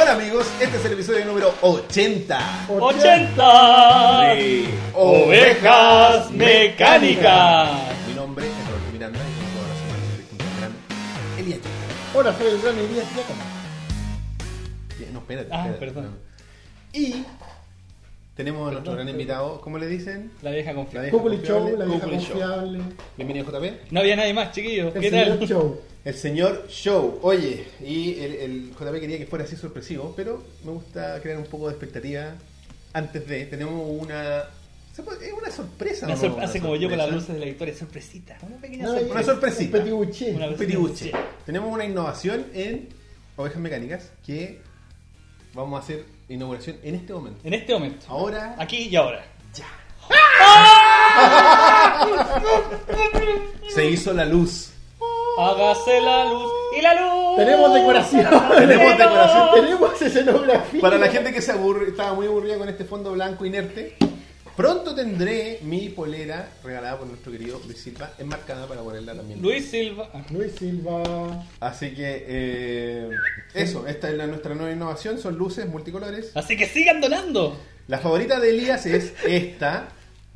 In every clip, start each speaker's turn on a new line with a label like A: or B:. A: Hola amigos, este es el episodio número 80.
B: 80
A: Ovejas mecánicas.
B: ovejas mecánicas.
A: Mi nombre es Roberto Miranda y como todas las semanas soy un gran Elías.
C: Hola, soy el gran Elías Diácono.
A: Ya, Eh, No, espérate,
B: Ah,
A: espérate.
B: perdón.
A: no. Y tenemos a nuestro gran invitado, ¿cómo le dicen?
B: La vieja
A: La
B: confianza.
A: vieja
C: Cúpuli Show,
A: confiable,
C: la vieja
A: Cúpuli Show.
C: confiable.
A: Bienvenido JP.
B: No había nadie más, chiquillos.
C: El
B: ¿Qué tal?
C: señor Show.
A: El señor Show, oye, y el, el JP quería que fuera así sorpresivo, pero me gusta crear un poco de expectativa antes de. Tenemos una. se puede- Es una sorpresa,
B: Una
A: ¿no?
B: sor-
A: Una
B: hace como yo con las
A: sorpresa.
B: luces de la victoria. Sorpresita. Una pequeña
C: No,
B: sorpresa.
A: una sorpresita.
C: Un petibuchín.
B: Una-
A: Un petibuche. Tenemos una innovación en Ovejas Mecánicas que vamos a hacer inauguración en este momento.
B: En este momento.
A: Ahora,
B: Aquí y ahora.
A: se hizo la luz.
B: Hágase la luz y la luz.
C: Tenemos decoración.
A: Tenemos decoración.
C: Tenemos escenografía.
A: Para la gente que se aburre, estaba muy aburrida con este fondo blanco inerte, pronto tendré mi polera regalada por nuestro querido Luis Silva, enmarcada para ponerla también.
B: Luis Silva. Ah,
C: Luis Silva.
A: Así que, eh, eso, esta es la- nuestra nueva innovación, son luces multicolores.
B: Así que sigan donando.
A: La favorita de Elías es esta,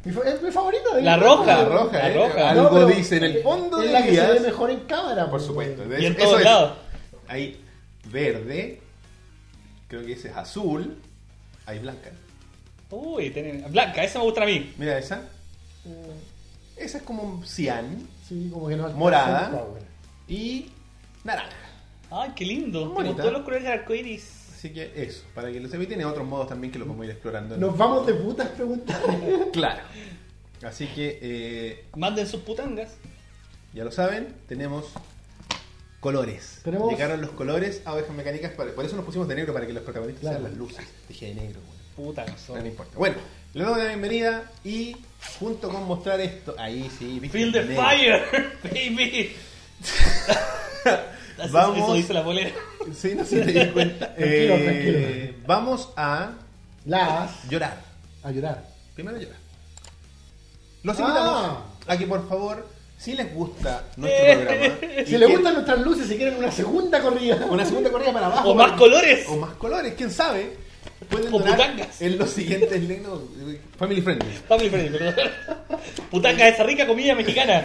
C: Mi fa- Es mi favorita. de
B: La
C: mi-
B: roja.
A: la roja,
B: La
A: ¿eh?
B: roja.
A: algo
C: pero
A: dice en el fondo
C: es
A: de
C: la que se ve
A: Elías.
C: mejor en cámara.
A: Por
C: pues,
A: supuesto.
C: güey.
A: de-
B: Y en
A: eso
B: todos
A: es.
B: lados.
A: Hay verde, creo que ese es azul, hay blanca.
B: Uy, tienen... Blanca, esa me gusta a mí.
A: Mira esa.
C: Mm.
A: Esa es como un cian
C: Sí, como que no alcanza
A: Morada.
C: el power.
A: y naranja.
B: Ay, qué lindo.
A: Bonita.
B: Tenemos todos los colores del arco iris.
A: Así que eso, para que lo sepan. Y tiene otros modos también que lo podemos ir explorando.
C: Nos vamos de putas preguntando.
A: Claro. Así que eh,
B: Manden sus putangas.
A: ya lo saben, tenemos colores.
C: Tenemos-
A: Llegaron los colores a ovejas mecánicas. para- Por eso nos pusimos de negro, para que los protagonistas
C: Claro.
A: sean las luces. Dije de negro, güey.
B: Puta, no
A: No, no
B: son.
A: importa. Bueno, le damos la bienvenida y junto con mostrar esto. Ahí sí, viste,
B: Feel the
A: negro.
B: fire, baby. Así-
A: Vamos.
B: Eso dice la bolera.
A: Sí, no se te di cuenta.
C: Tranquilo,
A: Eh, Vamos a
C: Las.
A: llorar.
C: Ayudar.
A: Primero llorar. Los
C: Ah.
A: invitamos a que por favor, si les gusta nuestro programa. y
C: Eh. Si les
A: que-
C: gustan nuestras luces, si quieren una segunda corrida.
A: Una segunda corrida para abajo.
B: O más
A: para-
B: colores.
A: O más colores, quién sabe. Pueden
B: O
A: donar
B: putangas.
A: en los siguientes no, Family Friendly.
B: Family friendly, perdón. Putanga, esa rica comida mexicana.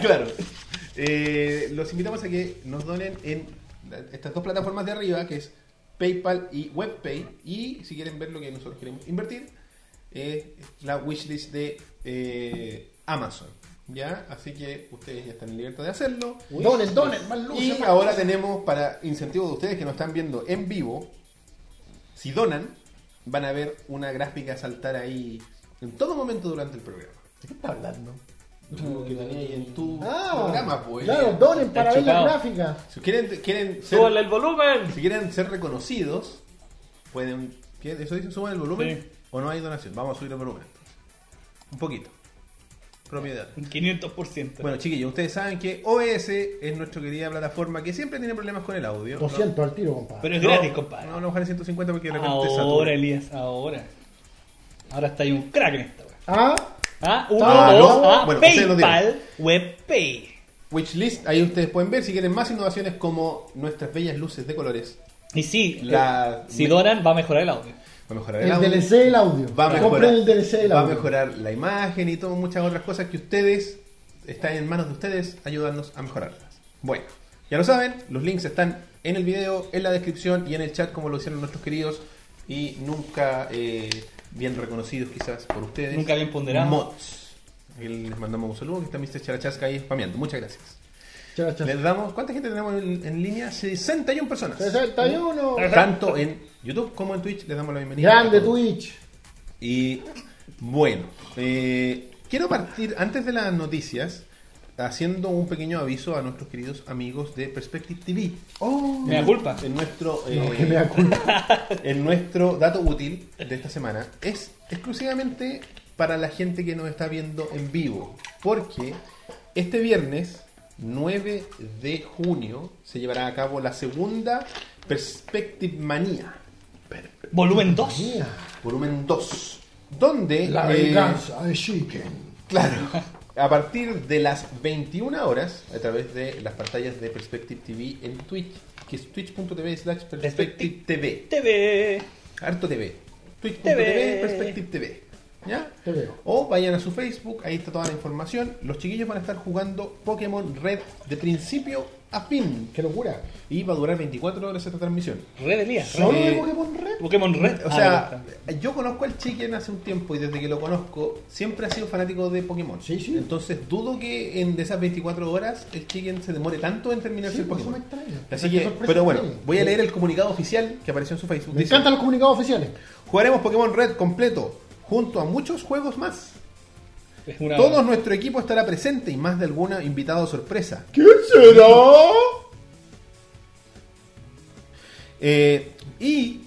A: Claro. Eh, los invitamos a que nos donen en la- estas dos plataformas de arriba, que es PayPal y WebPay. Y si quieren ver lo que nosotros queremos invertir, eh, la wishlist de eh, Amazon. ¿Ya? Así que ustedes ya están en libertad de hacerlo.
C: Donen, donen, más luces.
A: Y
C: más
A: ahora
C: luces.
A: tenemos para incentivo de ustedes que nos están viendo en vivo, si donan, van a ver una gráfica saltar ahí en todo momento durante el programa.
C: ¿De qué está hablando?
A: Lo que tenía ahí en tu
C: Ah,
A: programa, pues.
C: claro, donen
B: Está
C: para ver la
B: chupado.
C: gráfica.
A: Si quieren, quieren
B: Súbale
A: ser,
B: el volumen.
A: si quieren ser reconocidos, pueden. ¿qué? ¿Eso dicen? ¿Suban el volumen?
B: Sí.
A: ¿O no hay donación? Vamos a subir el volumen. Un poquito. Propiedad.
B: Un 500%.
A: Bueno, chiquillos, ustedes saben que OBS es nuestra querida plataforma que siempre tiene problemas con el audio. ¿no?
C: 200 al tiro, compadre.
B: Pero es
A: No,
B: gratis, compadre.
A: No, no bajaré 150 porque de repente
B: ahora,
A: satura.
B: Elías, ahora. Ahora está ahí un crack en esta weá.
C: Ah,
B: Ah, uno,
C: Ah,
B: dos,
A: no.
B: ah,
A: Bueno, ustedes lo
B: PayPal, WebPay.
A: Wishlist, ahí ustedes pueden ver si quieren más innovaciones como nuestras bellas luces de colores.
B: Y sí, eh,
A: La-
B: si donan va a mejorar el audio.
A: Va a mejorar el,
C: el
A: audio,
C: DLC del audio.
A: va a mejorar,
C: Compren el DLC del
A: va a
C: audio.
A: mejorar la imagen y todo, muchas otras cosas que ustedes están en manos de ustedes ayudarnos a mejorarlas. Bueno, ya lo saben, los links están en el video, en la descripción y en el chat como lo hicieron nuestros queridos y nunca eh, bien reconocidos quizás por ustedes.
B: Nunca bien ponderados.
A: Mods. Aquí Les mandamos un saludo, que está Mr. Charachasca ahí spameando. Muchas gracias.
C: Chao, chao.
A: Les damos, ¿cuánta gente tenemos en, en línea? 61 personas.
C: 61.
A: Tanto en YouTube como en Twitch les damos la bienvenida.
C: Grande
A: A todos.
C: Twitch.
A: Y bueno, eh, quiero partir antes de las noticias haciendo un pequeño aviso a nuestros queridos amigos de Perspective TV.
C: Oh,
B: Me da culpa.
A: En nuestro,
C: no,
A: eh,
C: que me da culpa.
A: en nuestro dato útil de esta semana es exclusivamente para la gente que nos está viendo en vivo. Porque este viernes 9 de junio se llevará a cabo la segunda Perspective Manía,
B: Volumen 2.
C: Mía.
A: volumen 2. Donde...
C: La
A: eh,
C: venganza de Chicken.
A: Claro. a partir de las 21 horas a través de las pantallas de Perspective TV en Twitch, que es twitch.tv slash Perspective TV.
B: TV.
A: Harto TV. Twitch.tv,
B: TV.
A: Perspective TV. ¿Ya?
C: Te veo.
A: O vayan a su Facebook, ahí está toda la información. Los chiquillos van a estar jugando Pokémon Red de principio a fin.
C: Qué locura.
A: Y va a durar 24 horas esta transmisión.
B: Red Elías.
A: No.
C: ¿Solo de
A: Eh,
C: Pokémon Red?
B: Pokémon Red.
A: O
B: Ah,
A: sea,
B: ahí
A: yo conozco al Chicken hace un tiempo y desde que lo conozco siempre ha sido fanático de Pokémon.
C: Sí, sí.
A: Entonces dudo que en de esas 24 horas el Chicken se demore tanto en terminar
C: Sí,
A: el
C: pues, eso me
A: Pokémon.
C: extraña.
A: Así
C: Qué
A: que,
C: sorpresa
A: pero bueno,
C: tiene.
A: voy a leer el comunicado oficial que apareció en su Facebook.
C: Me
A: Dice,
C: encantan los comunicados oficiales.
A: Jugaremos Pokémon Red completo junto a muchos juegos más.
B: está. Es una-
A: Todo nuestro equipo estará presente y más de alguna invitado sorpresa.
C: ¿Quién será?
A: Eh, y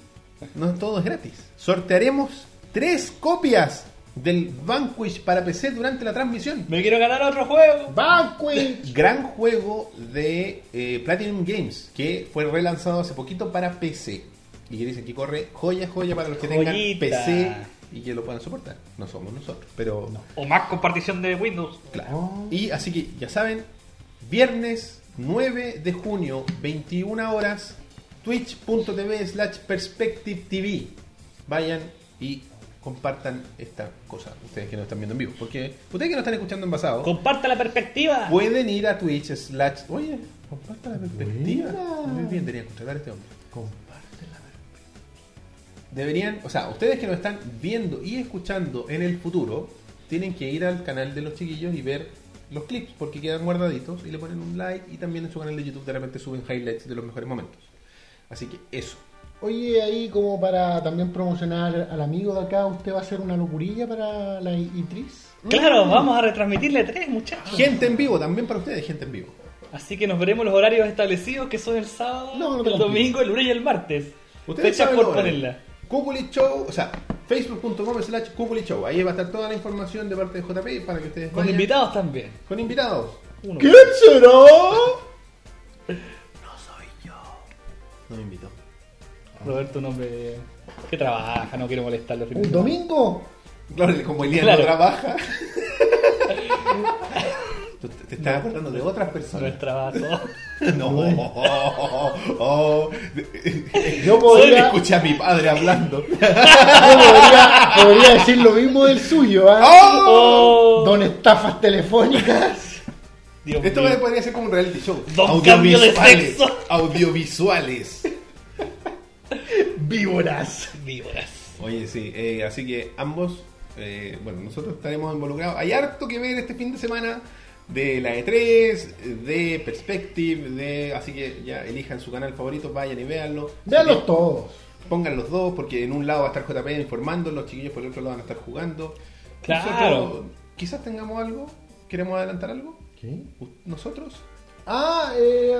A: no todo es gratis. Sortearemos tres copias del Vanquish para PC durante la transmisión.
B: Me quiero ganar otro juego.
C: Banquet.
A: Gran juego de eh, Platinum Games que fue relanzado hace poquito para PC. Y que dicen que corre joya, joya para los que tengan
B: Joyita.
A: PC y que lo puedan soportar. No somos nosotros, pero
B: O más compartición de Windows.
A: Claro.
C: Oh.
A: Y así que ya saben, viernes 9 de junio, 21 horas, twitch.tv slash perspective TV. Vayan y compartan esta cosa, ustedes que no están viendo en vivo, porque ustedes que no están escuchando en pasado,
B: Comparta la perspectiva.
A: pueden ir a twitch slash... Oye, compartan la perspectiva.
C: Buena.
A: Muy bien, deberían contratar a este hombre. Deberían, o sea, ustedes que nos están viendo y escuchando en el futuro, tienen que ir al canal de los chiquillos y ver los clips, porque quedan guardaditos y le ponen un like y también en su canal de YouTube de repente suben highlights de los mejores momentos. Así que eso.
C: Oye, ahí como para también promocionar al amigo de acá, ¿usted va a hacer una locurilla para la Itriz?
A: Mm.
B: Claro, vamos a retransmitirle tres, muchachos.
A: Gente en vivo, también para ustedes, gente en vivo.
B: Así que nos veremos los horarios establecidos que son el sábado,
C: No, no te
B: el
C: compliques.
B: domingo, el lunes y el martes.
A: Ustedes
B: Fechas
A: saben
B: por
A: lo bueno.
B: ponerla.
A: Cúculi Show, o sea, facebook.com slash Cúculi Show. Ahí va a estar toda la información de parte de JP para que ustedes
B: Con
A: vayan.
B: invitados también.
A: Con invitados.
B: Uno.
C: será?
A: No me invitó.
B: Roberto, un hombre que trabaja, no quiero molestarlo.
C: ¿Un domingo?
A: Claro, como Elías
B: Claro.
A: no trabaja. Tú te, te estás acordando de otras
B: No es
A: personas.
B: trabajo.
A: No. Oh, oh, oh.
C: Yo
A: Solo
C: podría,
A: escuché a mi padre hablando.
C: yo podría, podría decir lo mismo del suyo, ¿ah?
A: Oh.
B: Oh,
C: Don estafas telefónicas.
B: Dios
A: Esto
B: mío.
A: podría ser como un reality show.
B: Dos cambios de sexo.
A: Audiovisuales.
C: Víboras.
B: Víboras.
A: Oye, sí. eh, así que ambos, eh, bueno, nosotros estaremos involucrados. Hay harto que ver este fin de semana de la E3, de Perspective, de... Así que ya elijan su canal favorito, vayan y véanlo.
C: Véanlos todos.
A: pongan los dos, porque en un lado va a estar JP informando, los chiquillos por el otro lado van a estar jugando.
B: Claro.
A: Nosotros, quizás tengamos algo, queremos adelantar algo.
C: ¿Qué?
A: Nosotros,
C: Ah, eh,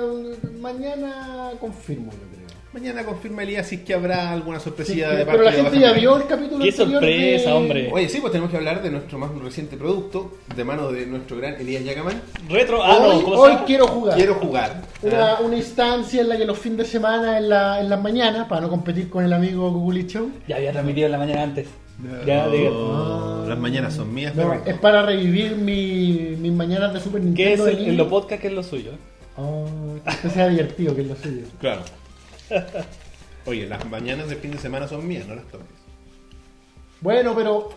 C: mañana confirmo, yo creo.
A: mañana confirma Elías si es que habrá alguna
C: Sí,
A: sorpresilla de
C: pero
A: parte
C: la
A: de
C: gente
A: Baja
C: ya
A: Media.
C: vio el capítulo
B: Qué
C: anterior de-
B: sorpresa, hombre.
A: Oye, sí, pues tenemos que hablar de nuestro más reciente producto, de mano de nuestro gran Elías Yacaman.
B: Retro. Ah,
C: Hoy,
B: no, ¿cómo se
C: hoy
B: llama?
C: quiero jugar.
A: Quiero jugar.
C: Una,
A: Ah,
C: una instancia en la que los fines de semana, en, la, en las mañanas, para no competir con el amigo Google Show,
B: Ya había transmitido en la mañana antes.
A: no,
B: Ya, diga.
A: Oh, Las mañanas son mías,
C: no,
A: perrito.
C: es para revivir mi- mis mañanas de Super
B: ¿Qué es
C: Nintendo. de
B: el- en
C: niño.
B: los podcasts que es lo suyo?
C: Oh, que sea divertido, que es lo suyo.
A: Claro. Oye, las mañanas del fin de semana son mías, no las tomes.
C: Bueno, pero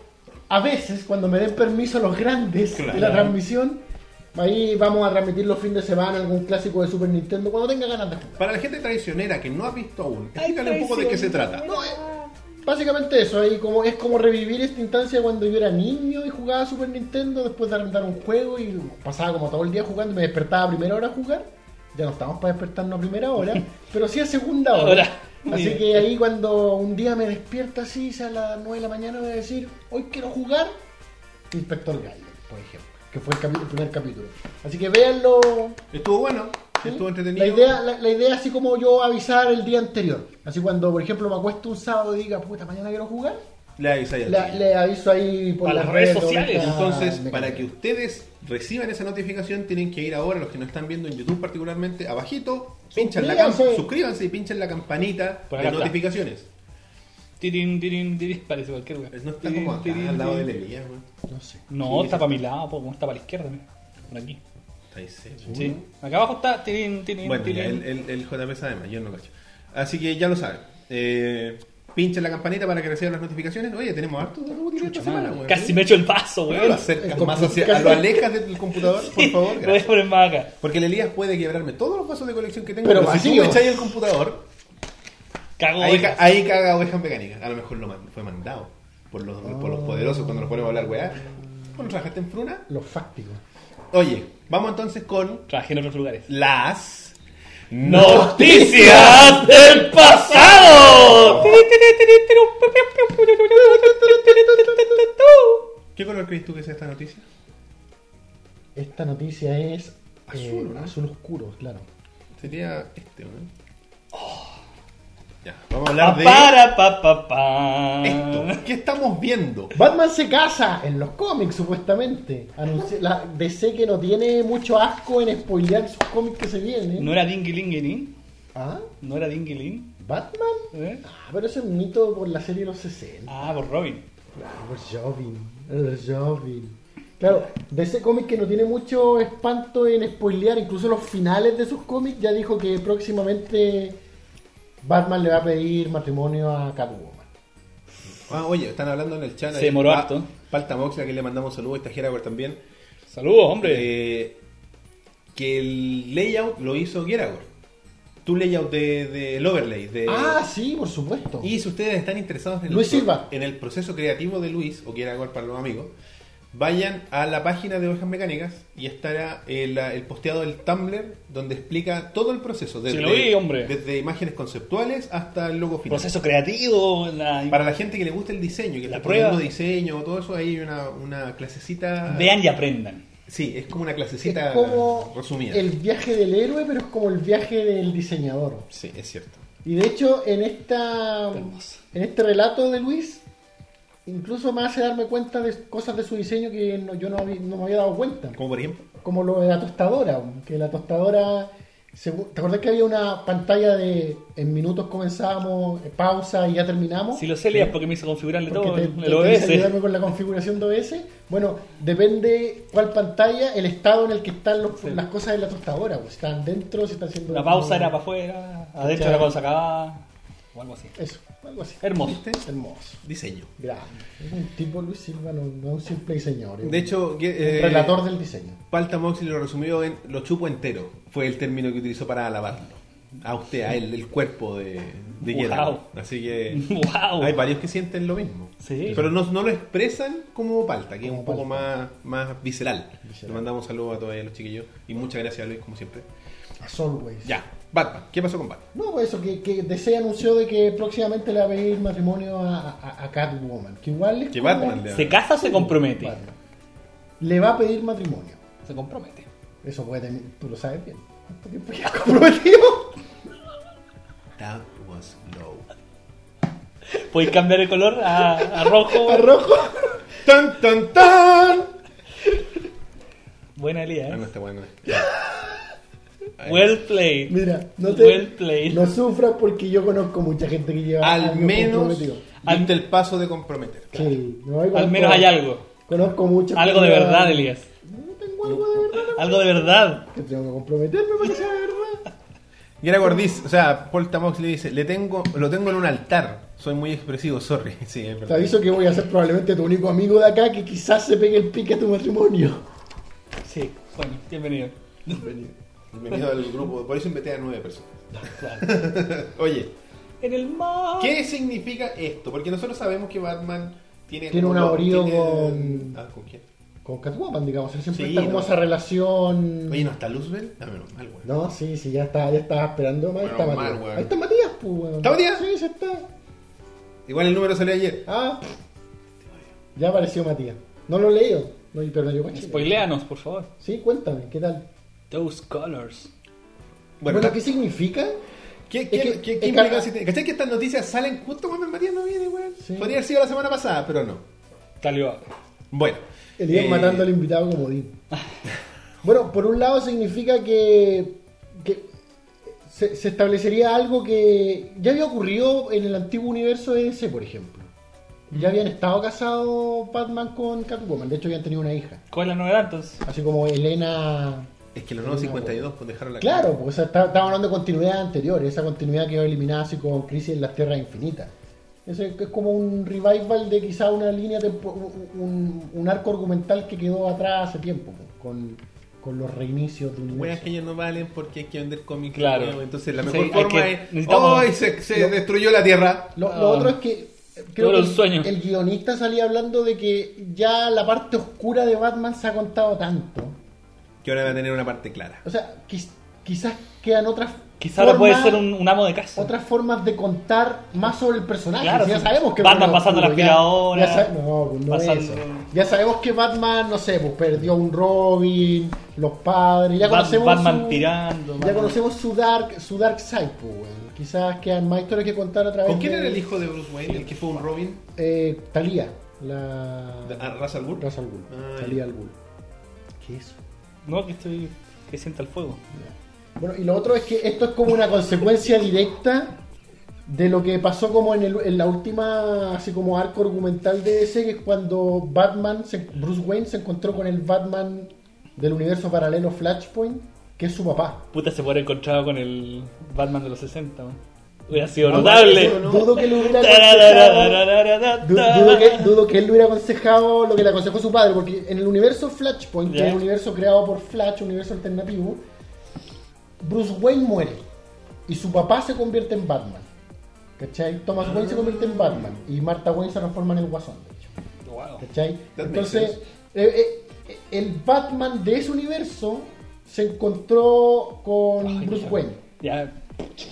C: a veces, cuando me den permiso los grandes de la
A: Claro.
C: transmisión, ahí vamos a transmitir los fines de semana algún clásico de Super Nintendo, cuando tenga ganas de jugar.
A: Para la gente traicionera que no ha visto aún,
B: Ay,
A: explícale un poco de qué se trata.
C: No, eh, básicamente eso, ahí como, es como revivir esta instancia cuando yo era niño y jugaba a Super Nintendo después de arrendar un juego y pasaba como todo el día jugando y me despertaba a primera hora a jugar. Ya no estábamos para despertarnos a primera hora, pero sí a segunda hora.
B: Ahora, muy
C: Así
B: bien.
C: que ahí cuando un día me despierta así, sea a las 9 de la mañana, voy a decir, hoy quiero jugar Inspector Gaiden, por ejemplo, que fue el, capi- el primer capítulo. Así que véanlo.
A: Estuvo bueno,
C: ¿sí?
A: estuvo entretenido.
C: La idea, la, la idea así como yo avisar el día anterior. Así cuando, por ejemplo, me acuesto un sábado y diga, puta, mañana quiero jugar,
A: Le avisáis al
C: la-
A: tiro.
C: le aviso ahí por
B: A las redes
C: todo
B: sociales.
C: acá,
A: Entonces,
C: me
A: para
C: cae.
A: que ustedes reciban esa notificación, tienen que ir ahora, los que nos están viendo en YouTube particularmente, abajito, pinchan la cam-
C: Suscríbanse.
A: suscríbanse y pinchan la campanita
B: Por
A: de
B: acá está.
A: notificaciones.
B: Tirin, tirin, tirin, parece cualquier weón.
A: Pero No está como acá, al lado del Elías, weón.
C: No sé.
B: No, está para mi lado, po, está para la izquierda, mira. Por aquí.
A: Está ahí serio.
B: Sí. Acá abajo está tirin, tirin,
A: Bueno,
B: tirin.
A: ya, el, el, el JP sabe más, yo no lo cacho. Así que ya lo saben. Eh, pinchen la campanita para que reciban las notificaciones. Oye, tenemos harto de útiles esta semana, weón.
B: Casi me echo el vaso,
A: Weón, lo
B: weón.
A: acercas
C: El
A: más
C: compu-
A: hacia, lo alejas del computador, por favor.
B: Lo voy a
A: gracias.
B: poner más acá.
A: Porque el Elías puede quebrarme todos los vasos de colección que tengo.
C: Pero
A: si tú
C: vacío.
A: me echáis el computador,
B: Cago
A: ahí,
B: ovejas.
A: ca- ahí caga ovejas mecánicas. A lo mejor lo man- fue mandado por los, por
B: Ah.
A: los poderosos cuando nos ponemos a hablar, weá. Bueno, rajaste en fruna.
C: Los fácticos.
A: Oye, vamos entonces con
B: Trabajé en otros lugares.
A: las
B: Noticias del pasado.
A: ¿Qué color crees tú que sea esta noticia?
C: Esta noticia es eh,
A: Azul, ¿no?
C: azul oscuro, claro.
A: Sería este, ¿no? Ya, vamos a hablar de
B: Ah, Para pa pa pa.
A: esto. ¿Qué estamos viendo?
C: Batman se casa en los cómics, supuestamente. Anunci- la DC que no tiene mucho asco en spoilear sus cómics que se vienen.
B: ¿No era Dingilingelin?
C: ¿Ah?
B: ¿No era Dingilin?
C: ¿Batman?
B: ¿Eh?
C: Ah, pero eso es un mito por la serie de los 60.
B: Ah, por Robin.
C: Ah, por Jovin. El Jovin. Claro, DC cómic que no tiene mucho espanto en spoilear, incluso los finales de sus cómics, ya dijo que próximamente Batman le va a pedir matrimonio a Catwoman.
A: Ah, oye, están hablando en el chat.
B: Se
A: ahí.
B: demoró
A: Pa-
B: harto.
A: Palta Moxla, que le mandamos saludos, está Geragor también.
B: Saludos, hombre.
A: Eh, que el layout lo hizo Geragor. Tu layout del de, del overlay. De,
C: ah, sí, por supuesto.
A: Eh, Y si ustedes están interesados en,
C: Luis
A: el,
C: Silva.
A: en el proceso creativo de Luis, o quiera algo para los amigos, vayan a la página de Ovejas Mecánicas y estará el, el posteado del Tumblr donde explica todo el proceso. Desde,
B: lo vi, hombre.
A: desde imágenes conceptuales hasta el logo final.
B: Proceso creativo. La...
A: Para la gente que le gusta el diseño, que
B: La
A: está
B: prueba.
A: prueba. diseño, todo eso, ahí hay una, una clasecita.
B: Vean y aprendan.
A: Sí, es como una
C: es
A: clasecita
C: como
A: resumida.
C: el viaje del héroe, pero es como el viaje del diseñador.
A: Sí, es cierto.
C: Y de hecho, en esta
B: Hermoso.
C: en este relato de Luis, incluso me hace darme cuenta de cosas de su diseño que no- yo no, habí- no me había dado cuenta.
A: Como por ejemplo,
C: Como lo de la tostadora, que la tostadora... segu- ¿Te acordás que había una pantalla de en minutos comenzábamos, eh, pausa y ya terminamos?
B: Si lo sé, leas porque me hizo configurarle
C: Porque
B: todo
C: te-
B: el
C: te- tenés que
B: OBS.
C: ayudarme con la configuración de OBS. Bueno, depende cuál pantalla, el estado en el que están los-
B: Sí.
C: las cosas de la tostadora. pues, si están dentro, si están haciendo.
B: La pausa era para afuera, adentro
C: Cachai.
B: la pausa acá, o algo así.
C: Eso, algo así.
B: Hermoso.
A: ¿viste?
C: Hermoso.
A: Diseño.
C: Grande. Es un tipo Luis Silva, no, no es un simple diseñador. es
A: De
C: un-
A: hecho,
C: un
A: que- eh,
C: relator del diseño.
A: Palta Moxley lo resumió en lo chupo entero. Fue el término que utilizó para alabarlo. A usted, a él, el cuerpo de, de
B: Wow.
A: Gerard. Así que
B: ¡Wow!
A: hay varios que sienten lo mismo.
B: Sí.
A: Pero no, no lo expresan como Palta, que es un
C: Como
A: poco más, más visceral.
C: Visceral.
A: Le mandamos saludos a todos los chiquillos. Y muchas gracias a Luis, como siempre.
C: As always.
A: Ya, Batman. ¿Qué pasó con Batman?
C: No, pues eso, que, que DC anunció de que próximamente le va a pedir matrimonio a, a- a Catwoman. Que igual es
A: Que
C: como-
A: Batman le va-
B: ¿Se casa o se compromete?
C: Batman. Le va a pedir matrimonio.
B: Se compromete.
C: Eso puede tener, tú lo sabes bien. ¿Cuánto tiempo ya comprometido?
A: That was low.
B: Podéis cambiar el color a, a rojo.
C: A rojo.
A: ¡Tan, tan, tan!
B: Buena Elías.
A: Ah,
B: ¿eh?
A: no está bueno.
B: Well played.
C: Mira, no te.
B: Well played.
C: No sufras porque yo conozco mucha gente que lleva.
A: Al
C: años
A: menos
C: comprometido.
B: Al-
A: ante el paso de comprometer.
C: Sí, no, y
B: Al
C: conozco-
B: menos hay algo.
C: Conozco mucho.
B: Algo de verdad, Elías.
C: No tengo algo de verdad.
B: Algo de verdad.
C: Que tengo que comprometerme para que sea de verdad.
A: Gera Gordis, o sea, Paul Tamox le dice, le tengo, lo tengo en un altar, soy muy expresivo, sorry. Sí, es verdad.
C: Te aviso que voy a ser probablemente tu único amigo de acá que quizás se pegue el pique a tu matrimonio.
B: Sí, bueno, bienvenido.
A: Bienvenido al grupo, por eso invité a nueve personas.
B: Claro.
A: Oye,
B: En el mar.
A: ¿qué significa esto? Porque nosotros sabemos que Batman tiene...
C: Tiene un
A: lo-
C: amorío
A: tiene-
C: con-
A: Ah, ¿con quién?
C: Con Catwoman, digamos. Él siempre
A: Sí,
C: está como
A: no.
C: esa relación.
A: Oye, ¿no está Luzbel? Ah, menos mal, güey.
C: No, sí, sí, ya está, ya estaba esperando más.
A: Bueno,
C: está
A: mal,
C: Matías.
A: weón.
C: Ahí está Matías, pues, weón.
A: ¿Está Matías?
C: Sí, sí está.
A: Igual el número salió ayer.
C: Ah, ya apareció Matías. No lo he leído, no, pero no llegó a Chile.
B: Spoileanos, por favor.
C: Sí, cuéntame, ¿qué tal?
B: Those colors.
A: Bueno,
C: Bueno, ¿qué significa?
A: ¿qué,
C: es
A: qué,
C: que-
A: qué,
C: es
A: qué
C: que
A: implicancia
C: acá-
A: tiene? ¿Cachai que estas noticias salen justo cuando el Matías no viene, güey?
C: Sí.
A: Podría haber sido la semana pasada, pero no.
B: Talibán.
A: Bueno.
C: El día
A: eh,
C: matando al invitado como Dean. bueno, por un lado significa que, que se, se establecería algo que ya había ocurrido en el antiguo universo de DC, por ejemplo. Ya habían estado casados Batman con Catwoman, de hecho habían tenido una hija.
B: ¿Cuál es la novedad entonces?
C: Así como Elena...
A: Es que los nuevos 52 pues dejaron la
C: Claro, pues o sea, está- estamos hablando de continuidad anterior, esa continuidad que va eliminada así con Crisis en las Tierras Infinitas. Eso es, es como un revival de quizá una línea, tempo- un, un arco argumental que quedó atrás hace tiempo, pues, con, con los reinicios de un
A: Buenas que ellos no valen porque hay que vender cómics
B: Claro.
A: nuevos. Entonces la
B: Sí,
A: mejor
B: hay
A: forma
B: que-
A: es.
B: necesitamos-
A: ¡Ay! Se, se
C: No.
A: destruyó la tierra.
C: Lo,
B: Ah.
C: lo otro es que eh, creo
B: Todo
C: que
B: un sueño.
C: el guionista salía hablando de que ya la parte oscura de Batman se ha contado tanto.
A: Que ahora va a tener una parte clara.
C: O sea, quiz- quizás quedan otras
B: Quizá ahora puede
C: formas-
B: ser un, un amo de casa.
C: otras formas de contar más sobre el personaje.
B: Claro,
C: Si ya
B: sí.
C: sabemos que
B: Batman
C: Batman
B: pasando la
C: oscuro, ya-
B: aspiradora,
C: Ya, sa- no, pues no es
B: pasando-
C: eso. Ya sabemos que Batman, no sé, pues perdió a un Robin, los padres, ya
B: Bat-
C: conocemos
B: Batman
C: su,
B: tirando.
C: Ya
B: Batman-
C: conocemos su dark, su dark side, pues, weón. Quizás quedan más historias que contar a través
A: ¿Con quién
C: de-
A: era el hijo de Bruce Wayne? El que fue un Robin.
C: Eh, Talía,
B: Ah.
C: la...
A: ¿A Ra's al Ghul?
C: Ra's al Ghul.
A: Ah, ya.
C: Talía al Ghul. ¿Qué es?
B: No, que estoy. que sienta el fuego.
C: Ya. Bueno, y lo otro es que esto es como una consecuencia directa de lo que pasó como en, el- en la última, así como arco argumental de ese, que es cuando Batman, se- Bruce Wayne se encontró con el Batman del universo paralelo Flashpoint, que es su papá.
B: Puta, se puede haber encontrado con el Batman de los 60, man. Hubiera sido
A: No,
B: notable.
A: eso no.
C: Ah, Dudo que lo hubiera aconsejado- Du- Dudo que,
B: Tararararararara.
C: dudo que él le hubiera aconsejado lo que le aconsejó su padre, porque en el universo Flashpoint, que
B: Ya.
C: es el universo creado por Flash, un universo alternativo, Bruce Wayne muere y su papá se convierte en Batman. ¿Cachai? Thomas Wayne se convierte en Batman y Martha Wayne se transforma en el Guasón, de hecho.
B: Wow.
C: ¿Cachai?
A: That
C: Entonces,
A: makes
C: eh, eh, el Batman de ese universo se encontró con
B: Ay,
C: Bruce
B: ya.
C: Wayne.
B: Ya.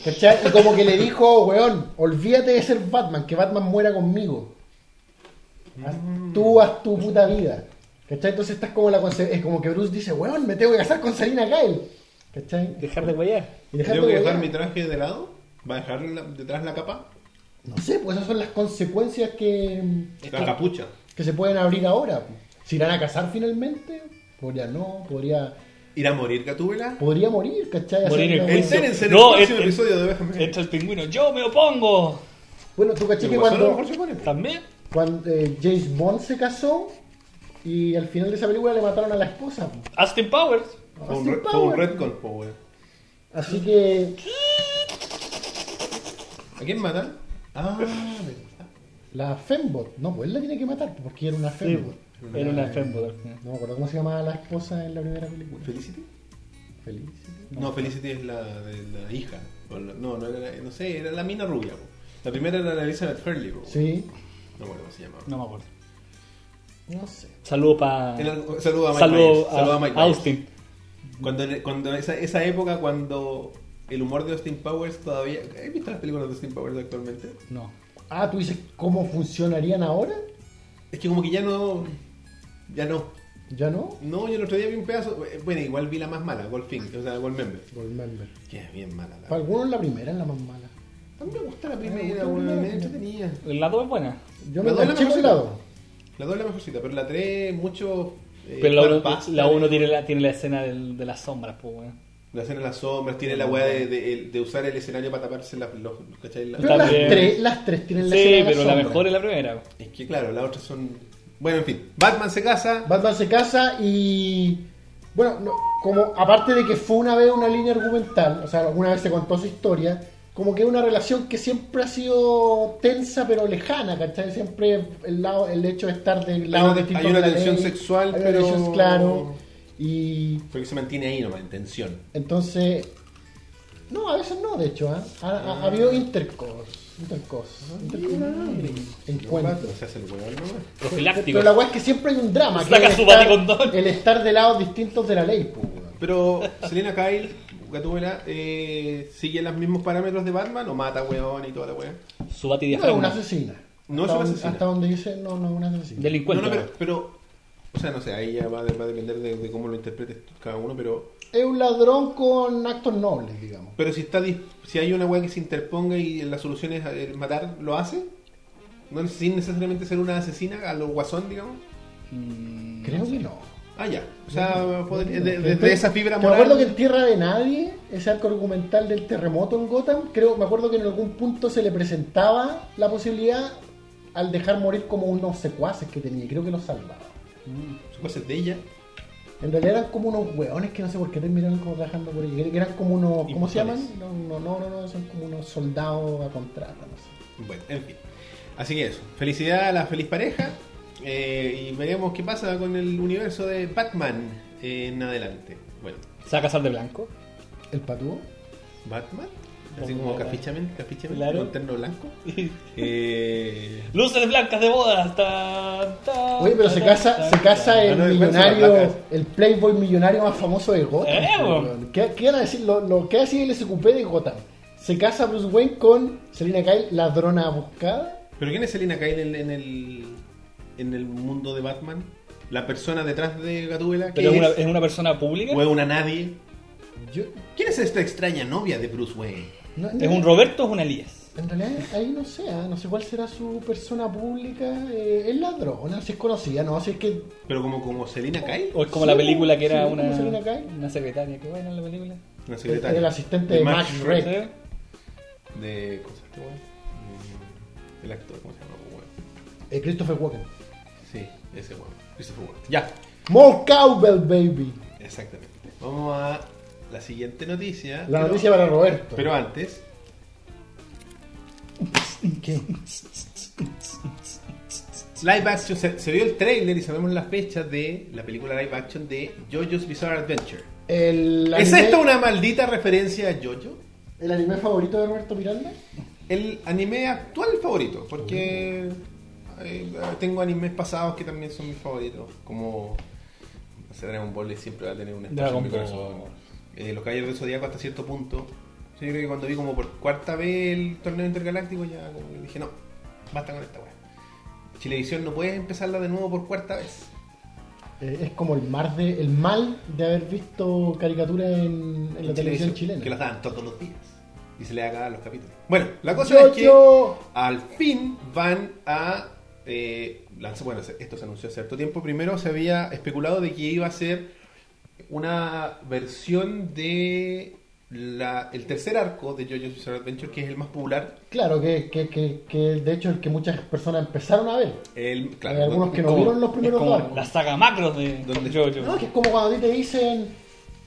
C: ¿Cachai? Y como que le dijo, weón, olvídate de ser Batman, que Batman muera conmigo. Haz- Tú haz tu puta vida. ¿Cachai? Entonces estás como la conse- es como que Bruce dice, weón, me tengo que casar con Selina Kyle. ¿Cachai?
B: Dejar de guayar.
C: Y dejarte
A: ¿Tengo que
C: huevear.
A: dejar mi traje de lado? ¿Va a dejar la- detrás la capa?
C: No sé, pues esas son las consecuencias que,
A: La capucha.
C: que se pueden abrir ahora. ¿Se irán a casar finalmente? Podría no, podría,
A: ¿Ir a morir Gatúbela?
C: podría morir, ¿cachai?
B: Morir
C: Hacer
B: en
C: una
B: juicio.
C: weá.
A: Entérense en el
B: No,
A: próximo
B: en- en-
A: episodio de Déjame.
B: Entra el pingüino. ¡Yo me opongo!
C: Bueno, tú
A: El
C: caché que
A: Guasón a lo
C: cuando,
A: mejor se pone.
B: ¿También?
C: cuando eh, James Bond se casó y al final de esa película le mataron a la esposa. po.
B: Austin Powers.
A: Fue un,
C: Austin
A: re- fue un
C: Powers.
A: retcon, po, weón.
C: Así que
A: ¿A quién matan? Ah, verdad.
C: la Fembot, no, pues él la tiene que matar porque era una
B: Sí,
C: Fembot.
B: era una fembo. al final.
C: No me acuerdo cómo se llamaba la esposa en la primera película.
A: ¿Felicity?
C: Felicity.
A: No, Felicity es la de la hija. O la- no, no, era, la- no sé, era la mina rubia. po. La primera era la Elizabeth Hurley. po.
C: Sí,
A: No me acuerdo cómo se llamaba.
B: No me acuerdo.
C: no sé.
B: Saludo para.
A: En algo- saludo a Mike
B: Saludo
A: Myers, saludo a
B: a,
A: Mike Myers.
B: Austin.
A: Cuando, cuando esa, esa época, cuando el humor de Austin Powers todavía... ¿Has visto las películas de Austin Powers actualmente?
B: No.
C: Ah, tú dices cómo funcionarían ahora?
A: Es que como que ya no... Ya no.
C: ¿Ya no?
A: No, yo el otro día vi un pedazo... eh, Bueno, igual vi la más mala, Goldfinger, o sea, Goldmember.
C: Goldmember.
A: Que es bien mala. La...
C: Para algunos la primera es la más mala.
A: A mí me gusta la
C: Me
A: primera,
C: gusta la
A: weón,
C: primera.
A: es entretenida.
B: El lado es buena.
A: La
C: Yo me
A: dos es la
C: enganché por el
A: mejorcita.
C: lado.
A: La 2 es la mejorcita, pero la 3 mucho... eh,
B: Pero la uno-
A: pasta,
B: la uno tiene la, tiene la escena del- de las sombras, pues, weón.
A: La escena de las sombras, tiene
B: Ah.
A: la weá de, de- de usar el escenario para taparse las... Los, ¿cachai? La-
C: Pero las
B: También.
C: tres, las tres tienen la
B: Sí,
C: escena de
B: pero la
C: sombra.
B: mejor es la primera.
A: Es que claro, las otras son... Bueno, en fin. Batman se casa.
C: Batman se casa y. Bueno, no, como aparte de que fue una vez una línea argumental, o sea, alguna vez se contó su historia, como que es una relación que siempre ha sido tensa pero lejana, ¿cachai? Siempre el, lado, el hecho de estar del lado
A: una-
C: distinto
A: hay una
C: de la
A: tensión sexual,
C: hay una
A: pero-
C: tensión, claro. Y
A: Porque se mantiene ahí nomás, en tensión.
C: entonces. No, a veces no, de hecho, ¿ah? ha, ha- ha habido intercos. Intercos.
A: Ah,
C: Encuentros.
A: Se hace el weón nomás.
B: Profiláctico.
C: Pero la weá es que siempre hay un drama. que
B: Saca
C: es
B: su
C: estar-
B: baticondón.
C: El estar de lados distintos de la ley, pues, weón.
A: Pero Selena Kyle, Gatúbela, eh, sigue los mismos parámetros de Batman o mata weón y toda la weá.
B: Su bati
C: No es una
B: diafragma.
C: asesina.
A: No es
C: Hasta
A: una
C: donde-
A: asesina.
C: Hasta donde dice, no, no es una asesina.
A: No, no,
B: Delincuente.
A: pero, pero- O sea, no sé, ahí ya va, a- va a depender de, de cómo lo interpretes cada uno, pero...
C: Es un ladrón con actos nobles, digamos.
A: Pero si está dis- si hay una weá que se interponga y la solución es eh, matar, ¿lo hace? No, sin necesariamente ser una asesina a los guasón, digamos.
B: Mm,
C: Creo que no.
A: Ah, ya. O sea,
C: No,
A: podría-
C: no,
A: de-
C: no.
A: desde
C: Estoy-
A: esa fibra
C: Te
A: moral...
C: acuerdo que en Tierra de Nadie, ese arco argumental del terremoto en Gotham, creo, me acuerdo que en algún punto se le presentaba la posibilidad al dejar morir como unos secuaces que tenía, y creo que los salvaba.
A: Secuaces de ella.
C: En realidad eran como unos hueones que no sé por qué terminaron como trabajando por ellos. Eran como unos. ¿Cómo se llaman?
A: Inmortales.
C: No, no, no, no, no, son como unos soldados a contrato, no sé.
A: Bueno, en fin. Así que eso. Felicidad a la feliz pareja. eh, y veremos qué pasa con el universo de Batman en adelante. Bueno,
B: ¿Se va a casar de blanco?
C: ¿El patúo?
A: Batman. Así como Cafichamen, Cafichamen,
B: Claro.
A: con terno blanco. Eh,
B: Luces blancas de bodas. ta, ta,
C: Oye, pero
B: ta,
C: se
B: ta,
C: casa,
B: ta,
C: se
B: ta.
C: casa
A: Ah,
C: el
A: no, después se las
C: millonario,
A: vacas.
C: el playboy millonario más famoso de Gotham.
B: Eh,
C: po,
B: po.
C: weón. ¿Qué, qué van a decir? Lo, lo que hacía el SQP de Gotham. Se casa Bruce Wayne con Selina Kyle, ladrona buscada.
A: ¿Pero quién es Selina Kyle en, en el, en el mundo de Batman? ¿La persona detrás de Gatúbela? ¿Qué
B: Pero es una,
A: es?
B: es una persona pública.
A: ¿O es una nadie?
C: Yo,
A: ¿Quién es esta extraña novia de Bruce Wayne?
C: no-
B: ¿Es un Roberto o es un Elías?
C: En realidad, ahí no sé, ah, no sé cuál será su persona pública. eh, es ladrona, si es conocida, no, si es que
A: ¿Pero como, como Selina Kyle?
B: ¿O es como
C: Sí,
B: la película que era
C: sí,
B: una,
C: ¿cómo se viene acá?
B: una secretaria? Qué buena la película.
A: Una
C: era
A: secretaria.
C: el asistente
A: De
C: de
A: Max
C: Max,
A: Schreck.
C: Rex.
B: ¿Sí?
A: De. ¿Cómo se llama este weón? Mm, El actor, ¿cómo se llama? Weón.
C: Eh, Christopher Walken.
A: Sí, ese weón. Christopher Walken. Ya,
C: More cowbell, baby.
A: exactamente. Vamos a la siguiente noticia.
C: La
A: pero-
C: noticia para Roberto.
A: Pero antes,
C: ¿Qué?
A: Live Action, se, se vio el trailer y sabemos la fecha de la película Live Action de JoJo's Bizarre Adventure.
C: El
A: ¿Es
C: anime-
A: esto una maldita referencia a JoJo?
C: ¿El anime favorito de Roberto Miranda?
A: El anime actual favorito, porque eh, tengo animes pasados que también son mis favoritos, como no sé, Dragon Ball siempre va a tener un espacio en
B: Dragon
A: mi corazón.
B: Ball.
A: Eh, los Caballeros del Zodíaco hasta cierto punto. Yo creo que cuando vi como por cuarta vez el torneo intergaláctico ya como que dije, no, basta con esta weá. Chilevisión no puedes empezarla de nuevo por cuarta vez.
C: Eh, es como el, mar de, el mal de haber visto caricaturas en, en la televisión chilena.
A: Que las daban todos los días. Y se le acaban los capítulos. Bueno, la cosa
C: Yo-
A: es que...
C: yo-
A: al fin van a eh, lanzar- bueno, se- esto se anunció hace cierto tiempo. Primero se había especulado de que iba a ser una versión de la, el tercer arco de JoJo's Bizarre Adventure, que es el más popular.
C: Claro, que, que, que, que de hecho el que muchas personas empezaron a ver.
A: El, claro,
C: Hay algunos
A: donde-
C: que no vieron los primeros
B: es como
C: dos arcos.
B: La saga macro de
A: ¿Dónde?
B: JoJo.
C: No, que es como cuando a ti te dicen,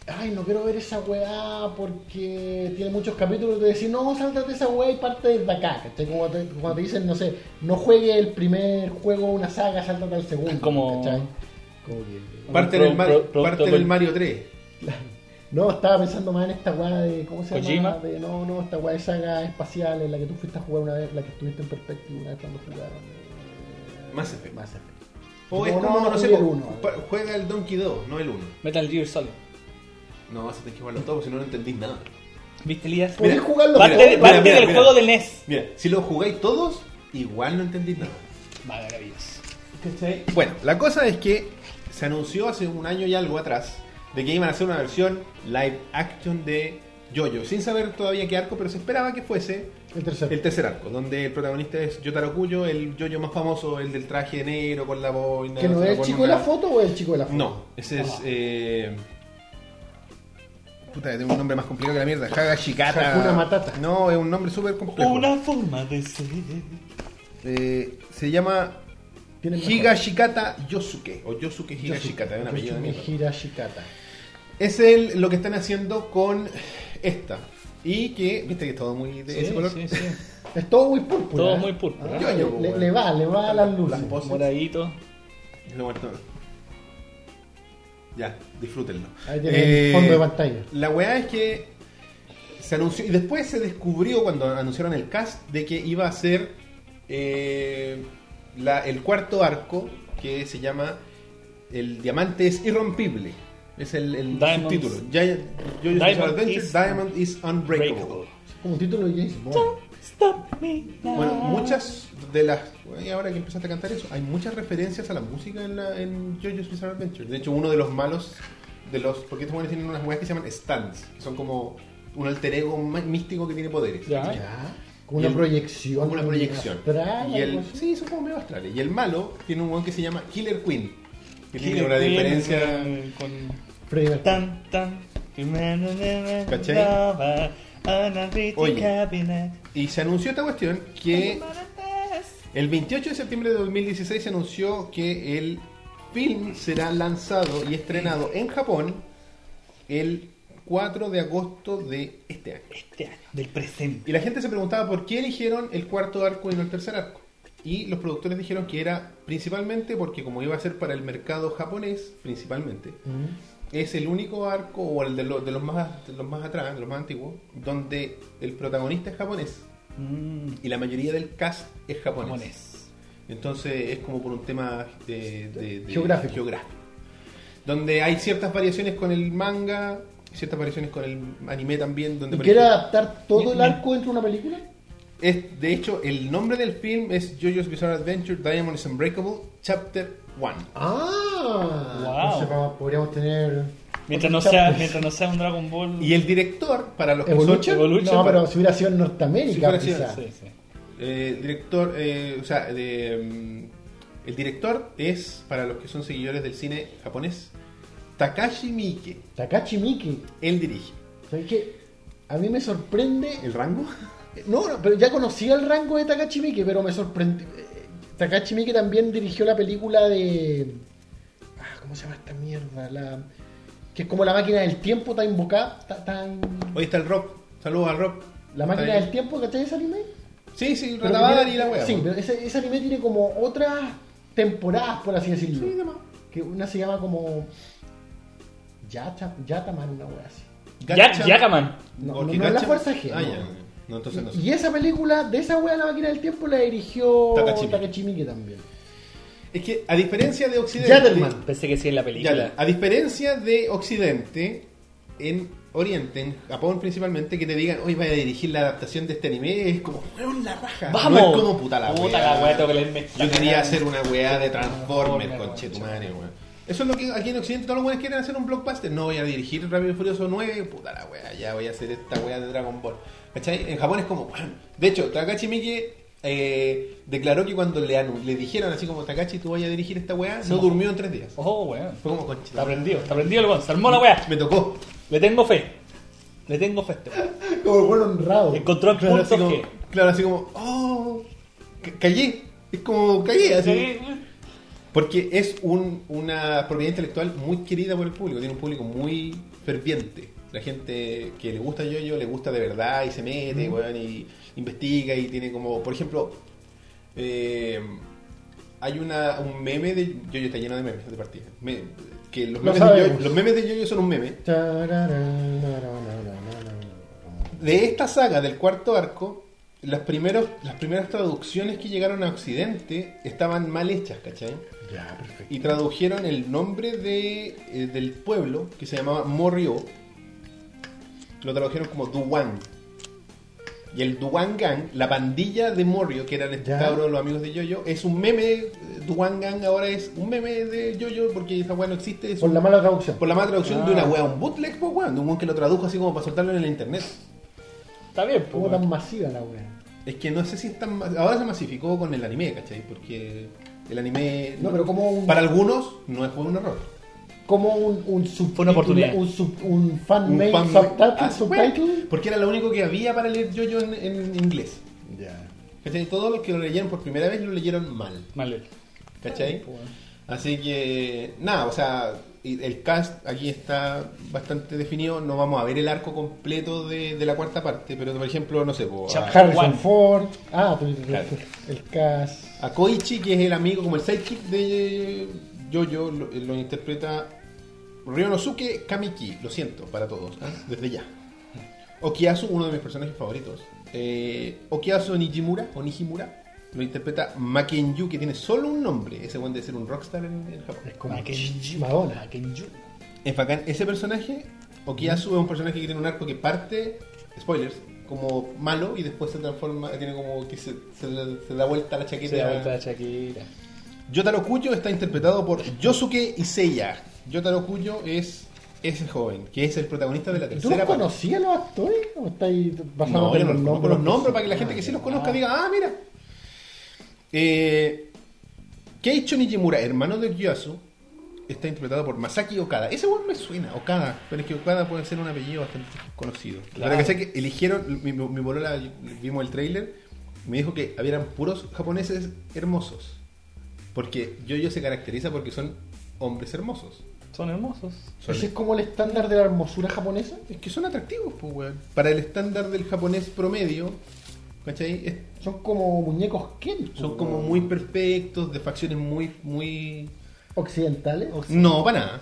C: ay, no quiero ver esa weá porque tiene muchos capítulos, te decís, no, sáltate esa weá y parte desde acá, ¿cachai? Como te- cuando te dicen, no sé, no juegue el primer juego de una saga, sáltate al segundo,
B: Es como-
C: ¿cachai? Como que-
A: parte
B: Pro-
A: del, Mario-
B: pro- producto
A: parte del
B: del-
A: Mario 3.
C: No, estaba pensando más en esta weá de, ¿cómo se
B: Kojima.
C: llama? De, no, no, esta weá de saga espacial en la que tú fuiste a jugar una vez, la que estuviste en perspectiva una vez cuando jugaron. eh,
A: Mass Effect.
C: Mass Effect.
A: O es
C: No,
A: como, no,
C: no,
A: sé,
C: jugué el
A: como-
C: uno.
A: pa- juega el Donkey 2, no el 1.
B: Metal Gear Solid.
A: No, vas a tener que jugarlo todo, si no, no entendís nada.
B: ¿Viste, Elías?
C: Podés
A: Mira,
C: jugarlo
B: Parte,
A: mira,
B: de-
A: mira,
B: parte
A: mira,
B: del
A: mira.
B: juego de E NES.
A: Mira, si lo jugáis todos, igual no entendís nada.
B: Maravilloso.
A: ¿Cachai? Bueno, la cosa es que se anunció hace un año y algo atrás de que iban a hacer una versión live action de Jojo, sin saber todavía qué arco, pero se esperaba que fuese
C: El tercero.
A: el tercer arco, donde el protagonista es Yotaro Kuyo, el Jojo más famoso, el del traje negro con la boina.
C: ¿Que no
A: la
C: es el chico de
A: corona.
C: la foto o es el chico de la foto?
A: No, ese es.
B: Ah.
A: eh, Puta, tengo un nombre más complicado que la mierda. Hagashikata.
C: Hakuna Matata.
A: No, es un nombre súper complejo.
B: Una forma de ser.
A: Eh, se llama
C: Tiene mejor.
A: Higashikata Yosuke. O Yosuke Higashikata, es un apellido de
C: Yosuke
A: mierda.
C: Hirashikata.
A: Es el, lo que están haciendo con esta. Y que, viste que es todo muy de
B: Sí,
A: ese color.
B: sí, sí.
C: Es todo muy púrpura.
B: Todo
C: ¿eh?
B: muy púrpura.
C: Ah,
A: Yo- yo,
C: le,
A: bueno.
C: le va, le va a las luces.
A: Las poses.
B: Moradito.
A: Lo muerto. Ya, disfrútenlo. Eh,
C: Ahí tiene el fondo de pantalla.
A: La weá es que se anunció, y después se descubrió cuando anunciaron el cast de que iba a ser eh, la- el cuarto arco que se llama El Diamante es Irrompible. Es el, el
B: Diamond-
A: subtítulo. Giant- Jojo's Bizarre
B: Diamond
A: Adventure,
B: is-
A: Diamond is Unbreakable.
B: Breakable.
C: Es como un título de James Bond.
B: Stop me now.
A: Bueno, muchas de las. y ahora que empezaste a cantar eso, hay muchas referencias a la música en, la, en JoJo's Bizarre Adventure. De hecho, uno de los malos. de los Porque estos buenos tienen unas weas que se llaman stands. Que son como un alter ego ma- místico que tiene poderes.
B: Ya.
C: Ya. Con una
A: Y el-
C: proyección.
A: Como Ah. una proyección.
C: astral,
A: y
C: algo
A: el,
C: así.
A: sí, son como medio astrales. Y el malo tiene un weón que se llama Killer Queen. Que tiene
B: Killer
A: una
B: Queen
A: diferencia.
B: con-
C: Freddy Mercury.
B: Tan, tan,
A: ¿Cachai? Oye. Y se anunció esta cuestión que el 28 de septiembre de 2016 se anunció que el film será lanzado y estrenado en Japón el 4 de agosto de este año.
B: Este año, del presente.
A: Y la gente se preguntaba por qué eligieron el cuarto arco y no el tercer arco. Y los productores dijeron que era principalmente porque como iba a ser para el mercado japonés, principalmente, es el único arco o el de, lo- de los más de los más atrás, de los más antiguos, donde el protagonista es japonés
B: Mm,
A: y la mayoría del cast es japonés.
B: japonés.
A: Entonces es como por un tema de, de- de-
C: Geográfico.
A: geográfico. Donde hay ciertas variaciones con el manga, ciertas variaciones con el anime también, donde
C: ¿Y
A: por
C: quiere
A: ejemplo-
C: adaptar todo el
B: Bien.
C: arco dentro de una película?
A: es, de hecho, el nombre del film es JoJo's Bizarre Adventure Diamond is Unbreakable Chapter 1.
C: Ah,
B: Wow.
C: entonces vamos- podríamos tener.
B: Mientras no,
C: otros
B: sea,
C: chapters.
B: mientras no sea un Dragon Ball.
A: Y el director, para los que son-
C: ¿Evolution?
B: Evolution,
C: No,
B: pero-
C: pero si hubiera sido en
A: Si
C: Norteamérica,
A: hubiera sido,
C: quizá.
B: Sí, sí.
A: eh, director, eh, o sea, de, mm, el director es, para los que son seguidores del cine japonés, Takashi Miike.
C: Takashi Miki.
A: Él dirige.
C: ¿Sabes qué? A mí me sorprende.
A: ¿El rango?
C: No, no, pero ya conocía el rango de Takashi Miike, pero me sorprendió. Takashi Miike también dirigió la película de. Ah, ¿Cómo se llama esta mierda? La... Que es como la máquina del tiempo, tan invocada. Tan...
A: Hoy está el rock. Saludos al rock.
C: La máquina
A: Está
C: del tiempo, ¿cachai ese anime?
A: bien. Sí, sí,
C: Pero que
A: Ratabadan
C: tiene-
A: y la wea.
C: Sí,
A: po.
C: pero ese, ese anime tiene como otras temporadas, por así decirlo.
A: Sí, de más.
C: que una se llama como. Yata, Yataman, una wea así.
B: Ya- Yakaman.
C: No,
A: Porque
C: no, no es la
A: Gatchaman-
C: Fuerza G,
A: Ah,
C: no.
A: ya. No, entonces no sé.
C: Y esa película, de esa wea la máquina del tiempo, la dirigió
A: Takashi Miike.
C: Takashi Miike también.
A: Es que, a diferencia de Occidente.
C: Yatterman.
B: Pensé que sí en
A: Ya,
B: la
A: ah,
B: película.
A: ya. a diferencia de Occidente, en Oriente, en Japón principalmente, que te digan, hoy vaya a dirigir la adaptación de este anime, es como, weón, la raja.
B: ¡Vamos!
A: No es como puta la
B: Puta
A: wea.
B: la wea, tengo que leerme esta
A: Yo quería
B: weá.
A: hacer una weá de Transformers,
B: Transformers,
A: conchetumare, weón. Eso es lo que aquí en Occidente todos los weones quieren hacer un blockbuster. No voy a dirigir Rápido y Furioso 9, puta la wea, ya voy a hacer esta wea de Dragon Ball. ¿Cachai? En Japón es como, weón. De hecho, Takashi Miike eh, declaró que cuando le, anu- le dijeron así como, Takashi, tú vas a dirigir esta wea, no durmió en tres días.
B: Oh, weón.
A: Fue como conchetumare.
B: Está prendido, está prendido el weón. Se armó la weá.
A: Me tocó.
B: Le tengo fe. Le tengo fe a este weón.
C: Como el buen honrado.
B: Encontró el
A: Claro,
B: punto
A: así como,
B: G.
A: claro, así como, oh, ca- callé. Es como callé, así. Porque es un- una propiedad intelectual muy querida por el público, tiene un público muy ferviente. La gente que le gusta yo-yo le gusta de verdad y se mete, weón, y investiga y tiene como, por ejemplo, eh, hay una, un meme de yo-yo, está lleno de memes de partida. Me- que los
C: Lo
A: memes, de
C: sabemos.
A: yo-yo, los memes de yo-yo son un meme.
C: Tararararararararara.
A: De esta saga del cuarto arco, las, primeros, las primeras traducciones que llegaron a Occidente estaban mal hechas, ¿cachai?
C: Ya, perfecto.
A: Y tradujeron el nombre de, eh, del pueblo, que se llamaba Morio, lo tradujeron como Duwan. Y el Duwan Gang, la pandilla de Morio, que eran estos
C: Ya.
A: cabros, los amigos de Yoyo, es un meme. eh, Duwan Gang ahora es un meme de Yoyo, porque esa weá no existe. es
C: Por
A: un-
C: la mala traducción.
A: por la mala traducción de
B: Ah.
A: una weá, un bootleg, pues weón, de un weón que lo tradujo así como para soltarlo en el internet.
B: Está bien, pues.
C: ¿Cómo tan
B: weón.
C: masiva la wea?
A: Es que no sé si es tan... ma- Ahora se masificó con el anime, ¿cachai? Porque el anime...
C: No, pero como un-
A: Para algunos no fue un error.
C: Como un, un sub-
B: Fue una oportunidad.
C: Un, sub- un fan
A: Un
C: made
A: fan-
C: subtitle.
A: Ah,
C: subtitle.
A: Porque era lo único que había para leer yo-yo en, en inglés.
C: Ya.
A: ¿Cachai? Todos los que lo leyeron por primera vez lo leyeron mal.
B: Mal hecho.
A: ¿Cachai?
B: Pues, weón.
A: Así que... Nada, o sea... y El cast aquí está bastante definido. No vamos a ver el arco completo de, de la cuarta parte. Pero, por ejemplo, no sé... po, a-
B: Chap-
C: Harrison
B: Juan.
C: Ford. Ah, tú-
A: Claro.
C: el Cas.
A: A Koichi, que es el amigo, como el sidekick de Jojo, lo, eh, lo interpreta Ryonosuke Kamiki. Lo siento para todos, ¿eh? desde ya. Okiasu, uno de mis personajes favoritos. Eh, Okiasu Nijimura, o Nijimura, lo interpreta Makenyu, que tiene solo un nombre. Ese buen de ser un rockstar en, en Japón.
C: Es como
B: Makenji.
C: Madonna.
B: Makenji.
A: Es bacán. Ese personaje, Okiasu, es un personaje que tiene un arco que parte, spoilers, como malo y después se transforma, tiene como que se, se- se da vuelta la chaqueta.
B: Se da vuelta la Shakira.
A: Yotaro Kuyo está interpretado por Yosuke Iseya. Yotaro Kuyo es ese joven, que es el protagonista de la
C: ¿Tú los
A: tercera parte.
C: conocías los actores? ¿O estáis
A: No,
C: basándote
A: yo
C: en
A: no
C: los
A: los conozco
C: nombres?
A: los nombres para que la gente que sí los conozca diga, ah, mira. Eh, Keicho Nijimura, hermano de Yuasu, está interpretado por Masaki Okada. Ese weón me suena, Okada, pero es que Okada puede ser un apellido bastante conocido. La
B: Claro.
A: verdad que sé que eligieron, mi, mi polola, vimos el trailer, me dijo que habían puros japoneses hermosos. Porque Yo-Yo se caracteriza porque son hombres hermosos.
B: Son hermosos.
A: Son-
C: Ese es como el estándar de la hermosura japonesa.
A: es que son atractivos, pues, weón. Para el estándar del japonés promedio, ¿cachai? Es-
C: Son como muñecos Ken.
A: son
B: Oh.
C: po,
A: como
C: weón.
A: muy perfectos, de facciones muy, muy...
C: occidentales.
A: No, para nada.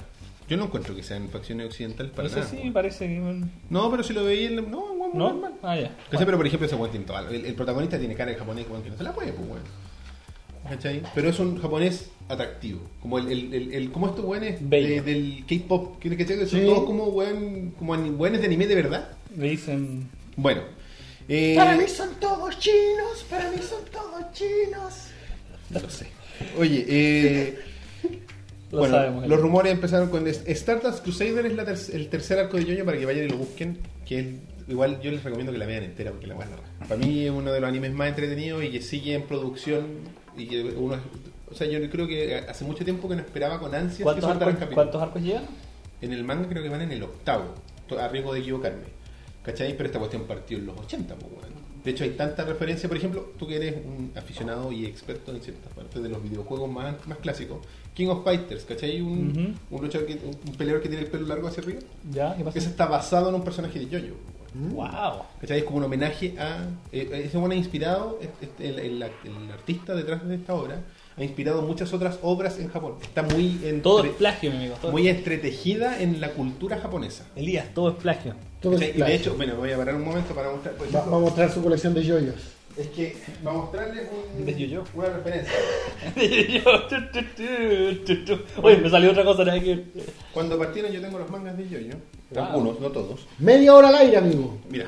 A: Yo no encuentro que sean facciones occidentales para
B: no sé
A: nada.
B: si
A: weón.
B: parece que. bueno,
A: No, pero si lo veía en... No, weón, muy
B: ¿No?
A: normal.
B: Ah, ya.
A: ¿Cachai? Pero por ejemplo, ese weón tiene toda la- El, el protagonista tiene cara de japonés weón, que no se la puede, pues, weón. ¿Cachai? Pero es un japonés atractivo. Como el, el, el, el- como estos weones de-
B: Bello.
A: del K-pop. que que Son
C: Sí.
A: todos como weón, como ani- weones de anime de verdad.
B: Le dicen.
A: Bueno. eh,
C: son todos chinos, para mí son todos chinos.
A: no lo sé. Oye, eh,
B: Lo
A: bueno,
B: sabemos.
A: los rumores empezaron con es- Stardust Crusader es la ter- el tercer arco de Yoño para que vayan y lo busquen. Que es- igual yo les recomiendo que la vean entera porque la van a raja. Para mí es uno de los animes más entretenidos y que sigue en producción y que uno, o sea, yo creo que hace mucho tiempo que no esperaba con ansias que
B: ¿Cuántos
A: soltaran
B: arcos,
A: capítulos.
B: ¿Cuántos arcos llegan?
A: En el manga creo que van en el octavo, to- a riesgo de equivocarme. ¿Cachai? Pero esta cuestión partió en los 80, pues, weón. De hecho, hay tanta referencia, por ejemplo, tú que eres un aficionado y experto en ciertas partes de los videojuegos más, más clásicos, King of Fighters, ¿cachai? Un, un luchador, que, un peleador que tiene el pelo largo hacia arriba.
B: ¿Ya? ¿Qué pasa?
A: Ese está basado en un personaje de Jojo.
B: ¡Wow!
A: ¿Cachai? Es como un homenaje a... eh, ese bueno ha inspirado, es- es- el, el- el artista detrás de esta obra, ha inspirado muchas otras obras en Japón. Está muy... En,
B: Todo es plagio, mi amigo. todo es-
A: muy entretejida en la cultura japonesa.
B: Elías, todo es plagio.
A: O sea, y de hecho, bueno, voy a parar un momento para mostrar. por
C: va, va a
A: ejemplo,
C: mostrar su colección de yoyos.
A: es que para mostrarles un-
B: De yo-yo.
A: una referencia.
B: Oye, me salió otra cosa. nada que ver.
A: Cuando partieron yo tengo los mangas de yoyo.
B: Wow.
A: Algunos, no todos.
C: Media hora al aire, amigo.
A: Mira.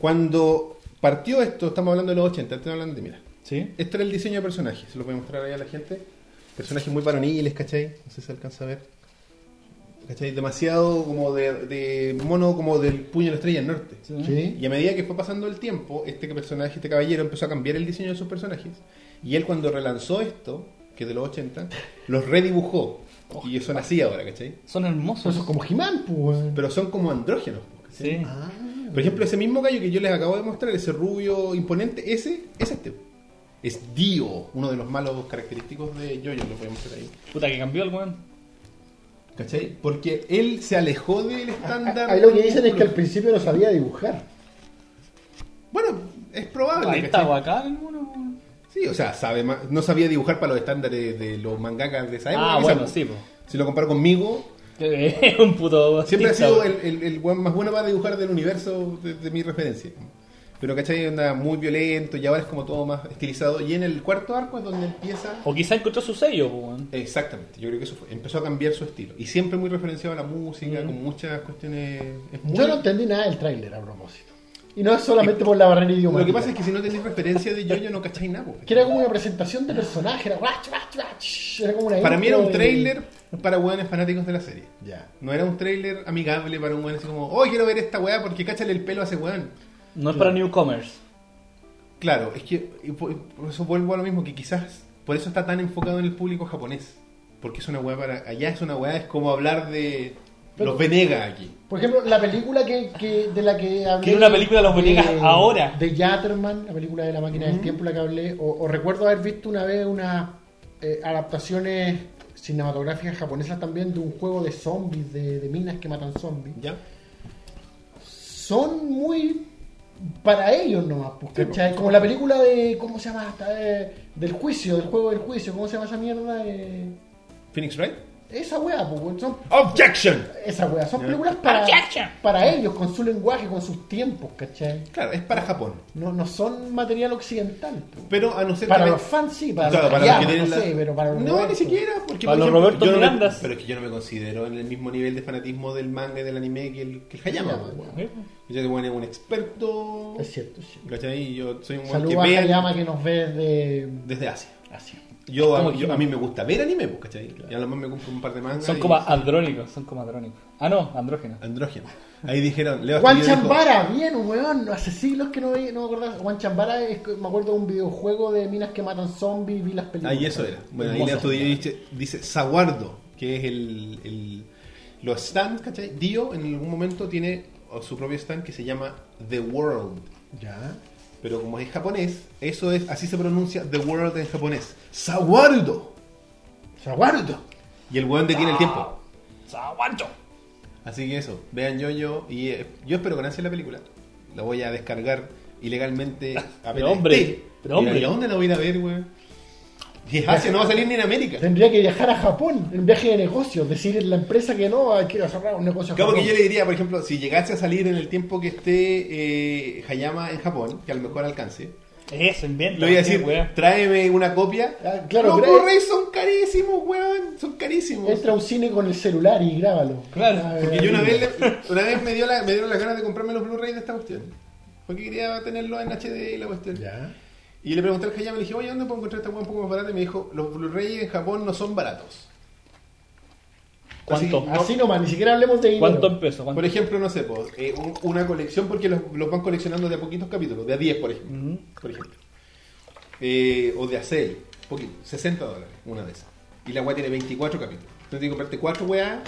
A: Cuando partió esto, estamos hablando de los 80, estamos hablando de, mira.
B: ¿Sí?
A: Este era el diseño de personajes, se lo voy a mostrar ahí a la gente. Personajes muy varoniles, ¿cachai? No sé si se alcanza a ver. ¿Cachai? Demasiado como de, de mono, como del puño de la estrella del norte.
C: Sí.
A: Y a medida que fue pasando el tiempo, este personaje, este caballero, empezó a cambiar el diseño de sus personajes. Y él cuando relanzó esto, que es de los 80, los redibujó. Y son así ahora, ¿cachai?
B: Son
C: Pero
B: hermosos.
C: eso es como He-Man, pues.
A: Pero son como andrógenos. ¿cachai?
B: Sí.
C: Ah.
A: Por ejemplo, ese mismo gallo que yo les acabo de mostrar, ese rubio imponente, ese es este. Es Dio, uno de los malos característicos de Jojo, lo podemos mostrar ahí.
B: Puta, que cambió el weón.
A: ¿Cachai? Porque él se alejó del estándar.
C: Ahí Ah, lo que dicen es que al principio no sabía dibujar.
A: Bueno, es probable.
B: Ahí
A: ¿cachai?
B: está bacán el mono, weón.
A: Sí, o sea, sabe más- no sabía dibujar para los estándares de los mangakas de esa época,
B: Ah,
A: quizá,
B: bueno,
A: pues.
B: sí, po.
A: Si lo comparo conmigo,
B: Es un puto.
A: siempre ha
B: artista,
A: sido
B: weón.
A: el, el, el weón más bueno para dibujar del universo de, de mi referencia. Pero, ¿cachai? Onda muy violento y ahora es como todo más estilizado. Y en el cuarto arco es donde empieza...
B: O quizá encontró su sello, po, weón.
A: Exactamente, yo creo que eso fue. Empezó a cambiar su estilo. Y siempre muy referenciado a la música,
B: Mm.
A: con muchas cuestiones... es muy-
C: Yo no entendí nada del tráiler a propósito. Y no es solamente por la barrera idiomática.
A: Lo que pasa es que si no tenéis referencia de yo, yo no cacháis nada. pues.
C: Que era como una presentación de personaje, era rach, rach, rach. Era como una
A: Para mí era
C: intro
A: un
C: de-
A: trailer para weones fanáticos de la serie.
C: Ya.
A: No era un trailer amigable para un weón así como, oh, quiero ver esta weá porque cáchale el pelo a ese weón.
B: No es para newcomers.
A: Claro, es que y por por eso vuelvo a lo mismo, que quizás por eso está tan enfocado en el público japonés. Porque es una weá para. Allá es una weá, es como hablar de
C: Pero-
A: los Venega aquí.
C: Por ejemplo, la película que, que- de la que hablé.
B: Tiene una película de los Venegas ahora.
C: De Yatterman, la película de la máquina del tiempo, la que hablé. O, o recuerdo haber visto una vez unas eh, adaptaciones cinematográficas japonesas también de un juego de zombies, de, de minas que matan zombies.
A: ¿Ya?
C: Son muy para ellos nomás, pues,
A: Sí,
C: ¿cachai? Como la película de. ¿Cómo se llama? esta? Eh, del juicio, del juego del juicio. ¿Cómo se llama esa mierda? Eh,
A: ¿Phoenix Wright?
C: esa weá, pues, weón, son
A: ¡Objection!
C: esa weá, son
A: Ya.
C: películas para,
B: Objection.
C: para ellos, con su lenguaje, con sus tiempos, ¿cachai?
A: Claro, es para Japón.
C: No, no son material occidental. po.
A: Pero a no ser
C: Para
A: que-
C: los fans sí, para
A: Claro,
C: los
A: para los que
C: Akiyama,
A: tienen
C: no
A: la-
C: sé, pero para los
A: No,
C: Roberto.
A: ni siquiera. Porque, por
B: Para los
A: ejemplo,
B: Roberto
A: yo no me-
B: Mirandas.
A: pero es que yo no me considero en el mismo nivel de fanatismo del manga y del anime que el, que el Hayama.
C: Hayama,
A: weón.
B: ¿Eh?
A: Yo soy bueno, un experto.
C: Es cierto, sí.
A: ¿Cachai? Yo soy un weón
C: Saludos
A: que
C: a
A: ve
C: Hayama que nos ve desde...
A: desde Asia.
C: Así.
A: Yo,
B: Como
A: a, yo-
B: que-
A: a mí me gusta ver anime, pues, ¿cachai? Y a lo más me compro un par de mangas.
B: Son
A: y-
B: como andrónicos, son como andrónicos. Ah, no, andrógenos.
A: Andrógeno. Ahí dijeron, Leo
C: Juan
A: Astudillo dijo,
C: Chambara, bien, weón. Hace siglos que no, veía- no me acordaba. Juan Chambara, es que me acuerdo de un videojuego de minas que matan zombies, vi las películas.
A: Ahí eso era. Bueno, ahí
B: Hermoso.
A: Leo Astudillo dice, dice Zaguardo, que es el, el- Los stands, ¿cachai? Dio en algún momento tiene su propio stand que se llama The World.
C: Ya.
A: Pero como es japonés, eso es, así se pronuncia The World en japonés. Zaguardo.
C: Saguaruto.
A: Y el weón detiene el tiempo.
B: ¡Saguancho!
A: Así que eso, vean yo yo y eh, yo espero con ansia la película. La voy a descargar ilegalmente a
B: Pero hombre, pero hombre.
A: ¿Y a dónde la voy a ir a ver, weón? Y es Asia no va a salir ni en América.
C: Tendría que viajar a Japón en un viaje de negocios. Decir en la empresa que no, ah, quiero cerrar un negocio. a
A: Como que
C: Japón.
A: yo le diría, por ejemplo, si llegase a salir en el tiempo que esté eh, Hayama en Japón, que a lo mejor alcance,
B: Eso, inventa.
A: le voy a decir,
B: qué wea.
A: tráeme una copia.
C: Ah, claro, Este
A: Los
C: pero-
A: Blu-rays son carísimos, weón, son carísimos.
C: Entra a un cine con el celular y grábalo.
B: Claro,
C: Ah,
A: Porque yo una
C: eh,
A: vez, le- una vez me, dio la- me dieron las ganas de comprarme los Blu-rays de esta cuestión. Porque quería tenerlo en HD y la cuestión.
C: Ya.
A: Y le pregunté al Hayama, le dije, oye, ¿dónde puedo encontrar esta weá un poco más barata? Y me dijo, los Blu-ray en Japón no son baratos.
B: ¿Cuánto?
A: Así, no-
C: Así nomás, ni siquiera hablemos de dinero.
B: ¿Cuánto empezó? ¿Cuánto?
A: por ejemplo, no sé, po, eh, un- una colección, porque los, los van coleccionando de a poquitos capítulos, de a 10, por ejemplo.
B: Ujú.
A: Por ejemplo. Eh, o de a 6, poquito, 60 dólares, una de esas. Y la weá tiene 24 capítulos. Entonces tienes que comprarte 4 weá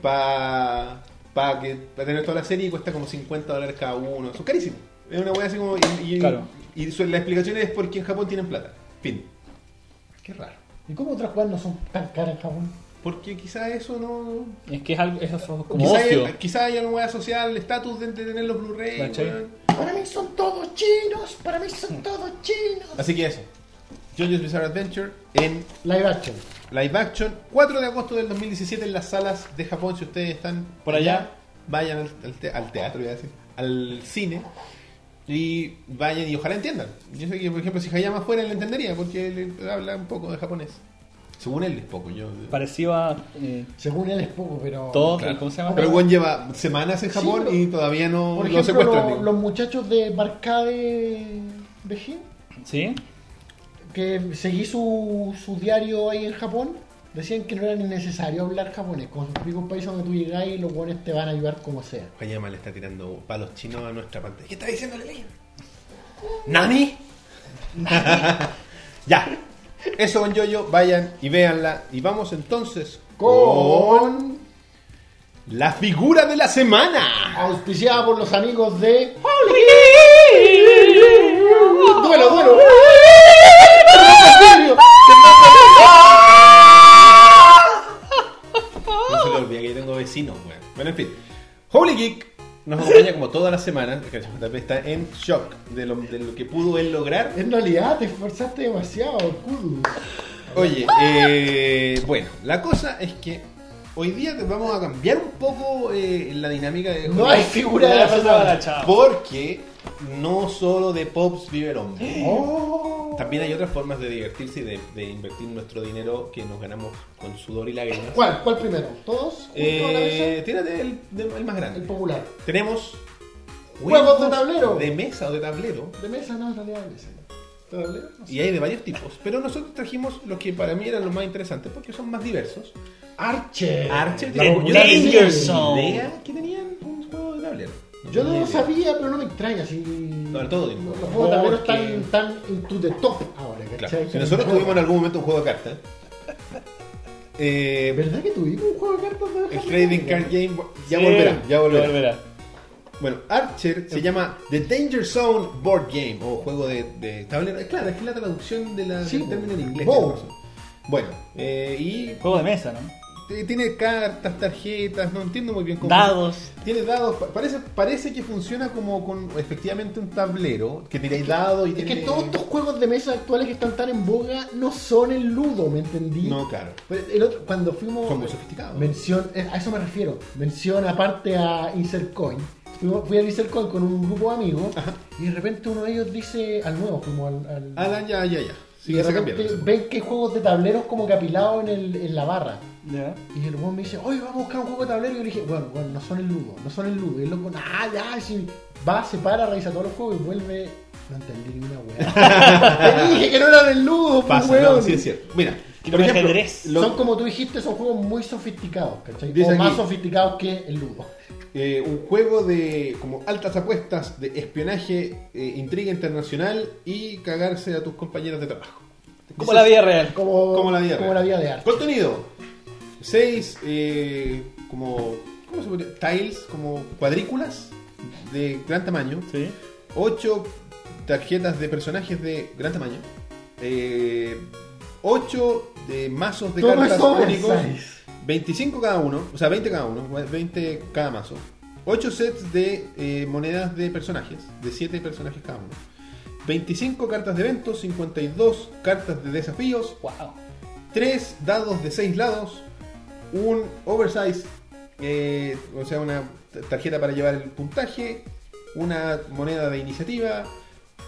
A: para pa que- pa tener toda la serie y cuesta como 50 dólares cada uno. Son carísimos. Es una weá así como. Y, y-
B: Claro.
A: y su- la explicación es porque en Japón tienen plata. Fin. Qué raro.
C: ¿Y cómo otras cosas no son tan caras en Japón?
A: Porque quizá eso no.
B: Es que es algo, eso fue como
A: Quizá
B: ocio.
A: haya, quizá haya una weá social, el estatus de, de tener los Blu-ray.
B: ¿Cachai?
A: weón.
C: Para mí son todos chinos, para mí son todos chinos.
A: Así que eso. JoJo's Bizarre Adventure en
C: Live action.
A: live action. 4 de agosto del 2017 en las salas de Japón. Si ustedes están
B: Por allá.
A: vayan al, al te- al teatro, iba a decir, al cine. Y vayan y ojalá entiendan. Yo sé que, por ejemplo, si Hayama fuera, le entendería porque él habla un poco de japonés. Según él es poco. Yo,
B: Parecido a eh,
C: Según él es poco, pero.
B: todo,
A: Claro.
B: ¿cómo se llama?
A: Pero el weón lleva semanas en
C: Sí,
A: Japón
C: pero-
A: y todavía no
C: Por
A: lo
C: ejemplo,
A: secuestran.
C: los,
A: digo.
C: los muchachos de Barcade Beijing,
B: ¿Sí?
C: que seguí su, su diario ahí en Japón, decían que no era ni necesario hablar japonés. Como se explica un país donde tú llegás y los buenos te van a ayudar como sea.
A: Hayama le está tirando palos chinos a nuestra pantalla. ¿Qué está diciendo la ley? ¿Nani? ya. Eso con Yoyo, vayan y véanla. Y vamos entonces con
C: Con.
A: la figura de la semana.
C: Auspiciada por los amigos de. ¡Duelo, duelo! ¡Rogelio!
A: No se le olvide que yo tengo vecinos, weón. Bueno, en fin. Holy Geek nos acompaña como toda la semana. que JP Está en shock de lo, de lo que pudo él lograr.
C: En realidad te esforzaste demasiado, Kudu.
A: Oye, eh, bueno, la cosa es que hoy día te vamos a cambiar un poco eh, la dinámica de
C: No hay figura de la
B: Gracias,
C: semana.
B: ahora, chao.
A: Porque no solo de Pops vive el hombre.
C: Oh.
A: También hay otras formas de divertirse y de, de invertir nuestro dinero que nos ganamos con sudor y lágrimas.
C: ¿Cuál? ¿Cuál primero? ¿Todos? juntos a la
A: Eh,
C: mesa?
A: tírate el, de- el más
C: El
A: grande.
C: popular.
A: Tenemos
C: Juegos de tablero.
A: De mesa o de tablero.
C: De mesa, no, en realidad de mesa. ¿Tablero? No sé.
A: Y hay de varios tipos. Pero nosotros trajimos los que para mí eran los más interesantes porque son más diversos.
C: Archer.
A: Archer.
C: La
A: Yo
B: The
C: popular
A: tenía
B: Danger
C: serie.
B: Zone.
A: idea que tenían un juego de tablero.
C: Yo
A: tenía
C: no lo
A: idea.
C: sabía, pero no me extraña. Si...
A: No, todo tiene
C: Los
A: juego.
C: juegos de tablero
B: Porque-
C: están tan into the top ahora, ¿cachai?
A: Claro. Si
C: Que
A: nosotros
C: juego.
A: tuvimos en algún momento un juego de cartas. eh,
C: ¿Verdad que tuvimos un juego de cartas de
A: el trading card game ya
B: Sí,
A: volverá, ya volverá.
B: Ya volverá.
A: Bueno, Archer se llama The Danger Zone Board Game o juego de, de tablero. Eh, Claro, es que la traducción de la,
C: Sí,
A: del término en inglés.
C: wow.
A: tiene razón. Bueno, eh, y
B: Juego de mesa, ¿no?
A: t- tiene cartas, tarjetas, no entiendo muy bien cómo.
B: Dados.
A: Tiene dados, pa- parece, parece que funciona como con efectivamente un tablero que tiráis dados y
C: Es
A: tiene...
C: que todos estos juegos de mesa actuales que están tan en boga no son el ludo, ¿me entendí?
A: No, claro.
C: Pero el otro, cuando fuimos.
A: Son muy sofisticados.
C: Mención, eh, a eso me refiero. Mención aparte a Insert Coin. Fuimos- Fui a Insert Coin con un grupo de amigos y de repente uno de ellos dice al nuevo, fuimos al. al-
A: Alan, ya, ya, ya.
C: y
A: Ah, Sí,
C: de
A: se
C: repente
A: cambiaron. se
C: ven que hay juegos de tableros como que apilados en, el- en la barra.
B: Ya.
C: Y el weón me dice, oye, vamos a buscar un juego de tablero. Y yo le dije, bueno, bueno, no son el ludo, no son el ludo. Y el loco, ah, ya, si va, se para, revisa todos los juegos y vuelve No entendí ni una weá. Te dije que no era del ludo, pues,
A: Pasa, no,
C: weón.
A: sí es cierto. Mira,
B: Que
A: por
B: no me
A: ejemplo,
B: ajedrez.
A: lo-
C: Son como tú dijiste, son juegos muy sofisticados, ¿cachai?
A: Dice
C: o más
A: aquí-
C: sofisticados que el ludo.
A: eh, un juego de como altas apuestas, de espionaje, eh, intriga internacional y cagarse a tus compañeras de trabajo.
B: Como la vida real.
C: Como,
A: Como la vida
C: como
A: real.
C: la vida de arte.
A: Contenido. 6 como ¿cómo se podría? tiles, como cuadrículas de gran tamaño.
B: Sí.
A: 8 tarjetas de personajes de gran tamaño. 8 de mazos de
C: Todo
A: cartas
C: eso en
A: únicos.
C: seis.
A: 25 cada uno, o sea, 20 cada uno, 20 cada mazo. 8 sets de eh, monedas de personajes, de 7 personajes cada uno. 25 cartas de eventos, 52 cartas de desafíos,
B: Wow.
A: 3 dados de 6 lados, un oversize, eh, o sea, una t- tarjeta para llevar el puntaje, una moneda de iniciativa,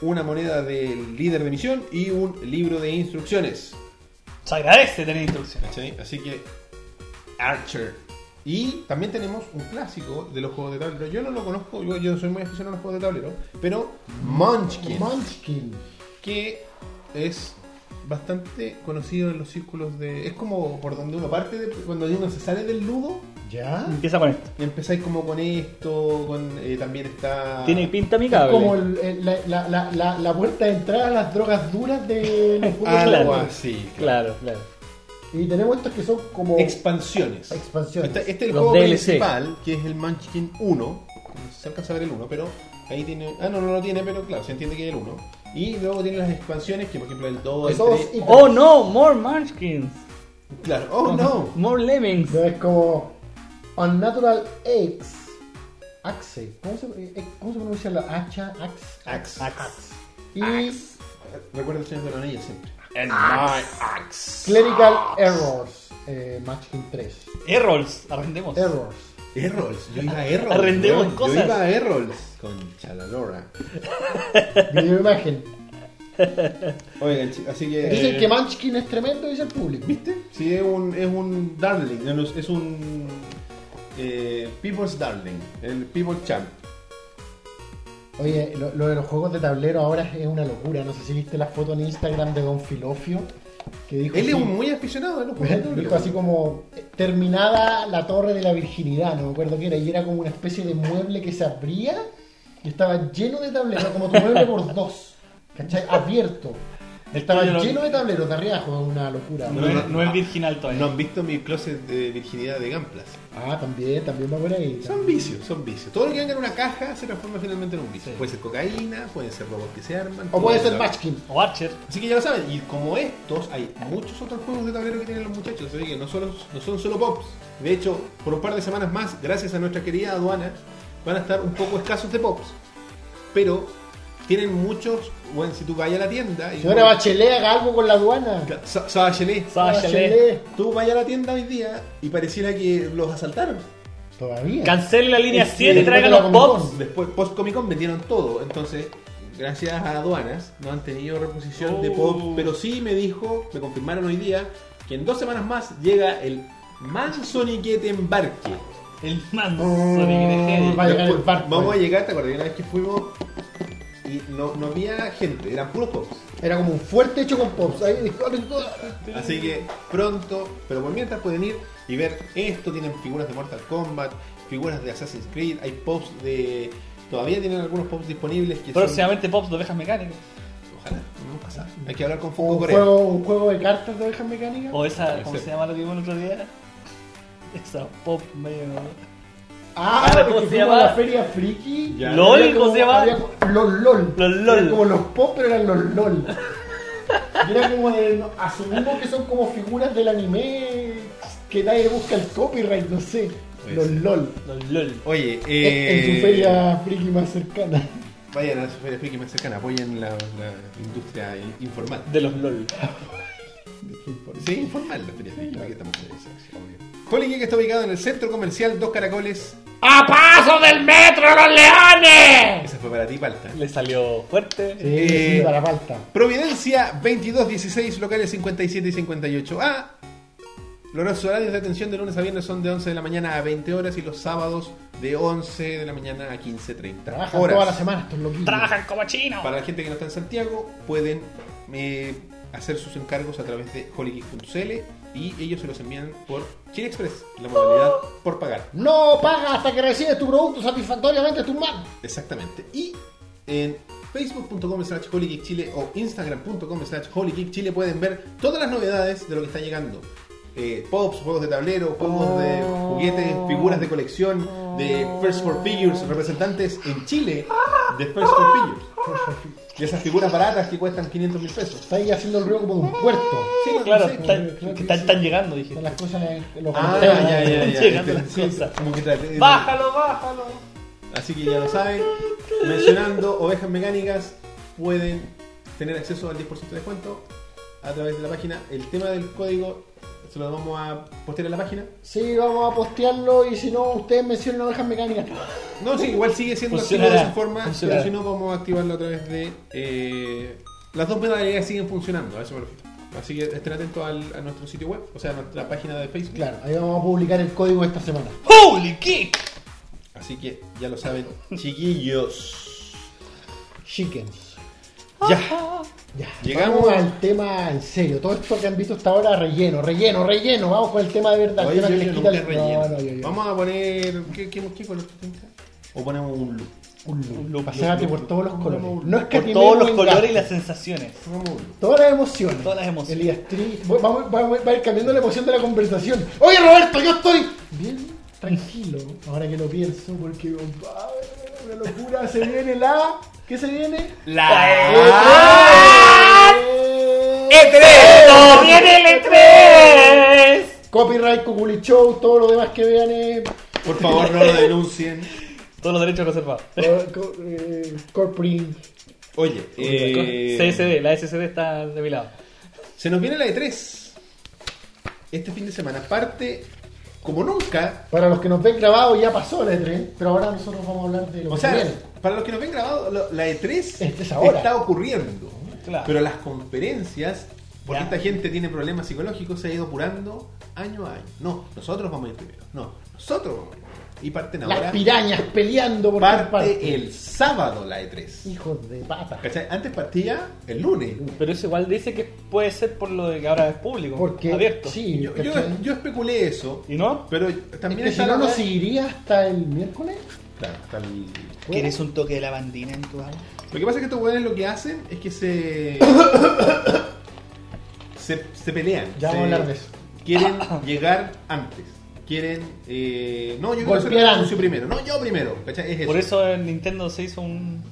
A: una moneda del líder de misión y un libro de instrucciones.
B: Se agradece tener instrucciones.
A: ¿Cachai? Así que Archer. Y también tenemos un clásico de los juegos de tablero. Yo no lo conozco, yo, yo soy muy aficionado a los juegos de tablero, pero Munchkin,
C: Munchkin.
A: que es bastante conocido en los círculos de... Es como por donde uno parte, de- cuando uno se sale del ludo,
C: ¿Ya?
B: Empieza con esto.
A: empezáis como con esto, con eh, también está...
B: Tiene pinta amigable.
C: Como el- el- la, la, la, la, la puerta de entrada a las drogas duras de los juegos de
A: algo
B: claro.
C: rol.
A: así.
B: Claro, claro.
C: Y tenemos estos que son como
A: Expansiones.
C: expansiones.
A: Este, este es el
B: Los
A: juego
B: DLC.
A: principal, que es el Munchkin 1. No se alcanza a ver el 1, pero ahí tiene. Ah, no, no lo tiene, pero claro, se entiende que es el 1. Y luego tiene las expansiones, que por ejemplo el 2, el
C: Esos
A: 3.
C: ítems.
B: Oh no, more munchkins.
A: Claro, oh no.
B: More lemmings.
C: No, es como Unnatural Eggs. Axe. ¿Cómo se, eh, ¿Cómo se pronuncia la hacha? Axe.
A: Axe.
C: Axe. Y
A: Recuerda el señor de los anillos siempre.
C: Clerical Errors. Eh, Matchkin 3.
B: Errols, arrendemos.
C: Errors.
A: Errols, yo iba a Errols.
B: Arrendemos
A: weón. Yo
B: cosas.
A: iba a Errols. Con Chalalora.
C: Video imagen.
A: Oigan, chi- así que.
C: Dicen que Munchkin es tremendo, dice el público.
A: ¿Viste? Sí, es un, es un darling, no, no, es un eh, People's Darling, el People's Champ.
C: Oye, lo, lo de los juegos de tablero ahora es una locura. No sé si viste la foto en Instagram de Don Filofio. Que dijo
A: Él es
C: así-
A: un muy aficionado a los juegos de
C: Dijo
A: tablero.
C: Pues así como eh, terminada la torre de la virginidad, no me acuerdo qué era, y era como una especie de mueble que se abría y estaba lleno de tableros, como tu mueble por dos, ¿cachai? Abierto. Estaba
B: Yo lo-
C: lleno de tableros de arriajo, una locura.
B: No, es- no es eh. virginal todavía.
A: No han visto mi closet de virginidad de Gamplas.
C: Ah, también, también va por ahí.
A: Son vicios, son vicios. Todo lo que venga en una caja se transforma finalmente en un vicio. Puede ser cocaína, pueden ser robots que se arman.
C: O puede
A: todo
C: ser
A: lo-
C: Matchkin.
B: O Archer.
A: Así que ya lo saben, y como estos, hay muchos otros juegos de tablero que tienen los muchachos, así que no, solo, no son solo pops. De hecho, por un par de semanas más, gracias a nuestra querida aduana, van a estar un poco escasos de pops. Pero tienen muchos, bueno, si tú vayas a la tienda... y
C: Señora Bachelet, haga algo con la aduana.
A: Sa- Sa- Bachelet,
B: Bachelet.
A: Tú vayas a la tienda hoy día y pareciera que los asaltaron.
C: Todavía.
B: Cancelen la línea
C: Sí,
B: 7 y
C: después
B: traigan
C: de la
B: los
C: Comic
B: pops.
C: Con.
A: Después, post Comic Con vendieron todo. Entonces, gracias a aduanas, no han tenido reposición de
B: Oh.
A: pop. Pero sí me dijo, me confirmaron hoy día, que en dos semanas más llega el Mansoniquete Embarque.
B: El manso
A: Mm.
C: Oh, Va a llegar el
A: Después,
C: barco,
A: Vamos a
C: eh.
A: llegar, te acuerdas que una vez que fuimos y no, no había gente, eran puros pops.
C: Era como un fuerte hecho con pops. Ahí disfruten todo.
A: Así que pronto, pero por mientras pueden ir y ver esto. Tienen figuras de Mortal Kombat, figuras de Assassin's Creed, hay pops de. Todavía tienen algunos pops disponibles que son-
B: Próximamente pops de ovejas mecánicas.
A: Ojalá, no pasa. Hay que hablar con Funko
C: Un
A: Corea.
C: juego, un juego de cartas de ovejas mecánicas.
B: O esa,
A: Puede
B: ¿cómo
A: ser.
B: se llama lo que vimos el otro día? Esa pop medio.
C: Ah,
B: Ah,
C: ¿cómo se llama? la feria friki.
A: Ya.
B: ¿LOL?
C: Había
B: ¿Cómo se llama?
C: había co- Los LOL.
B: Los LOL.
C: Eran como los pop, pero eran los LOL. Y era como de. no, Asumimos que son como figuras del anime que nadie busca el copyright, no sé.
A: Puede
C: los
A: ser.
C: LOL.
B: Los LOL.
A: Oye,
C: En- En
A: eh,
C: su feria friki más cercana.
A: vayan a su feria friki más cercana, apoyen la, la industria in- informal.
B: De los LOL.
A: Sí, informal la feria friki, ¿para qué estamos en eso? Sí, obvio. Polygeek está ubicado en el centro comercial Dos Caracoles.
B: ¡A paso del metro, los leones!
A: Esa fue para ti, Palta.
B: Le salió fuerte.
C: Sí,
A: Eh.
C: sí, para la falta.
A: Providencia 2216, locales 57 y 58A. Los horarios de atención de lunes a viernes son de 11 de la mañana a 20 horas y los sábados de 11 de la mañana a 15.30
C: Trabajan toda la
A: horas.
C: semana estos loquitos.
B: Trabajan como chinos.
A: Para la gente que no está en Santiago, pueden eh, hacer sus encargos a través de holygeek.cl y ellos se los envían por Chile Express, la modalidad por pagar.
C: No paga hasta que recibes tu producto satisfactoriamente en tus manos.
A: Exactamente. Y en facebook.com slash holygeekchile o instagram.com slash holygeekchile pueden ver todas las novedades de lo que está llegando. Eh, pops, juegos de tablero, juegos de juguetes, figuras de colección, de First for Figures, representantes en Chile de First for Figures. Y esas figuras baratas que cuestan 500 mil pesos.
C: Está ahí haciendo el ruido como de un puerto.
A: Sí, Ah, no
B: claro,
A: sé,
B: están,
C: como-
B: que están, están llegando, dije.
C: Son las cosas en los
A: Ah,
C: comentarios.
A: ya, ya, ya.
B: Llegando
A: este,
B: las
A: sí,
B: cosas.
A: como que tra-
B: Bájalo, bájalo.
A: Así que ya lo saben. Mencionando ovejas mecánicas, pueden tener acceso al 10% de descuento a través de la página. El tema del código se lo vamos a postear en la página.
C: Sí, vamos a postearlo y si no, ustedes mencionan ovejas mecánicas.
A: No, sí, igual sigue siendo activo de
B: Funcionará,
A: esa forma, pero
B: funcionará.
A: si no, vamos a activarlo a través de. eh, las dos modalidades siguen funcionando, a eso me refiero. Así que estén atentos al- a nuestro sitio web, o sea, a nuestra página de Facebook.
C: Claro, ahí vamos a publicar el código esta semana.
B: ¡Holy kick!
A: Así que ya lo saben, chiquillos.
C: Chickens.
A: Ya.
C: Ya,
A: Llegamos
C: vamos al tema en serio. Todo esto que han visto hasta ahora, relleno, relleno, relleno. Vamos con el tema de verdad.
A: Oye,
C: el tema
A: yo- yo
C: que les
A: nunca
C: quita el-
A: relleno.
C: No, no, yo- yo-
A: Vamos a poner. ¿Qué, qué, qué color te tinca? O ponemos un look.
C: Un look.
B: Un look,
C: Paseate
B: look,
C: por todos los colores.
A: Vamos,
C: No es que
B: Por todos los
C: en
B: colores
C: gasto.
B: y las sensaciones.
A: Pongamos un look.
C: Todas las emociones.
B: Todas las emociones.
C: Elías Tri- va- va- va- va- va a ir cambiando la emoción de la conversación. Oye Roberto, yo estoy bien tranquilo. Ahora que lo pienso, porque compadre, una locura. Se viene la. ¿Qué se viene? Eh,
A: ¡Ah!
B: La E3. ¡No viene el E E3!
C: Copyright, Cuculi Show, todo lo demás que vean es.
A: Por favor, no lo denuncien.
B: Todos los derechos reservados.
C: eh, co- eh, Corprint.
A: Oye, eh,
B: CSD, la SSD está de mi lado.
A: se nos viene la E3. Este fin de semana. Parte como nunca.
C: Para los que nos ven grabado ya pasó la E3, pero ahora nosotros vamos a hablar de lo
A: O
C: que
A: sea,
C: viene.
A: para los que nos ven grabado, lo- la E3
C: Este es ahora.
A: está ocurriendo.
B: Claro.
A: Pero las conferencias, porque
B: Ya.
A: esta gente tiene problemas psicológicos, se ha ido apurando año a año. No, nosotros vamos a ir primero. No, nosotros vamos a ir primero. Y parten ahora.
C: Las pirañas peleando por todas partes.
A: parte el sábado la E3.
C: Hijos de pata.
A: ¿Cachai? Antes partía el lunes.
B: Pero eso igual dice que puede ser por lo de que ahora es público.
C: Porque
B: abierto.
C: sí,
A: Yo, yo,
C: ¿cachai?
A: yo especulé eso,
B: ¿Y no?
A: pero
C: Es
A: también
C: que si
A: está
C: no
A: la-
C: nos seguiría hasta el miércoles.
A: Claro, está el-
B: ¿Quieres un toque de lavandina en tu agua?
A: Lo que pasa es que estos weones lo que hacen es que se. se, se pelean.
C: Ya
A: se-
C: vamos a hablar de eso.
A: Quieren llegar antes. Quieren. eh, no, yo quiero hacer el
C: Golpear
A: anuncio
C: antes.
A: primero. No, yo primero. ¿Cachai? Es eso.
B: Por eso en Nintendo se hizo un,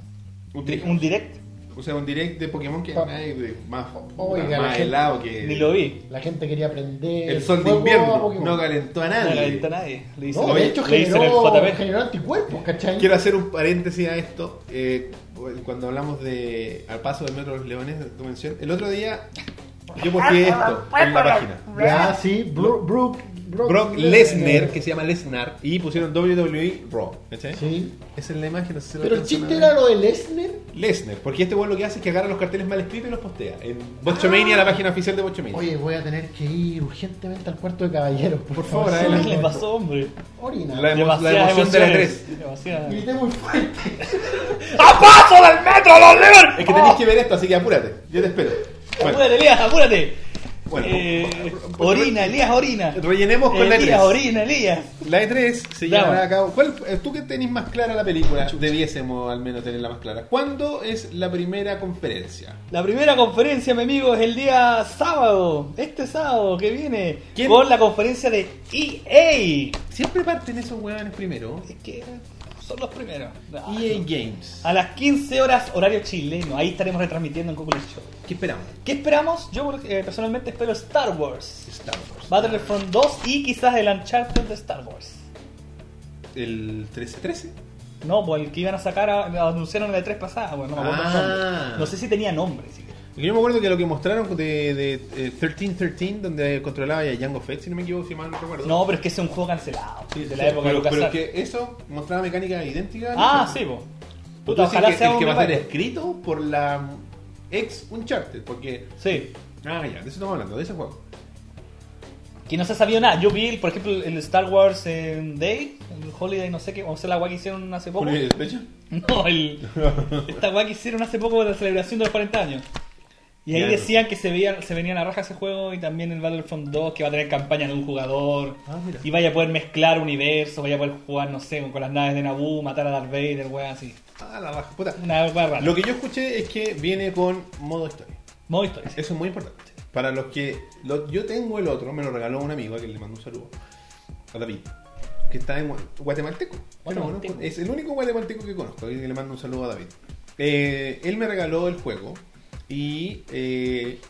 A: Un
B: di-
A: direct.
B: un direct.
A: O sea, un direct de Pokémon que
C: Pa-
A: ay, de- más,
C: Oiga, la
A: más
C: gente-
A: helado que.
B: Ni lo vi.
C: La gente quería aprender.
A: El sol de
C: fuego Eh, a
A: invierno.
C: Pokémon.
A: No calentó a
B: No
A: nadie.
B: le aventó a nadie. Le hice-
C: No,
A: Oye,
C: de hecho
B: le dicen el
C: generó,
B: JP.
C: generó anticuerpos, ¿cachai?
A: Quiero hacer un paréntesis a esto. eh, cuando hablamos de Al paso del Metro de los Leones, de tu mención, el otro día yo posteé esto en la página.
C: Ya, sí, Bro- Brook.
A: Brock Lesnar, que se llama Lesnar, y pusieron WWE Raw. ¿cachai?
C: Sí.
A: Esa es la imagen, no sé si lo
C: Pero el
A: alcanzan a
C: chiste
A: ver.
C: era lo de Lesnar.
A: Lesnar, porque este bueno lo que hace es que agarra los carteles mal escritos y los postea. En Botchomania, la página oficial de Botchomania.
C: Oye, voy a tener que ir urgentemente al cuarto de caballeros. Por,
A: Por
C: favor,
A: favor,
C: sí.
B: ¿Qué
A: adelante.
B: le pasó, hombre?
C: Orina.
A: La- emo-
B: Demasiadas
A: emoción de la
B: emociones. Demasiadas.
C: Grité muy fuerte.
B: ¡A paso del metro, los leones!
A: Es que
C: Oh.
A: tenéis que ver esto, así que apúrate. Yo te espero. Bueno,
B: Apúrate, Elías, apúrate.
A: Bueno,
B: Eh,
A: por- por-
B: orina, Elías, orina.
A: rellenemos
C: Eh,
A: con la E
B: Elías,
A: 3.
B: orina, Elías.
A: La E3 se
B: Dame.
A: llevará a cabo. ¿Cuál, eh, tú que tenés más clara la película, debiésemos al menos tenerla más clara. ¿Cuándo es la primera conferencia?
B: La primera conferencia, mi amigo, es el día sábado, este sábado que viene,
A: ¿Quién?
B: con la conferencia de EA.
A: Siempre parten esos huevones primero.
B: Es que son los primeros. No,
A: EA
B: no.
A: Games.
B: A las 15 horas, horario chileno, ahí estaremos retransmitiendo en Google Show.
A: ¿Qué esperamos?
B: ¿Qué esperamos? Yo eh, personalmente espero Star Wars,
A: Star Wars.
B: Battlefront 2 y quizás el Uncharted de Star Wars.
A: ¿El 1313?
B: No, pues el que iban a sacar, a- anunciaron en la 3 pasada, bueno, no me acuerdo el
A: Ah.
B: nombre. No sé si tenía nombre. si-
A: Yo me acuerdo que lo que mostraron de, de eh, 1313, donde controlaba a Django Fett, si no me equivoco, si mal no recuerdo.
B: No, pero es que ese es un juego cancelado,
A: Sí, sí,
B: de
A: sí.
B: la época de
A: pero, pero es
B: LucasArts.
A: que eso mostraba mecánica idéntica.
B: Ah, sí, po. Puta,
A: ojalá
B: ojalá
A: que,
B: sea
A: el
B: un
A: que va a ser
B: Metroid.
A: escrito por la ex Uncharted, porque.
B: Sí.
A: Ah, ya, de eso estamos hablando, de ese juego.
B: Que no se ha sabido nada. Yo vi, por ejemplo, el Star Wars eh, Day, el el Holiday, no sé qué, o sea, la weá que hicieron hace poco.
A: ¿Julio y el despecho?
B: No, el, esta weá que hicieron hace poco de la celebración de los 40 años. Y ahí
A: Ya, no.
B: decían que se, veían, se venían a raja ese juego y también el Battlefront 2 que va a tener campaña de un jugador.
A: Ah, mira.
B: Y vaya a poder mezclar universos, vaya a poder jugar, no sé, con, con las naves de Naboo, matar a Darth Vader, weá así.
A: Ah, la baja, puta.
B: Una weá rara.
A: Lo que yo escuché es que viene con modo historia.
B: Modo historia.
A: Eso es muy importante. Para los que. lo- yo tengo el otro, me lo regaló un amigo a quien le mando un saludo. A David. Que está en Gua- guatemalteco. Yo no
B: Guatemalteco.
A: conozco- es el único guatemalteco que conozco. Y le mando un saludo a David. Eh, él me regaló el juego. Y. eh,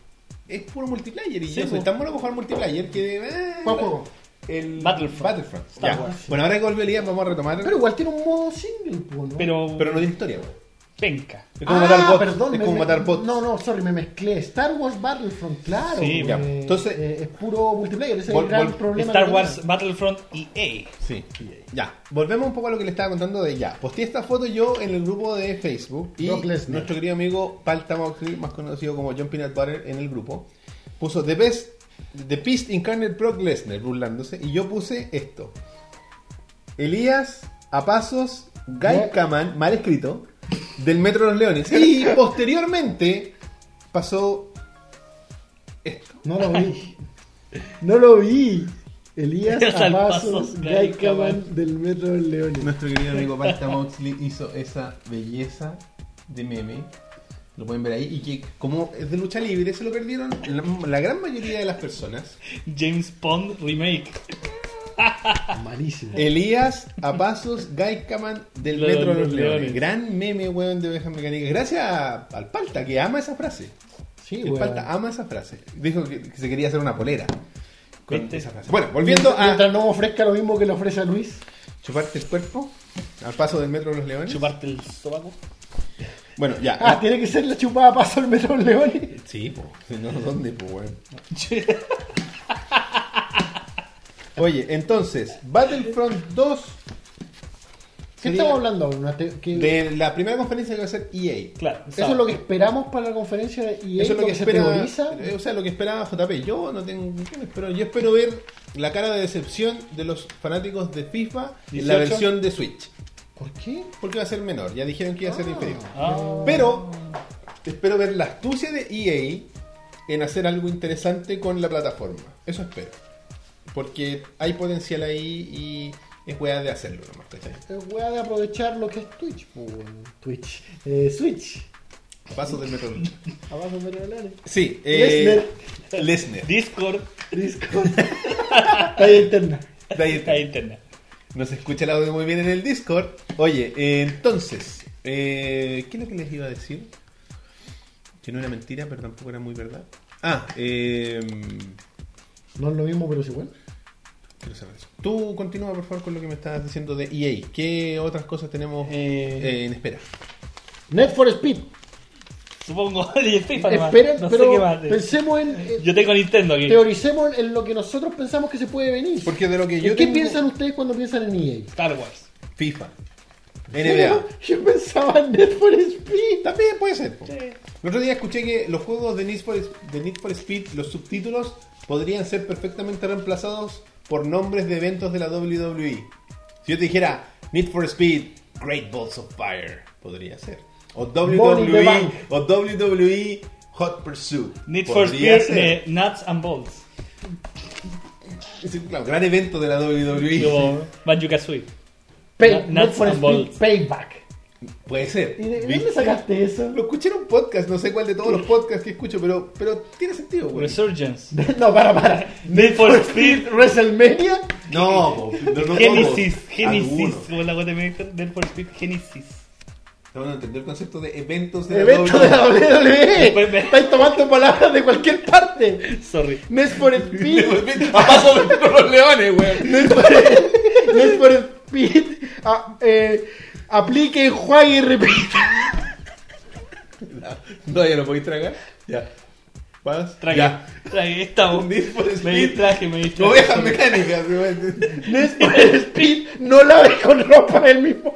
A: es puro multiplayer. Y
B: Sí,
A: yo soy
B: pues.
A: tan bueno para jugar multiplayer que. eh,
C: ¿Cuál juego?
A: El
B: Battlefront.
A: Battlefront.
B: Star
A: ya.
B: Wars.
A: Bueno, ahora que volvió el día, vamos a retomar.
C: Pero igual tiene un modo single, pues, ¿no?
B: Pero,
A: pero no tiene historia. güey.
B: penca.
A: Es como
C: Ah,
A: matar bots.
C: perdón,
A: es
C: me-
A: como
C: me-
A: matar bots.
C: No, no, sorry, me mezclé. Star Wars Battlefront, claro.
B: Sí,
C: eh,
A: ya. Entonces-
C: eh, es puro multiplayer, ese es
A: Vol-
C: el gran
A: vol-
C: problema.
B: Star
C: que
B: Wars
C: tenía.
B: Battlefront E, EA.
A: Sí, ya. Volvemos un poco a lo que le estaba contando de ya. Posté esta foto yo en el grupo de Facebook y
C: Brock Lesnar.
A: nuestro querido amigo Palta Moxley, más conocido como John Peanut Butter en el grupo, puso The Best, The Beast Incarnate Brock Lesnar, burlándose, y yo puse esto. Elías, a pasos, Guy
C: Ya.
A: Kaman, mal escrito, del Metro de los Leones. Y posteriormente pasó esto.
C: No lo vi. No lo vi. Elías
B: Elías al
C: Abazos,
B: paso,
C: Guy
B: Guy
C: Caban
B: Caban.
C: del Metro del León.
A: Nuestro querido amigo Palta Moxley hizo esa belleza de meme. Lo pueden ver ahí. Y que como es de lucha libre, se lo perdieron la, la gran mayoría de las personas.
B: James Bond Remake.
A: Eh,
C: Malísimo.
A: Elías a pasos Guy Kaman del
B: Lo-
A: Metro de
B: los
A: los Leones.
B: Leones.
A: Gran meme, weón, de Ovejas Mecánicas. Gracias a- al Palta, que ama esa frase.
C: Sí,
A: El
C: weón.
A: Palta ama esa frase. Dijo que, que se quería hacer una polera. Con
B: ¿Viste?
A: esa frase. Bueno, volviendo
C: Este
A: a
C: Mientras- Mientras no ofrezca lo mismo que le ofrece a Luis.
A: chuparte el cuerpo. Al paso del Metro de los Leones.
B: Chuparte el sobaco.
A: Bueno, ya.
C: Ah, tiene que ser la chupada a paso al Metro del León.
A: Sí, po. Si no, ¿dónde, po, weón? Oye, entonces, Battlefront 2
C: ¿Qué
A: Sería-
C: estamos hablando ahora? Una te- que-
A: de la primera conferencia que va a ser EA.
B: Claro.
C: Eso es lo que esperamos para la conferencia de EA,
A: Eso es lo que
C: se
A: espera,
C: teoriza.
A: eh, o sea, lo que esperaba JP. Yo no tengo, ¿qué me espero? Yo espero ver la cara de decepción de los fanáticos de FIFA en la
B: 18.
A: versión de Switch,
C: ¿Por qué?
A: porque va a ser menor, ya dijeron que iba a ser inferior.
B: Ah.
A: Pero espero ver la astucia de EA en hacer algo interesante con la plataforma. Eso espero. Porque hay potencial ahí y es weá de hacerlo nomás, ¿cachai?
C: Es weá de aprovechar lo que es Twitch. po, weón. Twitch. Eh, Switch.
A: Paso del metro.
C: Abajo Metro del León.
A: Sí, eh, Lesnar.
B: Discord
C: Discord. Talla interna.
A: De ahí
B: está
A: está.
B: ahí interna.
A: Nos escucha el audio muy bien en el Discord. Oye, eh, entonces, eh, ¿qué es lo que les iba a decir? Que no era mentira, pero tampoco era muy verdad. Ah, eh,
C: No es lo mismo, pero es igual.
A: quiero saber eso. Tú continúa, por favor, con lo que me estabas diciendo de EA. ¿Qué otras cosas tenemos
B: Eh,
A: eh, en espera?
C: Net for Speed.
B: Supongo. Y el FIFA nomás.
C: Esperen,
B: no sé qué
C: pero
B: más.
C: pensemos en. eh,
B: Yo tengo Nintendo aquí.
C: teoricemos en lo que nosotros pensamos que se puede venir.
A: Porque de lo que
C: ¿En
A: yo
C: ¿Qué
A: tengo-
C: piensan ustedes cuando piensan en E EA?
B: Star Wars.
A: FIFA. NBA.
C: Yo pensaba en Net for Speed.
A: También puede ser. po.
B: Sí.
A: El otro día escuché que los juegos de Need for, de Need for Speed, los subtítulos, podrían ser perfectamente reemplazados por nombres de eventos de la WWE. Si yo te dijera Need for Speed, Great Balls of Fire, podría ser. O
C: Money in the
A: WWE,
C: Bank.
A: o WWE Hot Pursuit.
B: Need for
A: podría
B: Speed,
A: ser.
B: eh, Nuts and Bolts.
A: Es un claro, gran evento de la E. WWE.
B: Yo, Banjo Kazooie.
C: Pay,
B: Nuts
C: Net for
B: and
C: Speed
B: bolts.
C: Payback.
A: Puede ser.
C: ¿Y de de
A: Vi-
C: dónde sacaste eso?
A: Lo escuché en un podcast, no sé cuál de todos los podcasts que escucho, pero, pero tiene sentido, güey.
B: Resurgence.
C: No, para, para.
B: Need for Speed.
C: WrestleMania.
A: No, po, no, no todos,
B: Genesis. Genesis.
A: algunos.
B: Como la web de Need Need for Speed Genesis.
A: No, no entendí el concepto de eventos de
C: Evento
A: WWE.
C: de la WWE.
B: Después me-
C: Estáis tomando palabras de cualquier parte.
B: Sorry.
C: Net for Speed.
A: Pues, A paso de los leones, weón.
C: Need for, Need for Speed. a- eh, aplique, juegue y repita.
A: No, ya lo podéis tragar. Ya. ¿Vas?
B: Tragué.
A: Ya.
B: Tragué. Estamos.
A: Need for
B: Me
A: Speed.
B: distraje, me distraje.
A: Ovejas mecánicas, weón.
C: Need for Speed. No lave con ropa el mismo.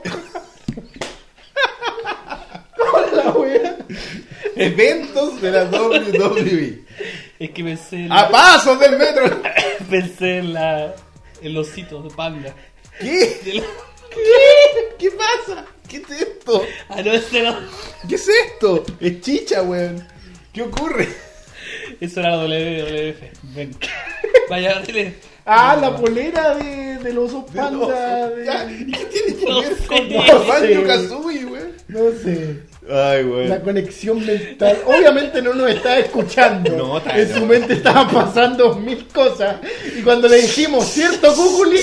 C: Hola, wea.
A: Eventos de la E. WWE.
B: Es que
A: Ah.
B: pensé en,
A: A pasos del metro.
B: pensé en la. El osito de panda.
A: ¿Qué? ¿Qué? ¿Qué pasa? ¿Qué es esto?
B: Ah, no, ese no.
A: ¿Qué es esto? Es chicha, weón. ¿Qué ocurre?
B: Eso era la WWF. Ven. Vaya, dile.
C: Ah, la polera de, de los osos
A: De nuevo.
C: panda. de-
A: Ya, ¿y ¿Qué tiene que
B: No
A: ver
B: sé.
A: con
C: Sí.
A: Banjo Kazooie, weón?
C: No sé.
A: Ay,
C: La
A: weón.
C: conexión mental. Obviamente no nos está escuchando.
A: No, está
C: en
A: bien.
C: su mente estaban pasando mil cosas. Y cuando le dijimos, ¿cierto, Cúculi?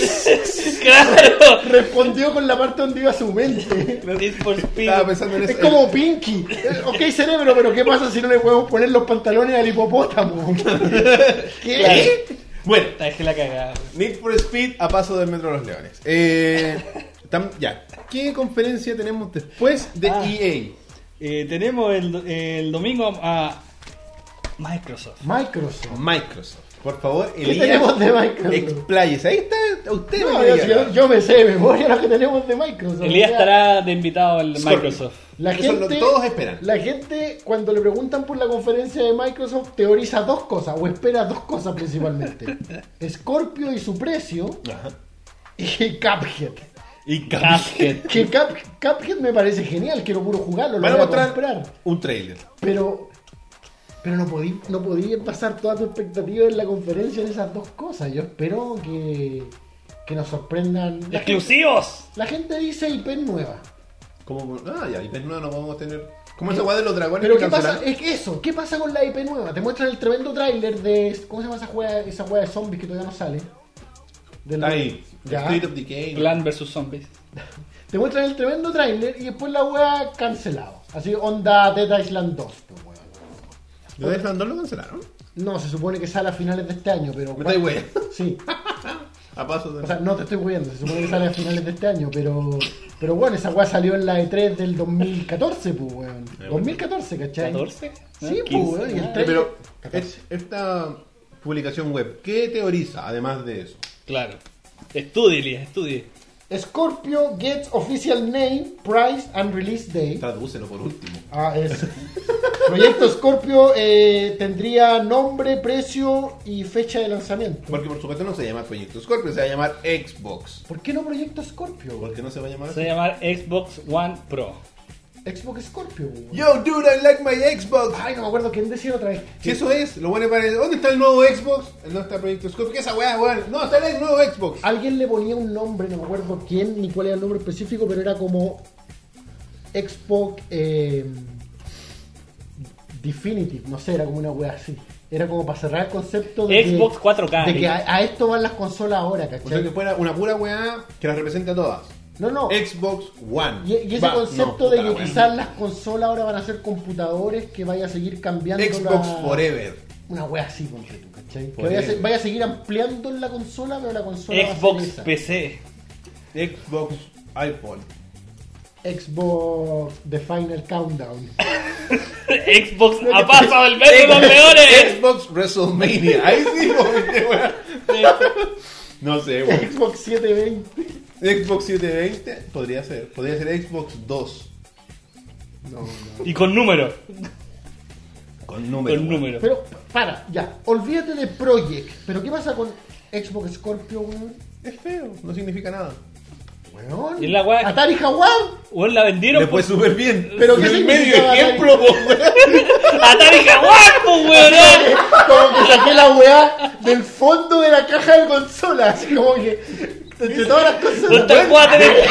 B: ¡Claro!
C: Respondió con la parte donde iba su mente.
B: Need for Speed.
A: Estaba pensando en eso.
C: Es como Pinky. Eh, Ok, cerebro, pero ¿qué pasa si no le podemos poner los pantalones al hipopótamo? ¿Qué?
A: Bueno,
B: La dejé la cagada.
A: Need for Speed a paso del Metro de los Leones. Eh, tam- ya. ¿Qué conferencia tenemos después de E
B: Ah.
A: EA?
B: Eh, tenemos el, el domingo a Microsoft.
C: Microsoft.
A: Microsoft. Por favor,
C: ¿Qué
A: Elías,
C: tenemos de Microsoft?
A: expláyese. Ahí está usted.
C: No,
A: me
C: yo,
A: diga.
C: yo- yo me sé de memoria lo que tenemos de Microsoft.
B: Elías
C: Ya.
B: estará de invitado al
A: Scorpio.
B: Microsoft.
C: La
A: Eso es lo
C: gente,
A: que todos esperan.
C: La gente, cuando le preguntan por la conferencia de Microsoft, teoriza dos cosas, o espera dos cosas principalmente. Scorpio y su precio,
A: Ajá.
C: y Cuphead.
A: Y
B: Casket.
C: Que Cup- Cuphead me parece genial, quiero puro jugarlo, lo
A: Van a
C: voy a
A: mostrar
C: comprar.
A: un trailer.
C: Pero, pero no podí, no podí pasar toda tu expectativa en la conferencia en esas dos cosas. Yo espero que, que nos sorprendan. La gente,
B: ¡Exclusivos!
C: la gente dice IP nueva.
A: Como, ah, ya, y pues no, no podemos tener. Como esa guay de los dragones
C: Pero
A: que
C: qué pasa,
A: cancelaron.
C: es que eso, ¿qué pasa con la IP nueva? Te muestran el tremendo tráiler de ¿cómo se llama esa juega, esa juega de zombies que todavía no sale? De la-
A: Ahí,
C: Eh, Ya.
A: State of Decay.
B: Plan vs Zombies.
C: Te muestran el tremendo tráiler y después la wea cancelado. Así onda Dead Island 2, pues, weón.
A: ¿Lo de Sandor lo cancelaron?
C: No, se supone que sale a finales de este año, pero
A: Me estáis weyando.
C: Sí.
A: A paso de.
C: O sea, no te estoy cuidando, se supone que sale a finales de este año, pero pero bueno, esa weá salió en la E3 del 2014, pues weón.
A: Eh, bueno.
C: 2014, ¿cachai?
B: ¿14?
C: Sí,
B: Ah,
C: pues
B: 15.
C: weón, y el
A: Eh,
C: trailer-
A: Pero es- esta publicación web, ¿qué teoriza además de eso?
B: Claro. Estudie, Elías, estudie.
C: Scorpio gets official name, price and release day.
A: Tradúcelo por último.
C: Ah, es. Proyecto Scorpio eh, tendría nombre, precio y fecha de lanzamiento.
A: Porque por supuesto no se llama Proyecto Scorpio, se va a llamar Xbox.
C: ¿Por qué no Proyecto Scorpio?
A: ¿Por qué no se va a llamar
B: Se
A: así?
B: va a llamar Xbox One Pro.
C: Xbox Scorpio. pues, weón.
A: Yo, dude, I like my Xbox.
C: Ay, no me acuerdo quién decía otra vez.
A: Si eso es, lo bueno para ¿Dónde está el nuevo Xbox? No está Proyecto Scorpio. ¿Qué esa weá, weón? No, está el nuevo Xbox.
C: Alguien le ponía un nombre, no me acuerdo quién ni cuál era el nombre específico, pero era como Xbox eh, Definitive, no sé, era como una wea así. Era como para cerrar el concepto de, que-
B: Xbox 4K.
C: de que a, a esto van las consolas ahora, ¿cachai?
A: O sea que fuera una pura weá que las represente a todas.
C: No, no.
A: Xbox One.
C: Y, y ese
A: Va,
C: concepto
A: no, puta
C: de
A: la
C: que
A: weá.
C: quizás las consolas ahora van a ser computadores que vaya a seguir cambiando
A: Xbox
C: la-
A: Forever.
C: Una wea así, ponte tú, ¿cachai? Que
A: Forever.
C: vaya a, se- vaya a seguir ampliando en la consola, pero la consola va a ser
B: Xbox
C: esa.
B: PC.
A: Xbox iPhone.
C: Xbox The Final Countdown.
B: Xbox a paso del mes de los leones.
A: Xbox WrestleMania. Ahí sí, weón, weá. No sé, weón.
C: Xbox 720.
A: Xbox 720 podría ser. Podría ser Xbox 2.
C: No, no.
B: Y con número.
A: Con número.
B: Con
A: weón.
B: número.
C: Pero, para, ya. Olvídate de Project. Pero, ¿qué pasa con Xbox Scorpio, weón?
A: Es feo, no significa nada.
C: Weón.
B: Y la wea-
C: Atari Jaguar.
B: Weón, la vendieron.
A: Le fue súper bien.
C: Pero ¿qué
A: en el medio
C: significaba
A: ejemplo, po,
B: Atari Jaguar, pues, weón.
C: como que saqué la weá del fondo de la caja de consola. Así como que. Entre todas las cosas.
B: No te puedo tener.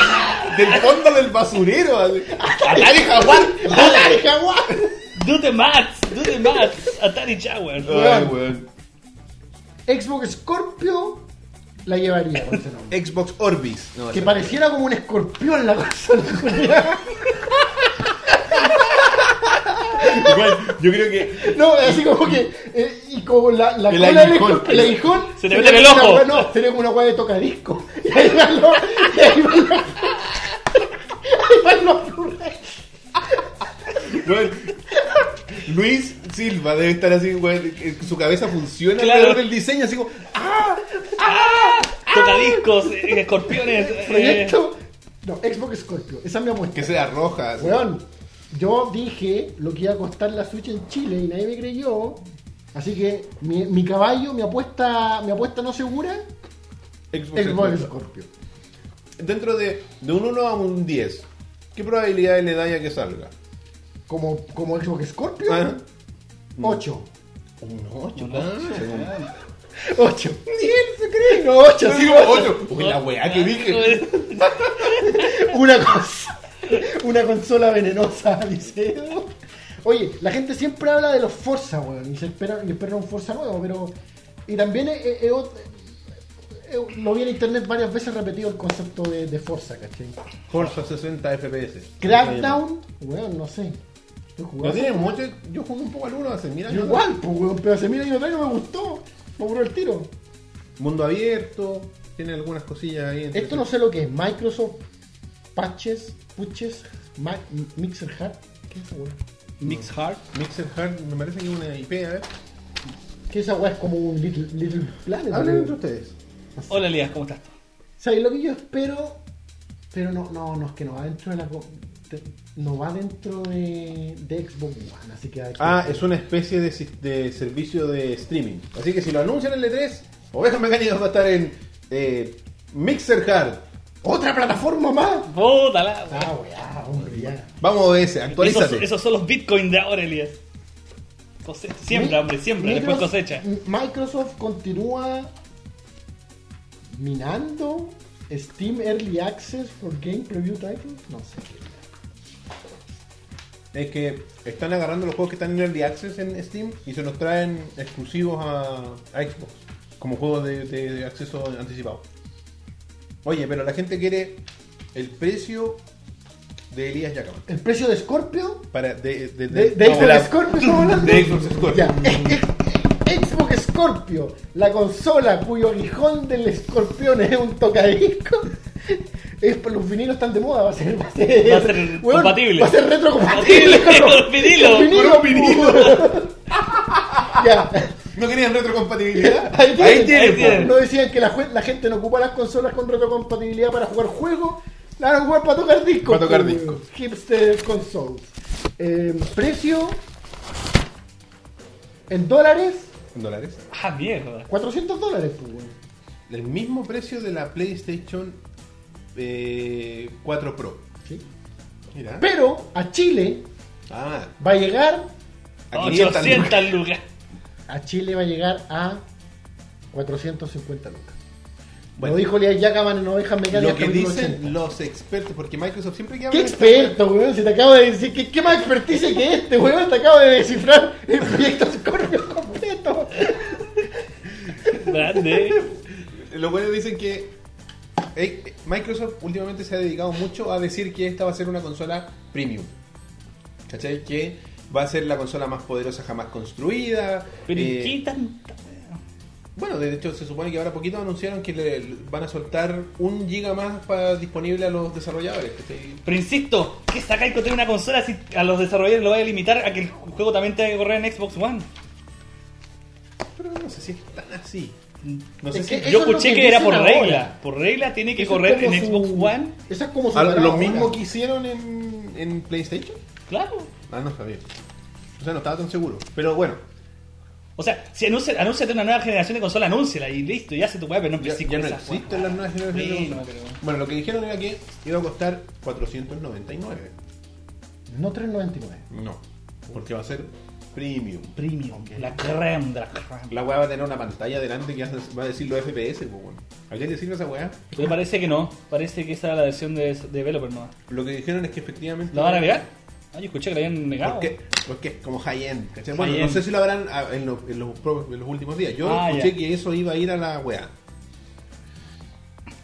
A: del fondo del basurero. así. Atari Jaguar.
C: Atari Jaguar.
B: Do the maths, do the maths. Atari Jaguar.
A: Ay, weón.
C: Xbox Scorpio la llevaría con ese nombre.
A: Xbox Orbis. No,
C: Que
A: esa-
C: pareciera como un escorpión la consola. culiao.
A: Igual, yo creo que.
C: No, así como que. eh, y como la, la
A: El
C: cola del
A: aguijón.
C: escorpión. El aguijón.
B: Se le mete en el
C: una
B: ojo.
C: weá- No, sería como una weá de tocadisco. Y ahí van los. Y ahí van los. Ahí van los Blu-rays.
A: weón, Luis Silva debe estar así, weón. que Su cabeza funciona
B: Claro.
A: alrededor del diseño, así como.
B: Tocadiscos, eh, escorpiones. eh,
C: Proyecto. No, Xbox Scorpio. Esa es mi apuesta.
A: Que sea roja. así.
C: Weón, yo dije lo que iba a costar la Switch en Chile y nadie me creyó. Así que mi, mi caballo, mi apuesta, mi apuesta no segura,
A: Xbox
C: Xbox
A: Orbis.
C: Scorpio.
A: dentro de, de un 1 a un 10, ¿qué probabilidades le da ya que salga?
C: Como, como Xbox Scorpio,
A: Ah. mm.
C: 8.
A: Un 8,
B: Un ocho, ah.
C: 8. Ni él se cree. No, 8, sí, 8.
A: Uy, la weá que
B: eh,
A: dije.
C: Una cosa. Una consola venenosa, dice. Edu. Oye, la gente siempre habla de los Forza, weón. Y se espera, y espera un Forza nuevo, pero. Y también eh, eh, ot- eh, lo vi en internet varias veces repetido el concepto de, de Forza, ¿cachai?
A: Forza 60 FPS.
C: Crackdown, weón, no sé. Yo jugaba-
A: No tiene mucho. Yo jugué un poco al 1 hace mil
C: Yo
A: años.
C: igual, pues, weón, pero hace mil años atrás no me gustó. Me aburrió el tiro.
A: Mundo abierto. Tiene algunas cosillas ahí. entre-
C: Esto no sé lo que es. Microsoft Patches, Puches, Ma- Mixer Hub. ¿Qué es esa weá?
B: Mix Heart.
A: Mixer Hard me parece que es una IP, a ver.
C: ¿Qué es esa weá? Es como un Little, little Planet.
A: Hablen
C: weón.
A: entre ustedes.
B: Hola, Elías, ¿cómo estás?
C: O sea, y lo que yo espero. Pero no, no, no, es que no va dentro de la. co- de- no va dentro de, de Xbox One, así que. hay que-
A: Ah, es una especie de, sis- de servicio de streaming. Así que si lo anuncian en el E3, Ovejas Mecánicas va a estar en eh, Mixer Hard.
C: ¡Otra plataforma más!
B: Bótala. weón.
C: Ah, weá, hombre, ya.
A: Vamos OBS,
B: Esos,
A: actualízate.
B: esos son los bitcoins de ahora, Elías. Cose- siembra,
C: Mi-
B: hombre, siembra,
C: Microsoft-
B: después cosecha.
C: Microsoft continúa minando Steam Early Access for Game Preview Titles. No sé.
A: Es que están agarrando los juegos que están en Early Access en Steam y se los traen exclusivos a, a Xbox. Como juegos de, de- de acceso anticipado. Oye, pero la gente quiere el precio de Elías Yacaman.
C: El precio de Scorpio.
A: Para, de, de,
C: De, de
A: no,
C: Xbox
A: la-
C: Scorpio estamos hablando.
A: de Xbox Scorpio.
C: Ya. Xbox Scorpio, la consola cuyo aguijón del escorpión es un tocadisco. Es, por- los vinilos están de moda, va a ser, va a ser,
B: Va a ser
C: weón,
B: compatible.
C: Va a ser retrocompatible
B: Compatible
C: los-
B: con vinilo,
C: los vinilos,
A: con un vinilo.
C: ya,
A: ¿No querían retrocompatibilidad?
C: Ahí tienen.
B: tienen, ahí tienen.
C: No decían que la, jue- la gente no ocupa las consolas con retrocompatibilidad para jugar juegos. La van a ocupar para tocar discos.
A: Para tocar
C: pues,
A: discos.
C: Hipster consoles. Eh, precio en dólares,
A: ¿En dólares?
B: Ah, mierda.
C: 400 dólares. pues, weón.
A: El mismo precio de la PlayStation eh, 4 Pro.
C: Sí.
A: Mira.
C: Pero a Chile
A: Ah,
C: va a llegar. Ah,
A: a 500
B: 800 Oh, lucas.
C: A Chile va a llegar a 450 lucas.
A: Bueno.
C: Lo dijo Lía Yacaman en Ovejas Mecánicas.
A: Lo que
C: capítulo
A: dicen
C: 80.
A: los expertos, porque Microsoft siempre que habla
C: ¿Qué
A: de esta
C: experto, weón? Si te acabo de decir, ¿qué, qué más experticia que este, weón? Te acabo de descifrar el proyecto Scorpio completo.
B: Grande.
A: Los buenos dicen que eh, Microsoft últimamente se ha dedicado mucho a decir que esta va a ser una consola premium. ¿Cachai? Que va a ser la consola más poderosa jamás construida.
B: Pero ¿y
A: eh,
B: ¿qué tanta?
A: bueno, de hecho se supone que ahora poquito anunciaron que le le van a soltar un giga más para disponible a los desarrolladores. ¿cachai?
B: Pero insisto, ¿qué sacáis con tener una consola si a los desarrolladores lo vais a limitar a que el juego también tenga que correr en Xbox One?
A: Pero no sé si es tan así. No
C: Es
A: sé si...
C: que- Eso
B: Yo
C: es lo
B: escuché
C: que
B: que, era
C: dicen
B: por
C: ahora.
B: regla. Por regla tiene que
C: Eso es
B: correr
C: como
B: en
C: su-
B: Xbox One.
C: Esa es como su
A: Ah, ¿Lo
C: palabra.
A: mismo que hicieron en, en PlayStation?
B: Claro.
A: Ah, no sabía. O sea, no estaba tan seguro. Pero bueno,
B: O sea, si anuncia, anúnciate una nueva generación de consola, anúnciala y listo, ya se tu weá, pero no
A: Ya,
B: empecé
A: ya
B: con
A: no
B: esas
A: existen
B: weas.
A: las nuevas generaciones de
B: Sí, no,
A: consolas.
B: pero-
A: Bueno, lo que dijeron era que iba a costar 499.
C: No 3.99.
A: No. Porque va a ser premium.
B: Premium, la creme de la creme.
A: La weá va a tener una pantalla delante que hace- va a decir los FPS, pues bueno. ¿A qué le sirve esa weá?
B: Pero parece que no, parece que esa era la versión de, de developer no.
A: Lo que dijeron es que efectivamente.
B: ¿La van a negar? Ah, yo escuché que la habían negado.
A: Porque, porque es como high-end. ¿cachai? Bueno,
B: High-end.
A: no sé si lo habrán ah, en, los- en los, pro- en los últimos días. Yo
B: Ah,
A: escuché
B: ya.
A: que eso iba a ir a la weá.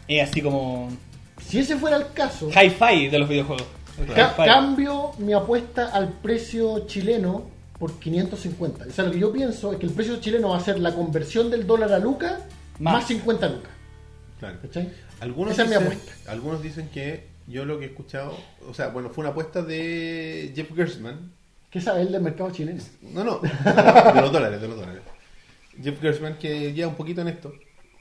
B: Es así como
C: Si ese fuera el caso,
B: hi-fi de los videojuegos. El
C: ca-
B: hi-fi.
C: cambio mi apuesta al precio chileno por 550. O sea, lo que yo pienso es que el precio chileno va a ser la conversión del dólar a lucas más.
B: Más.
C: 50 lucas.
A: Claro.
C: ¿Cachai?
A: Algunos
C: Esa es mi
A: dicen,
C: apuesta.
A: Algunos dicen que yo lo que he escuchado. O sea, bueno, fue una apuesta de Jeff Gersman,
C: ¿Qué sabe él del mercado chileno?
A: No, no, de los dólares, de los dólares. Jeff Gershman, que lleva un poquito en esto,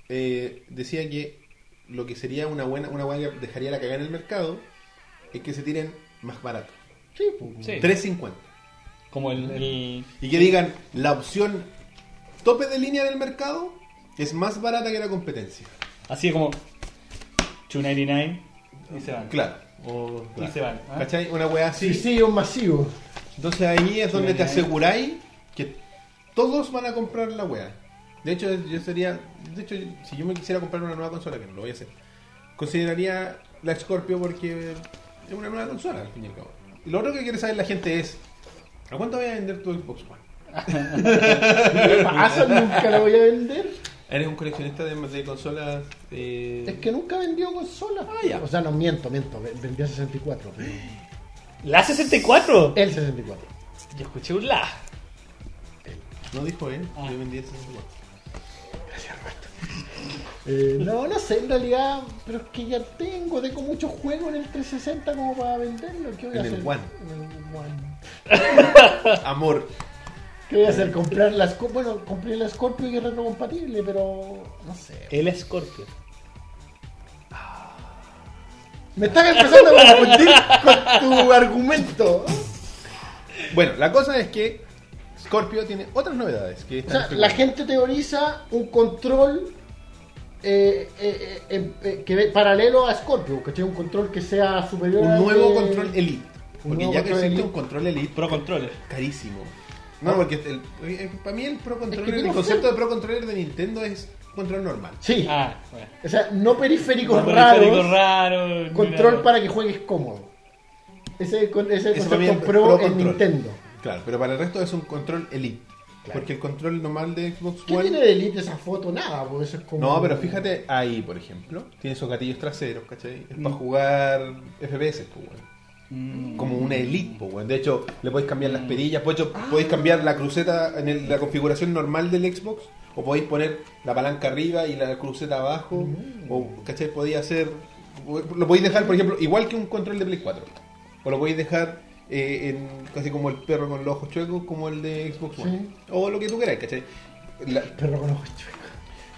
A: eh, decía que lo que sería una buena, una buena que dejaría la cagada en el mercado es que se tiren más barato.
C: Sí, pues.
B: Sí.
A: 3.50.
B: Como el, el-
A: Y que digan, la opción tope de línea del mercado es más barata que la competencia.
B: Así como 299, Y se van.
A: Claro. o-
B: Y se van, ¿ah?
A: ¿Cachai? Una weá así.
C: Sí, sí, un masivo.
A: Entonces ahí es donde
B: Sí,
A: te
B: ahí.
A: aseguráis que todos van a comprar la weá. De hecho, yo sería. De hecho, si yo me quisiera comprar una nueva consola, que no lo voy a hacer, consideraría la Scorpio porque es una nueva consola, al fin y al cabo. Y lo otro que quiere saber la gente es: ¿a cuánto voy a vender tu Xbox One?
C: ¿Qué pasa? Nunca la voy a vender.
A: ¿Eres un coleccionista de, de consolas? eh,
C: Es que nunca vendió consola.
A: Ah, ya.
C: O sea, no miento, miento. ve- Vendió 64. pero-
B: ¿La 64?
C: El 64.
B: Yo escuché un la.
A: No dijo él,
B: Ah.
A: yo vendí el 64.
C: Eh, no, no sé, en realidad. Pero es que ya tengo, tengo muchos juegos en el 360 como para venderlo. ¿Qué voy a
A: En el
C: hacer?
A: One.
C: En el One.
A: Amor.
C: ¿Qué voy a hacer? Comprar las. Bueno, compré la Scorpio y es retrocompatible, pero. No sé.
B: El Scorpio.
C: Me estás empezando a confundir con tu argumento.
A: Bueno, la cosa es que Scorpio tiene otras novedades. Que
C: O
A: están
C: sea, la
A: especulando.
C: gente teoriza un control eh, eh, eh, eh, que ve- paralelo a Scorpio, ¿cachai? Un control que sea superior
A: un
C: al
A: nuevo
C: de-
A: control Elite. Porque
C: nuevo
A: ya que
C: control
A: existe
C: Elite.
A: Eh, un control Elite
B: Pro Controller.
A: carísimo. Ah. No, porque el- eh, para mí el Pro Controller,
C: tiene
A: el
C: un
A: concepto de Pro Controller de Nintendo es control normal.
C: Sí,
B: Ah, bueno.
C: o sea, no periféricos
B: Un
C: raros,
B: periférico raro. ni
C: control
B: nada.
C: para que juegues cómodo. Ese es el, ese es el
A: Eso para mí
C: concepto
A: es
C: pro,
A: Pro
C: en
A: Control.
C: Nintendo.
A: Claro, pero para el resto es un control Elite.
C: Claro.
A: Porque el control normal de Xbox
C: ¿Qué
A: One.
C: tiene de elite esa foto? Nada, porque eso es como...
A: No, pero fíjate ahí, por ejemplo. Tiene esos gatillos traseros, ¿cachai? Es para
B: Mm.
A: jugar FPS, pues, weón.
B: Mm.
A: Como una Elite, pues, weón. De hecho, le podéis cambiar las perillas. pues, de hecho, podéis cambiar la cruceta en el- la configuración normal del Xbox. O podéis poner la palanca arriba y la cruceta abajo. O, ¿cachai? Podéis hacer. Lo podéis dejar, por ejemplo, igual que un control de Play 4. O lo podéis dejar eh, en, casi como el perro con los ojos chuecos, como el de Xbox One.
C: Sí.
A: O lo que tú queráis, ¿cachai? La-
C: Perro con ojos chuecos.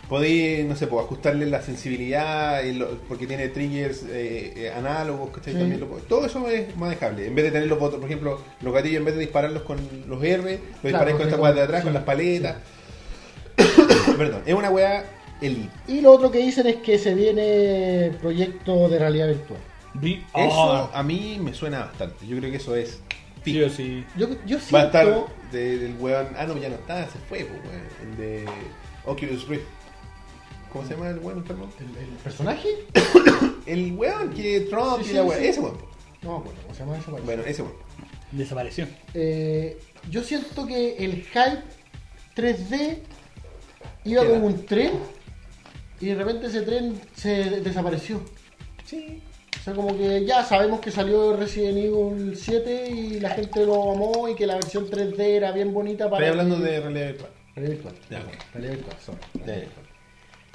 A: Podéis, no sé, pues, ajustarle la sensibilidad, y lo- porque tiene triggers eh, eh, análogos, ¿cachai?
C: Sí.
A: También lo po- todo eso es manejable. En vez de tener los botones, por ejemplo, los gatillos, en vez de dispararlos con los R, lo disparáis con
C: porque
A: esta
C: con-
A: weá de atrás,
C: sí,
A: con las paletas. Perdón, es una weá elite.
C: Y lo otro que dicen es que se viene proyecto de realidad virtual.
B: Vi-
A: Eso
B: Ah,
A: a mí me suena bastante. Yo creo que eso es.
B: sí
A: fijo.
B: o sí.
C: Yo, yo siento...
A: Va a estar de- del weón. Ah, no, ya no está, se fue, pues, weón. El de Oculus Rift. ¿Cómo se llama el weón enfermo?
C: ¿El, el personaje?
A: El weón que Trump
C: Sí,
A: y la
C: sí,
A: weá.
C: sí.
A: Ese weón. pues.
C: No, bueno, ¿cómo se llama eso?
A: Bueno, ese weón.
B: Desapareció.
C: Eh, yo siento que el hype 3D iba
A: Queda.
C: como un tren y de repente ese tren se de- desapareció.
A: Sí.
C: O sea, como que ya sabemos que salió Resident Evil 7 y la gente lo amó y que la versión 3D era bien bonita para...
A: Estoy hablando de realidad virtual.
C: Realidad virtual.
A: Ya, ok.
C: Realidad virtual, sorry.
A: Ya, ya.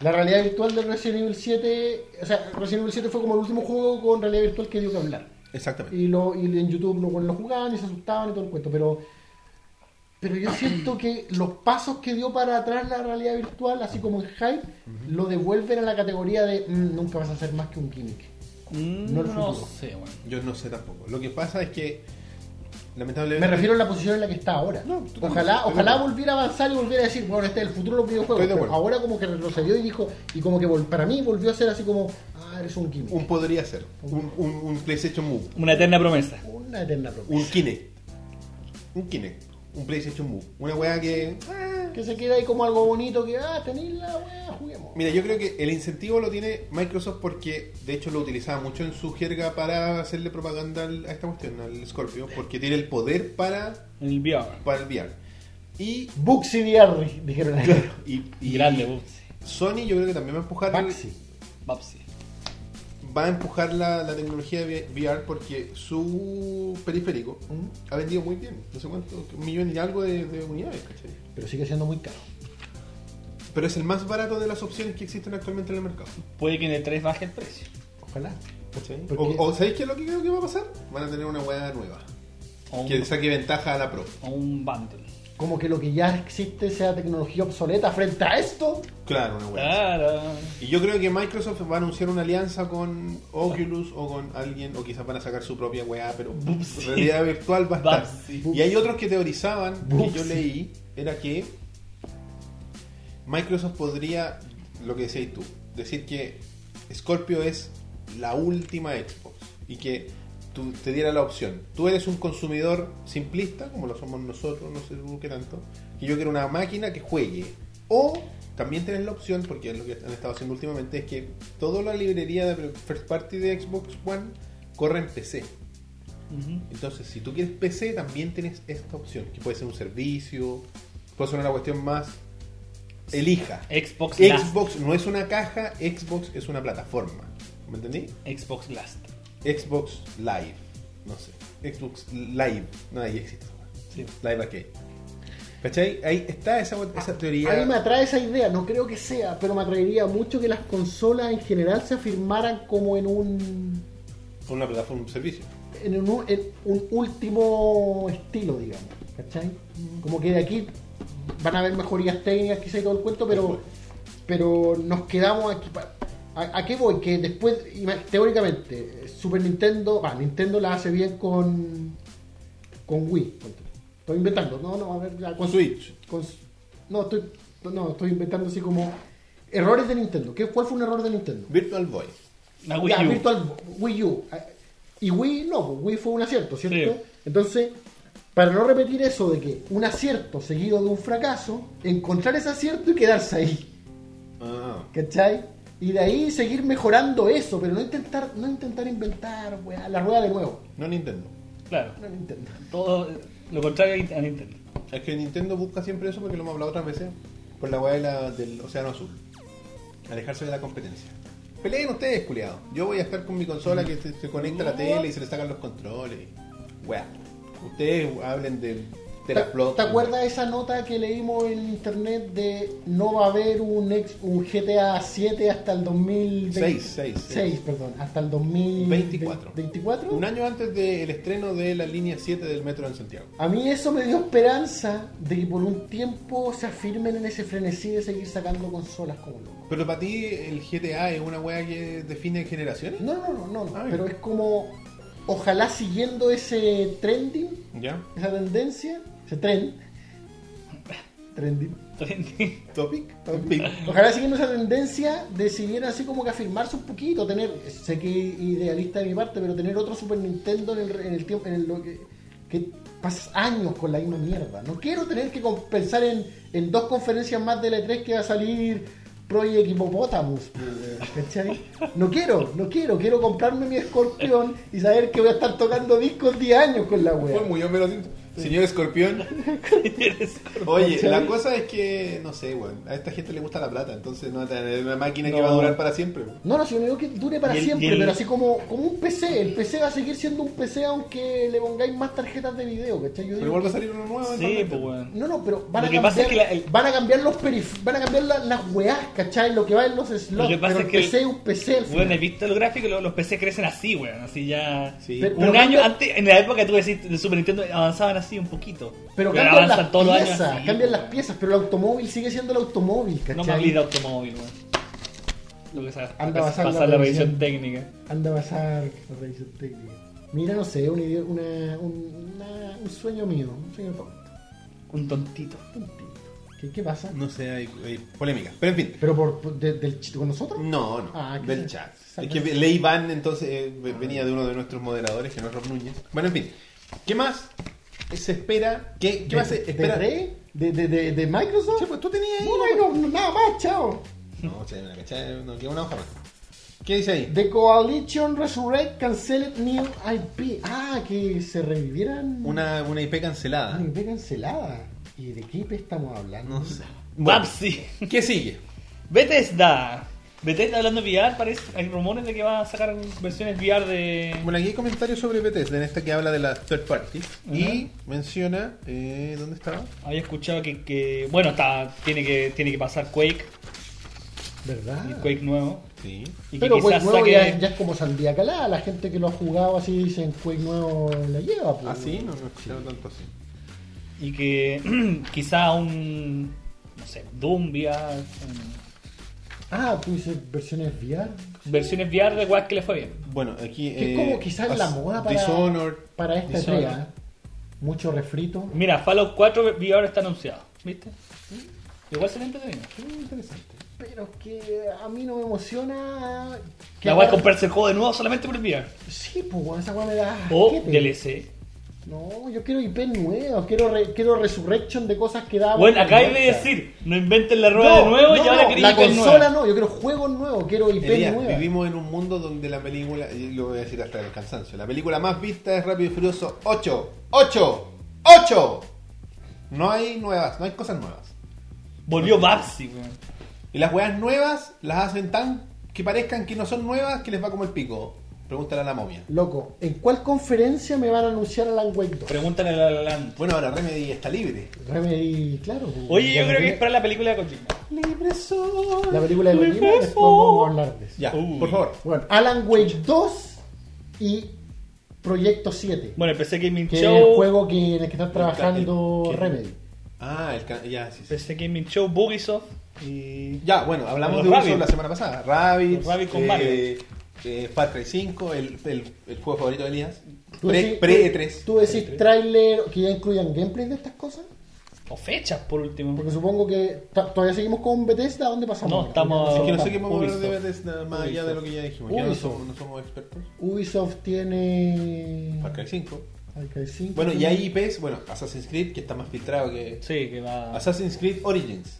C: La realidad virtual de Resident Evil 7... O sea, Resident Evil 7 fue como el último juego con realidad virtual que dio que hablar.
A: Exactamente.
C: y, lo, y en YouTube no lo jugaban y se asustaban y todo el cuento, pero pero yo siento que los pasos que dio para atrás la realidad virtual, así como el hype, lo devuelven a la categoría de "Mm, nunca vas a ser más que un gimmick.
B: No,
C: el
B: Mm, no
C: futuro.
B: sé, bueno.
A: Yo no sé tampoco. Lo que pasa es que, lamentablemente.
C: Me refiero a la posición en la que está ahora.
A: Eh, No, totalmente,
C: ojalá
A: estoy de
C: ojalá
A: acuerdo.
C: volviera a avanzar y volviera a decir, bueno, este es el futuro de los videojuegos.
A: Estoy de
C: pero
A: acuerdo.
C: ahora como que retrocedió y dijo, y como que vol- para mí volvió a ser así como, ah, eres un gimmick.
A: Un podría ser. Un, un, un PlayStation Move.
B: Una eterna promesa.
C: Una eterna promesa.
A: Un Kinect. Un Kinect. Un PlayStation Move. Una weá que. ah.
C: Que se queda ahí como algo bonito, que, ah, tenéis la weá, juguemos.
A: Mira, yo creo que el incentivo lo tiene Microsoft porque, de hecho, lo utilizaba mucho en su jerga para hacerle propaganda al- a esta cuestión, al Scorpio, porque tiene el poder para,
B: En el VR.
A: para el VR. Y.
C: Buxi VR, dijeron ahí.
A: y,
B: Y
A: y
B: grande, Bubsy.
A: Sony, yo creo que también va a empujar. el-
C: Baxi.
B: Bubsy.
A: va a empujar la, la tecnología de VR porque su periférico ha vendido muy bien, no sé cuánto, un millón y algo de, de unidades, ¿cachai?
C: Pero sigue siendo muy caro.
A: Pero es el más barato de las opciones que existen actualmente en el mercado.
B: Puede que en el 3 baje el precio.
C: Ojalá.
A: ¿cachai?
C: ¿Por qué?
A: O, o ¿sabéis qué es lo que creo que va a pasar? Van a tener una hueá nueva
B: O un,
A: que saque ventaja a la Pro.
B: o un bundle.
C: Como que lo que ya existe sea tecnología obsoleta frente a esto.
A: Claro, una hueá.
B: Ah. Claro.
A: Y yo creo que Microsoft va a anunciar una alianza con Oculus o con alguien, o quizás van a sacar su propia weá, pero
B: Bubsy.
A: realidad virtual va a estar.
B: Bubsy.
A: Y hay otros que teorizaban, que yo
C: Bubsy.
A: leí, era que Microsoft podría, lo que decías tú, decir que Scorpio es la última Xbox y que tú te diera la opción. Tú eres un consumidor simplista, como lo somos nosotros, no sé tú qué tanto, que yo quiero una máquina que juegue. O también tenés la opción, porque es lo que han estado haciendo últimamente, es que toda la librería de first party de Xbox One corre en PC.
B: Ujú.
A: Entonces, si tú quieres PC, también tienes esta opción, que puede ser un servicio, puede ser una cuestión más. Elija.
B: Xbox Glass.
A: Xbox no es una caja, Xbox es una plataforma. ¿Me entendí?
B: Xbox Glass.
A: Xbox Live. No sé. Xbox Live. No, ahí existe. esa weá.
B: Sí.
A: Live Arcade. ¿Cachai? Ahí está esa, we-
B: Ah,
A: esa teoría.
C: A mí me atrae esa idea, no creo que sea, pero me atraería mucho que las consolas en general se afirmaran como en un
A: con una plataforma, un servicio.
C: en un, en un último estilo, digamos, ¿cachai?
A: Mm.
C: Como que de aquí van a haber mejorías técnicas, quizá y todo el cuento, pero, pero nos quedamos aquí. pa- ¿A, a qué voy? Que después, ima- teóricamente, eh, Super Nintendo, va, Nintendo la hace bien con, con Wii. ponte. Estoy inventando, no, no, a ver, ya,
A: Con
C: con
A: Switch.
C: con su- no, estoy, no, estoy inventando así como errores de Nintendo. ¿Qué, ¿Cuál fue un error de Nintendo?
A: Virtual Boy.
B: La Ah, Wii
C: Ya,
B: U.
C: Virtual Wii U. Ah, Y Wii no, pues, Wii fue un acierto, ¿cierto?
B: Sí.
C: Entonces, para no repetir eso de que un acierto seguido de un fracaso, encontrar ese acierto y quedarse ahí,
A: Ah.
C: ¿cachai? Y de ahí seguir mejorando eso, pero no intentar, no intentar inventar weá, la rueda de nuevo.
A: No Nintendo.
B: Claro.
C: No Nintendo.
B: Todo lo contrario a Nintendo.
A: Es que Nintendo busca siempre eso porque lo hemos hablado otras veces. Por la weá de la- del Océano Azul. Alejarse de la competencia. Peleen ustedes, culiados. Yo voy a estar con mi consola que se, se conecta a la tele y se le sacan los controles. Weá. Ustedes hablen de, de
C: ¿Te,
A: la flota.
C: te acuerdas esa nota que leímos en internet de no va a haber un, ex, un GTA 7 hasta el 2026?
A: Seis, seis, sí.
C: Seis, perdón, hasta el 2024.
A: 24. Un año antes del estreno de la línea 7 del metro en Santiago.
C: A mí eso me dio esperanza de que por un tiempo se afirmen en ese frenesí de seguir sacando consolas como loco.
A: Pero para ti, el GTA es una weá que define generaciones.
C: No, no, no, no, no,
A: Ay.
C: pero es como ojalá siguiendo ese trending,
A: ¿Ya?
C: esa tendencia, ese tren, trending.
A: Topic.
C: Ojalá siguiendo esa tendencia decidieran así como que afirmarse un poquito, tener, sé que idealista de mi parte, pero tener otro Super Nintendo en el, en el tiempo, en el- lo que, que pasas años con la misma mierda. No quiero tener que com- pensar en, en dos conferencias más de la E3 que va a salir Project Hippopotamus. eh, ¿cachai? No quiero, no quiero, quiero comprarme mi escorpión y saber que voy a estar tocando discos 10 años con la wea.
A: Fue muy homero. Señor Escorpión. Oye,
C: ¿Cachai?
A: la cosa es que, no sé, weón. A esta gente le gusta la plata, entonces no va a tener una máquina que
B: No.
A: va a durar para siempre. weón.
C: No, no, si yo no digo que dure para
B: Y el-
C: siempre,
B: y el-
C: pero así como, como un PC. El PC va a seguir siendo un PC aunque le pongáis más tarjetas de video, ¿cachai? Yo
A: Pero
C: digo
A: igual va a
C: que-
A: salir uno nuevo.
B: Sí,
A: eventualmente.
B: pues weón.
C: No, no, pero van a
B: Lo que
C: cambiar,
B: pasa es que la- el-
C: van a cambiar los perif van a cambiar la- las weás, ¿cachai? Lo que va en los slots,
B: Lo que pasa
C: pero
B: es
C: el
B: que el-
C: PC es un PC al
B: Weón, he
C: final.
B: visto los gráficos, los, los PC crecen así, weón. Así ya.
A: Sí.
C: Pero-
B: un año
C: cambia-
B: antes, en la época tú decís, de Super Nintendo avanzaban así un poquito.
C: Pero cambian las piezas,
B: así, pues,
C: cambian las
B: weón.
C: piezas, pero el automóvil sigue siendo el automóvil, ¿cachai?
B: No me hablé de automóvil, weón. Lo que sabes.
C: Anda a
B: pasar,
C: pasar la
B: la revisión
C: revisión.
B: técnica.
C: Anda a pasar la revisión técnica. Mira, no sé, una, idea- una, un, una- un sueño mío, un sueño tonto.
B: Un tontito.
C: tontito. ¿Qué, qué pasa?
A: No sé, hay, hay polémica. Pero en fin.
C: ¿Pero por, por- de- del chiste con nosotros?
A: No, no.
C: Ah, ¿qué
A: del
C: sé?
A: chat. Es
C: Saca-
A: que leí Van, entonces eh, ve- venía de uno de nuestros moderadores, que no es Rob Núñez. Bueno, en fin. ¿Qué más se espera? ¿Qué, qué más se
C: ¿De-
A: espera?
C: ¿De, Rey? ¿De, de, de, de Microsoft?
A: Sí, pues tú tenías ahí.
C: no, no, no, nada más, chao.
A: No, se me la caché, no queda una hoja más. ¿Qué dice ahí?
C: The Coalition Resurrect Canceled New IP. Ah, que se revivieran.
A: Una, una IP cancelada.
C: Una IP cancelada. ¿Y de qué IP estamos hablando?
A: No sé.
B: Babsi.
A: ¿Qué sigue?
B: Ah, Bethesda. Bethesda hablando de VR, parece. Hay rumores de que va a sacar versiones VR de.
A: Bueno, aquí hay comentarios sobre Bethesda en esta que habla de las third parties. Y menciona. Eh, ¿Dónde estaba?
B: Había escuchado que. que- bueno, está, tiene, que, tiene que pasar Quake.
C: ¿Verdad?
B: El Quake nuevo.
A: Sí.
B: Y que
C: Pero Quake
B: quizás
C: nuevo
B: saque.
C: ya, ya es como sandía calada. La gente que lo ha jugado así dicen Quake nuevo la lleva. pues.
A: ¿Ah, sí? No, no escuchaba tanto así.
B: Y que quizá un. No sé, Doom VR. um,
C: Ah, tú dices versiones VR.
B: versiones VR de Quake que le fue bien.
A: Bueno, aquí.
C: Que es
A: eh,
C: como quizás la
A: as-
C: moda para,
A: Dishonored.
C: para esta
B: Dishonored.
C: entrega. ¿eh? Mucho refrito.
B: Mira, Fallout 4 VR está anunciado. ¿Viste? Igual se le entretenido.
A: Qué interesante.
C: Pero es que a mí no me emociona. Que
B: La voy a
C: ahora-
B: comprarse el juego de nuevo solamente por el VR.
C: Sí, pues weón, esa weá me da.
B: O
C: asquete.
B: DLC.
C: Ah, No, yo quiero IP nuevos, quiero, re- quiero resurrection de cosas que daban.
B: Bueno, acá hay de
C: vergüenza.
B: decir, no inventen la rueda
C: No,
B: de nuevo
C: no,
B: y ahora
C: no,
B: queréis
C: la
B: IP nueva.
C: consola no, yo quiero juegos nuevos, quiero IP
A: Elías,
C: nueva.
A: vivimos en un mundo donde la película, y lo voy a decir hasta el cansancio, la película más vista es Rápido y Furioso 8, 8, 8. No hay nuevas, no hay cosas nuevas.
B: Volvió Babsy, weón.
A: Y las weas nuevas las hacen tan que parezcan que no son nuevas que les va como el pico. Pregúntale a la momia.
C: Loco, ¿en cuál conferencia me van a anunciar Alan Wake 2?
B: Pregúntale a la La Land.
A: Bueno, ahora Remedy está libre.
C: Remedy, claro. pues,
B: Oye,
C: Ya
B: yo creo que
C: tiene-
B: es para la película de Kojima.
A: Libre soy.
C: La película de Kojima, después
B: oh.
C: vamos a hablar de eso.
A: Ya,
B: Uy.
A: por favor.
C: Bueno, Alan Wake 2 y Proyecto 7.
B: Bueno, empecé Gaming
C: Que es el
B: Show.
C: juego que, en el que están trabajando
A: ¿Qué?
C: Remedy.
A: Ah, el ca- ya, sí, sí.
B: PC Gaming Show, Bugisoft y.
A: Ya, bueno, hablamos
B: Los
A: de Ubisoft
B: Rabbids.
A: la semana pasada. Rabbit, eh,
B: Los Rabbids con Mario.
A: Far Cry 5, el, el, el juego favorito de Elías.
C: Tú
A: Pre- E
C: decís-
A: Pre-E3.
C: ¿Tú decís tráiler que ya incluyan gameplay de estas cosas?
B: O fechas, por último.
C: Porque supongo que ta- todavía seguimos con Bethesda. ¿A dónde pasamos?
B: No,
C: ahora?
B: estamos-
A: es que no
B: Ubisoft.
A: sé qué podemos hablar de
B: Ubisoft.
A: Bethesda más allá de lo que ya dijimos. Ya no
C: Ubisoft.
A: somos, no somos expertos.
C: Ubisoft tiene.
A: Far Cry 5.
C: Far Cry 5.
A: Bueno, y hay IPs, bueno, Assassin's Creed, que está más filtrado que...
B: Sí, que va.
A: Assassin's Creed Origins.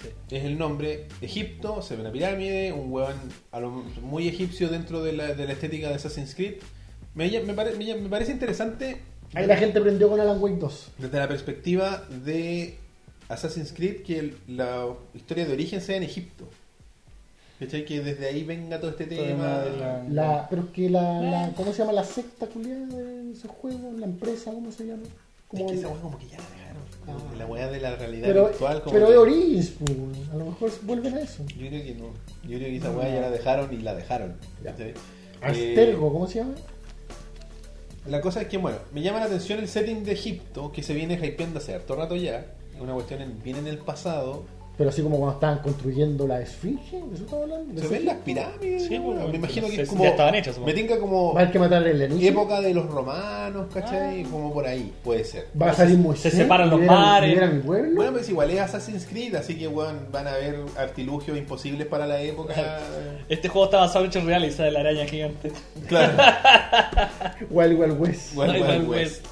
B: Sí.
A: Es el nombre Egipto, se ve una pirámide, un hueón a lo muy egipcio dentro de la, de la estética de Assassin's Creed. Me, me pare- me- me parece interesante
C: Ahí la gente prendió con Alan Wake 2.
A: desde la perspectiva de Assassin's Creed que el- la historia de origen sea en Egipto. ¿Cachai? Que desde ahí venga todo este tema.
B: de la-
C: La, pero es que la, la- ¿Cómo se llama la secta culiada de esos juegos? La empresa, ¿cómo se llama?
A: Es
C: Como-
A: que esa hueá como que ya la dejaron.
C: Ah.
A: La hueá de la realidad
C: pero
A: virtual. Como
C: pero
A: que- Eh,
C: de Origins, pues, a lo mejor vuelven a eso.
A: Yo creo que no. Yo creo que esa hueá ya la dejaron y la dejaron.
C: Ya.
A: ¿cachai? Eh,
C: Astergo, ¿cómo se llama?
A: La cosa es que, bueno, me llama la atención el setting de Egipto, que se viene hypeando hace harto rato ya. Es una cuestión en, bien en el pasado.
C: Pero así como cuando estaban construyendo la esfinge, ¿de eso estaba hablando? ¿De
A: Se
C: ese
A: ven
C: tipo?
A: las pirámides.
B: Sí,
A: ¿no?
B: bueno,
A: me imagino que
B: se-
A: es como.
B: ya estaban hechas, supongo.
A: Me tinca como
C: Va a haber que matar el Lenucci.
A: época de los romanos, ¿cachai?
B: Ah.
A: Como por ahí, puede ser.
C: Va a salir muy
B: se separan los mares.
C: Libera mi pueblo.
A: Bueno, pues igual es Assassin's Creed, así que weón, van a haber artilugios imposibles para la época.
B: Este juego está basado en hechos reales, esa de la araña gigante.
A: claro,
C: Wild Wild West.
A: Wild
B: Ay,
A: Wild
B: Wild
A: West.
B: West.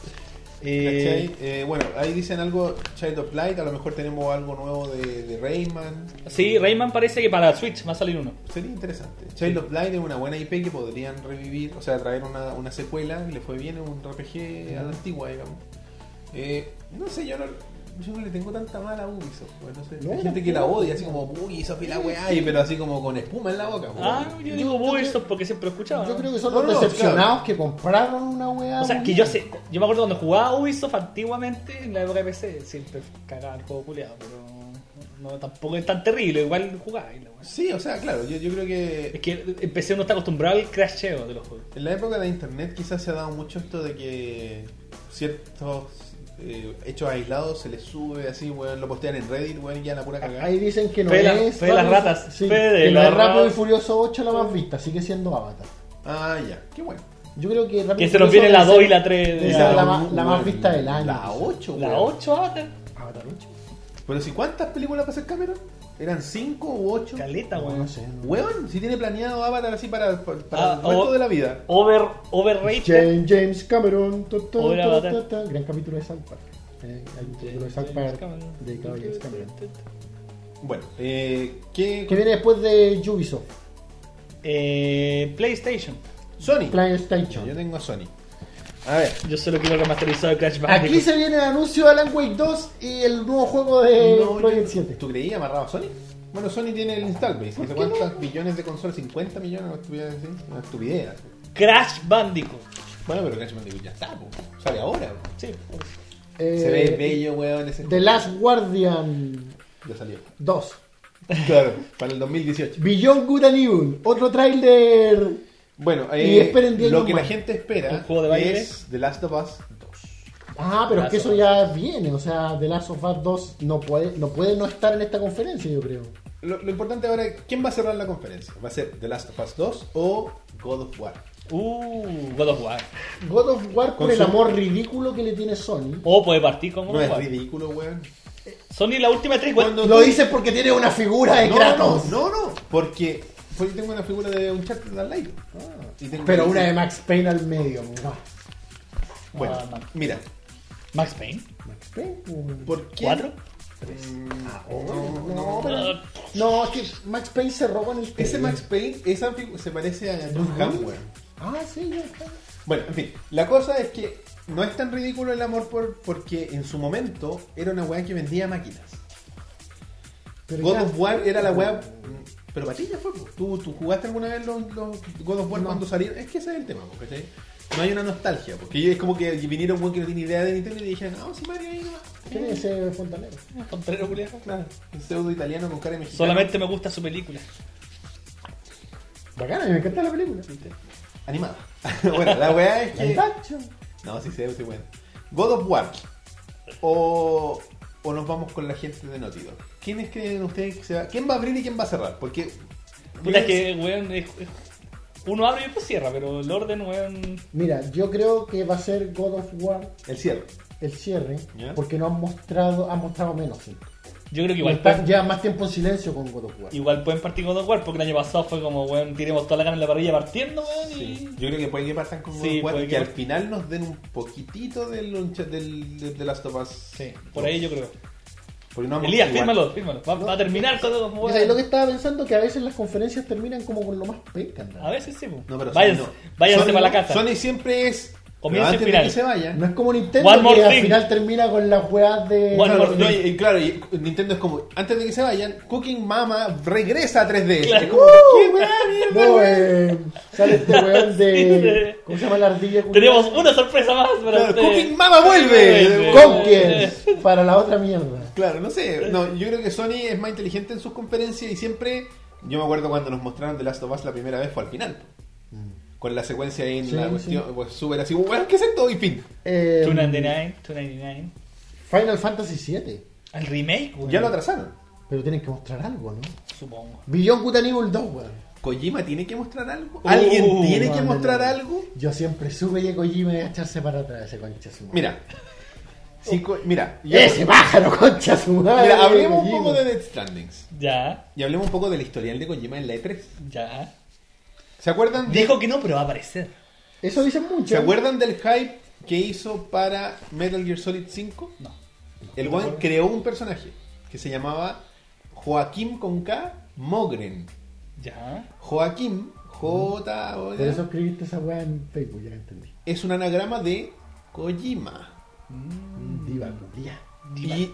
A: ¿cachai?
B: Eh,
A: Eh, bueno, ahí dicen algo Child of Light, a lo mejor tenemos algo nuevo de, de Rayman.
B: sí, Rayman parece que para Switch va a salir uno.
A: Sería interesante. Child of Light es una buena IP que podrían revivir, o sea, traer una, una secuela. Le fue bien en un RPG a la antigua, digamos. Eh, no sé, yo no, yo no le tengo tanta mala a Ubisoft. pues, no sé.
C: No,
A: Hay gente que la odia, así como Ubisoft y la weá, y- pero así como con espuma en la boca. pues.
B: Ah, yo digo
C: yo creo-
B: Ubisoft porque siempre he escuchado.
C: Yo
B: ¿no?
C: creo que son
A: No,
C: los
A: no,
C: decepcionados que compraron una weá.
B: O sea, que yo sé, yo me acuerdo cuando jugaba Ubisoft antiguamente, en la época de PC, siempre cagaba el juego culeado, pero no, tampoco es tan terrible, igual jugaba. y la wea.
A: Sí, o sea, claro, yo, yo creo
B: Es
A: que
B: que en PC uno está acostumbrado al crasheo de los juegos.
A: en la época de internet quizás se ha dado mucho esto de que ciertos eh, hechos aislados se les sube así, weón, lo postean en Reddit, weón, y ya la pura cagada.
C: Ahí dicen que no
B: Fe de la-
C: es.
B: fe de las
C: Rápido-
B: ratas.
C: Sí,
B: Fe de
C: que no
B: las
C: es Rápido y
B: ratas.
C: Furioso 8 la más vista, sigue siendo Avatar.
A: Ah, ya, qué bueno.
C: Yo creo que Rápido
B: Que
C: y
B: se nos
C: Furioso
B: viene la
C: debe
B: 2 y
C: ser-
B: la 3 de
C: Esa es la
B: la,
C: ma- más- la más vista del año.
A: La 8,
B: la ah, 8 Avatar.
C: Avatar 8.
A: Pero si cuántas películas va a hacer Cameron? ¿Eran 5 u 8?
B: Caleta,
C: No,
B: weón.
C: no sé. no.
A: Weón, si tiene planeado Avatar así para, para
B: Ah,
A: el resto
C: oh.
B: o-
A: de la vida.
B: Over, overrated.
C: James, James Cameron. ta, ta,
B: Hola,
C: ta,
B: Avatar.
C: ta, ta. Gran capítulo de South Park. Eh, hay un capítulo de South Park dedicado a James Cameron.
A: Bueno, eh, ¿qué?
C: Que viene después de Ubisoft,
B: Eh, PlayStation.
A: Sony. Yo
C: PlayStation.
A: tengo a Sony. A ver.
B: Yo solo quiero remasterizado de Crash Bandicoot.
C: Aquí se viene el anuncio de Alan Wake 2 y el nuevo juego de
A: no,
C: Eh, Project
A: yo-
C: 7.
A: ¿Tú creías amarrado a Sony? Bueno, Sony tiene el install base. No sé
C: qué no?
A: cuántas billones de consolas, 50 millones, no estuviera así. Una estupidez.
B: Crash Bandicoot.
A: Bueno, pero Crash Bandicoot ya está, po. sale ahora. po.
B: Sí.
C: Eh,
A: Se ve bello, weón, ese
C: The
A: juego.
C: Last Guardian
A: Ya salió.
C: 2.
A: Claro, para el 2018.
C: Beyond Good and Evil. Otro tráiler.
A: Bueno,
C: Y
A: eh,
C: esperen diez
A: lo
C: años
A: que la
C: más.
A: gente espera
B: ¿Un juego de baile?
A: es The Last of Us 2.
C: Ah, pero es que
B: Last
C: eso
B: of
C: ya viene. O sea, The Last of Us 2 no puede, no puede no estar en esta conferencia, yo creo.
A: Lo, lo importante ahora es quién va a cerrar la conferencia. ¿Va a ser The Last of Us 2 o God of War?
B: Uh, God of War.
C: God of War
A: Con
C: por el
A: su-
C: amor ridículo que le tiene Sony.
B: O Oh, puede partir con God
A: No
B: of
A: es
B: War.
A: ridículo, weón.
B: Sony la última tres, igual.
A: Cuando
C: Lo
A: tú-
C: dices porque tiene una figura de
A: no,
C: Kratos.
A: No, no, no, porque pues, tengo una figura de un chat al aire. Y tengo-
C: Pero una de Max Payne al medio. ¡Mua!
A: Bueno,
B: Ah, Max.
A: mira,
B: Max Payne.
C: Max Payne. un-
A: ¿por qué?
B: ¿Cuatro?
A: Mm,
C: Ah, oh, no,
A: Ah,
C: pero- no, es que Max Payne se roba en el.
A: Ese Max Payne, esa figu- se parece a John Hamm, weón.
C: Ah, sí, ya está.
A: Bueno, en fin, la cosa es que no es tan ridículo el amor por, porque en su momento era una weá que vendía máquinas.
C: Pero
A: God
C: ya-
A: of War era la weá. Pero para ti ya fue. po. ¿Tú, tú jugaste alguna vez los, los God of War cuando salieron? Es que ese es el tema, po, ¿cachai? No hay una nostalgia, porque ellos es como que vinieron weón que no tiene idea de Nintendo y dijeron, ah, sí, Mario, ahí nomás.
C: ¿Quién es ese fontanero?
B: Contrero, Ah, culiao.
A: Claro, un pseudo italiano con cara de mexicano.
B: Solamente me gusta su película.
C: Bacana, me encanta la película.
A: Animada. bueno, la weá es que.
C: Gandacho.
A: No, sí se ve, sí, bueno. God of War. O, o nos vamos con la gente de Naughty Dog. ¿Quiénes creen ustedes que se va? ¿Quién va a abrir y quién va a cerrar? Porque.
B: Puta, es que, weón, es- es- uno abre y después cierra, pero el orden, weón.
C: Mira, yo creo que va a ser God of War
A: El cierre.
C: el cierre,
A: Ya.
C: porque no han mostrado, han mostrado menos. sí.
B: Yo creo que igual
C: Está-
B: pueden,
C: Lleva más tiempo en silencio con God of War.
B: igual pueden partir con dos War, porque el año pasado fue como, weón, tiremos toda la carne en la parrilla partiendo, weón.
A: Sí.
B: Y...
A: Yo creo que puede que partan con God
B: Sí,
A: of War
B: puede
A: y que
B: que
A: al
B: par-
A: final nos den un poquitito del, lunch- del, de, de Last of Us.
B: Sí, por ahí yo creo.
A: Porque no vamos
B: Elías,
A: igual.
B: fírmalo, fírmalo. Va,
C: No.
B: va a terminar con dos
C: Yo sabía lo que estaba pensando que a veces las conferencias terminan como con lo más penca. ¿no?
B: A veces sí, pues.
A: No, pero
B: váyanse,
A: Sony no.
B: váyanse
A: Sony-
B: para la casa.
A: Sony siempre es.
B: Comienza
A: pero antes de
B: espiral.
A: que se vaya.
C: No es como Nintendo
B: One more
C: que al
B: thing.
C: final termina con las weas de.
B: One-
A: Claro,
B: more
A: no, y,
B: thing.
A: y claro, y Nintendo es como, antes de que se vayan, Cooking Mama regresa a 3D.
B: Claro.
A: Es como, ¿qué weá, mierda,
C: No,
A: weá?
C: eh, sale este weón de.
B: Sí.
C: ¿Cómo se llama la ardilla?
B: Tenemos una sorpresa más para
A: Claro,
B: usted.
A: Cooking Mama vuelve.
C: Conquers para la otra mierda.
A: Claro, no sé. No, yo creo que Sony es más inteligente en sus conferencias y siempre. Yo me acuerdo cuando nos mostraron The Last of Us la primera vez fue al final. Con la secuencia ahí en
C: Sí,
A: la
C: sí.
A: cuestión, pues súper así, bueno, ¿qué es esto? Y fin.
C: Eh,
B: 299, 299.
C: Final Fantasy VII.
B: El remake, weón.
A: Ya lo atrasaron.
C: Pero tienen que mostrar algo, ¿no?
B: Supongo.
C: Beyond Good and Evil 2, weón.
A: ¿Kojima tiene que mostrar algo?
B: Uh,
A: ¿Alguien tiene
C: No,
A: que
C: no,
A: mostrar
C: no.
A: algo?
C: Yo siempre sube y Kojima y a echarse para atrás ese concha su madre.
A: Mira. si Ko- mira, yo-
C: ese pájaro concha su madre.
A: mira, hablemos un
C: Kojima.
A: poco de Dead Strandings.
B: Ya,
A: Y hablemos un poco del historial de Kojima en la E3.
B: ya.
A: ¿Se acuerdan de
B: Dijo que no, pero va a aparecer.
C: Eso dicen mucho. ¿eh?
A: ¿Se acuerdan del hype que hizo para Metal Gear Solid 5?
B: No.
A: El one creó un personaje que se llamaba Joaquín con K Mogren.
B: Ya.
A: Joaquín, J O
C: Por eso escribiste esa weá en Facebook, ya la entendí.
A: es un anagrama de Kojima. Mm.
C: Diva, culia.
A: Y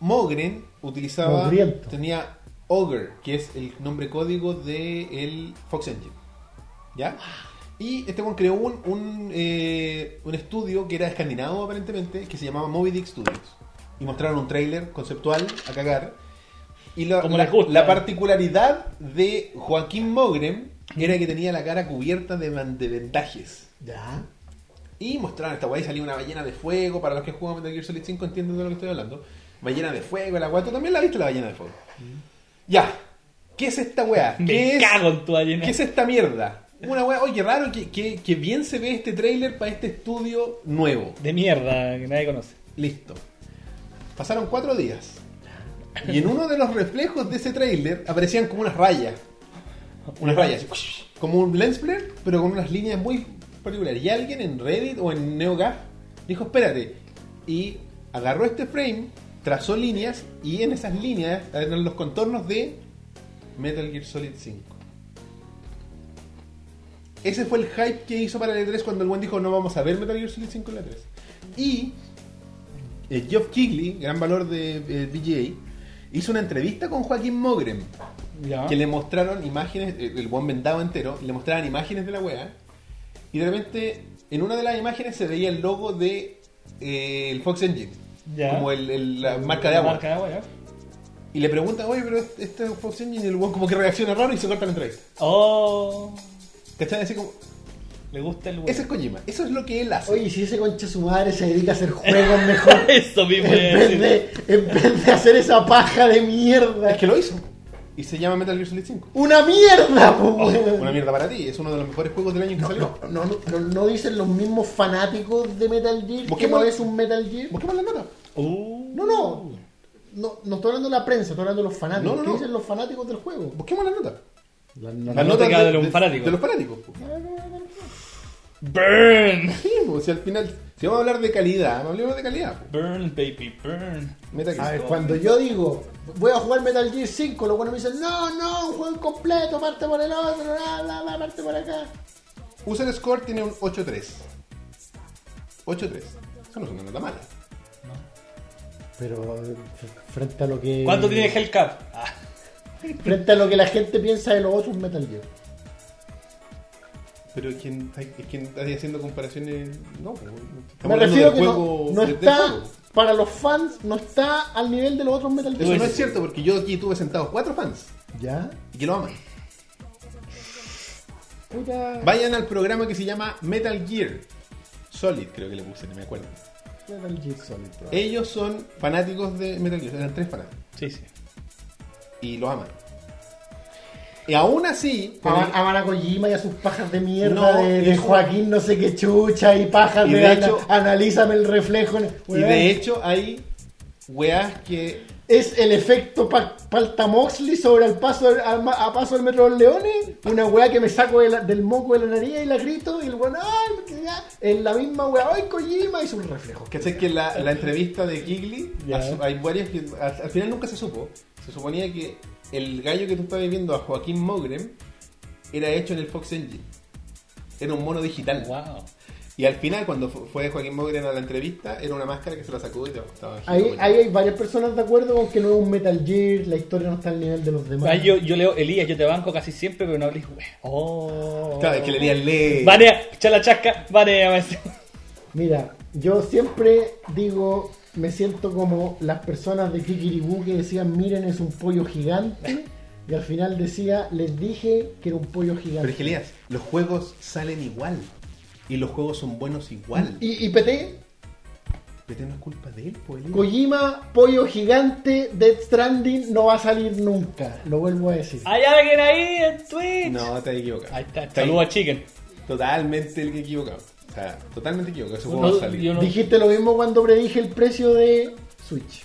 A: Mogren utilizaba
C: Mogriento.
A: tenía Ogre, que es el nombre código de el Fox Engine. ¿Ya?
B: Ah.
A: Y este one creó un, un, eh, un estudio que era escandinavo aparentemente, que se llamaba Moby Dick Studios. Y mostraron un tráiler conceptual a cagar. Y la,
B: Como
A: la-
B: les gusta. eh.
A: la particularidad de Joaquín Mogren
B: Mm.
A: era que tenía la cara cubierta de, van- de vendajes.
C: Ya.
A: Y mostraron esta guay, salía una ballena de fuego. Para los que juegan Metal Gear Solid 5 entienden de lo que estoy hablando. Ballena de fuego, la guay. Tú también la viste la ballena de fuego. Ya. ¿Qué es esta weá?
B: Mm. Me
A: ¿Qué es,
B: cago en tu ballena.
A: ¿Qué es esta mierda? Una weá, oye, raro que, que, que bien se ve este trailer para este estudio nuevo.
B: De mierda, que nadie conoce.
A: Listo. Pasaron cuatro días. Y en uno de los reflejos de ese trailer aparecían como unas rayas. Unas rayas. así, Como un lens flare, pero con unas líneas muy particulares. Y alguien en Reddit o en NeoGAF dijo, espérate. Y agarró este frame, trazó líneas y en esas líneas eran los contornos de Metal Gear Solid 5. Ese fue el hype que hizo para el E3 cuando el buen dijo no vamos a ver Metal Gear Solid 5 en la E3. Y eh, Geoff Keighley, gran valor de eh, BGA, hizo una entrevista con Joaquín Mogren,
B: Ya.
A: que le mostraron imágenes, eh, el buen vendado entero, le mostraban imágenes de la weá, y de repente en una de las imágenes se veía el logo de eh, el Fox Engine,
B: Ya.
A: como el- el- la marca de
B: La
A: agua.
B: Marca de agua, ya.
A: Y le preguntan, oye, pero este este es Fox Engine, y el buen como que reacciona raro y se corta la entrevista.
B: Oh.
A: ¿Cachai? Así como,
B: Le gusta el
A: ese es Kojima, eso es lo que él hace.
C: Oye, y si ese concha su madre se dedica a hacer juegos mejor.
B: Eso
C: en,
B: mismo.
A: Eh,
B: iba a
C: vez
B: decir.
C: de, en vez de hacer esa paja de mierda.
A: Es que lo hizo, y se llama Metal Gear Solid 5.
C: ¡Una mierda, po, weón!
A: Oh, Una mierda para ti, es uno de los mejores juegos del año que
C: No,
A: salió.
C: no, no, no, no dicen los mismos fanáticos de Metal Gear que
A: Busquemos-
C: no es un Metal Gear.
A: Busquemos la nota.
B: Uh.
C: No, no. No, no estoy hablando de la prensa, estoy hablando de los fanáticos.
A: No, no,
C: ¿Qué
A: no.
C: dicen los fanáticos del juego?
A: Busquemos la nota.
C: La, la-
B: La nota que da de los fanáticos.
A: De los fanáticos. po.
B: Burn.
A: Sí, po, si al final, si vamos a hablar de calidad, vamos a hablar de calidad. po.
B: Burn, baby, burn.
A: Metacritic.
C: A ver, cuando yo digo, voy a jugar Metal Gear 5, los buenos me dicen, no, no, un juego incompleto, parte por el otro, bla, bla, bla, parte por acá.
A: User Score tiene un 8.3. 8.3. Eso no es una nota mala.
C: Pero eh, frente a lo que.
B: ¿Cuánto tiene Hellcap? Ah,
C: Frente a lo que la gente piensa de los otros Metal Gear.
A: Pero es quien, es quien está haciendo comparaciones. No, po, estamos
C: Me
A: hablando
C: refiero
A: del
C: que no-
A: juego-
C: no,
A: del- del
C: está,
A: juego.
C: para los fans, no está al nivel de los otros Metal
A: Eso
C: Gear.
A: no es cierto, porque yo aquí tuve sentados cuatro fans
C: ¿Ya?
A: y que lo aman.
C: Puta.
A: Vayan al programa que se llama Metal Gear Solid, creo que le puse, no me acuerdo.
C: Metal Gear Solid, probable.
A: Ellos son fanáticos de Metal Gear, eran tres fanáticos
B: sí, sí.
A: y lo aman. Y aún así, con
C: Aman
A: el-
C: aman a Kojima y a sus pajas de mierda
A: No,
C: de, de
A: es un-
C: Joaquín no sé qué chucha y pajas
A: Y
C: de,
A: de
C: ana-
A: hecho-
C: analízame el reflejo. en el-
A: y
C: Weón,
A: de hecho hay weas que
C: ¿Es el efecto pa- Palta Moxley sobre el paso del- al ma- a paso del Metro de los Leones? Una weá que me saco de la- del moco de la nariz y la grito y el weón, ¡ay! que ya", En la misma weá, ¡ay, Kojima! Y sus reflejos.
A: ¿Cachai que la, la entrevista de Gigli,
B: Ya.
A: as- hay varias que al, al final nunca se supo. Se suponía que el gallo que tú estabas viendo a Joaquín Mogrem era hecho en el Fox Engine. Era un mono digital.
B: Wow.
A: Y al final, cuando fu- fue Joaquín Mogrem a la entrevista, era una máscara que se la sacó y te estaba
C: Ahí,
A: girando.
C: ahí hay varias personas de acuerdo con que no es un Metal Gear, la historia no está al nivel de los demás.
B: Ah, yo, yo leo Elías, yo te banco casi siempre, pero no hables, güey. Oh.
A: Claro, es que le di al ley.
B: Banea, chala chasca, banea. maestro.
C: Mira, yo siempre digo, me siento como las personas de Kikiribú que decían, miren, es un pollo gigante. Y al final decía, les dije que era un pollo
A: Pero es que
C: gigante.
A: Elías, los juegos salen igual. Y los juegos son buenos igual. Y...
C: Y, y PT,
A: Pero no es culpa de él, pues. Elías.
C: Kojima, pollo gigante, Dead Stranding no va a salir nunca. Lo vuelvo a decir.
B: ¿Hay alguien ahí en Twitch?
A: No, te equivocado.
B: Ahí está,
A: ahí
B: saludos a Chicken.
A: Totalmente el que equivocado. O sea, totalmente equivocado. Ese juego
B: No,
A: va a salir.
B: yo no-
C: Dijiste lo mismo cuando predije el precio de Switch.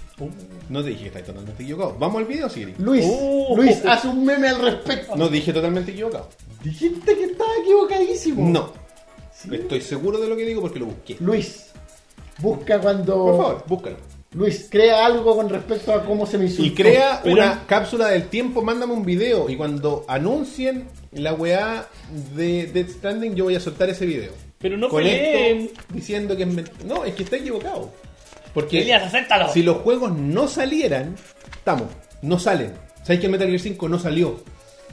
A: No te dije que estáis totalmente equivocado. Vamos al video, Siri.
C: Luis,
B: Oh.
C: Luis, haz un meme al respecto.
A: No dije totalmente equivocado.
C: Dijiste que estaba equivocadísimo.
A: No. Estoy seguro de lo que digo porque lo busqué.
C: Luis, busca cuando...
A: Por favor, búscalo.
C: Luis, crea algo con respecto a cómo se me insultó.
A: Y crea
B: pero-
A: una cápsula del tiempo, mándame un video. Y cuando anuncien la weá de Dead Stranding, yo voy a soltar ese video.
B: Pero no
A: Con
B: peleen.
A: esto diciendo que es ment- No, es que está equivocado. Porque
B: Elías, acéptalo.
A: si los juegos no salieran, estamos, no salen. ¿Sabéis que el Metal Gear 5 no salió?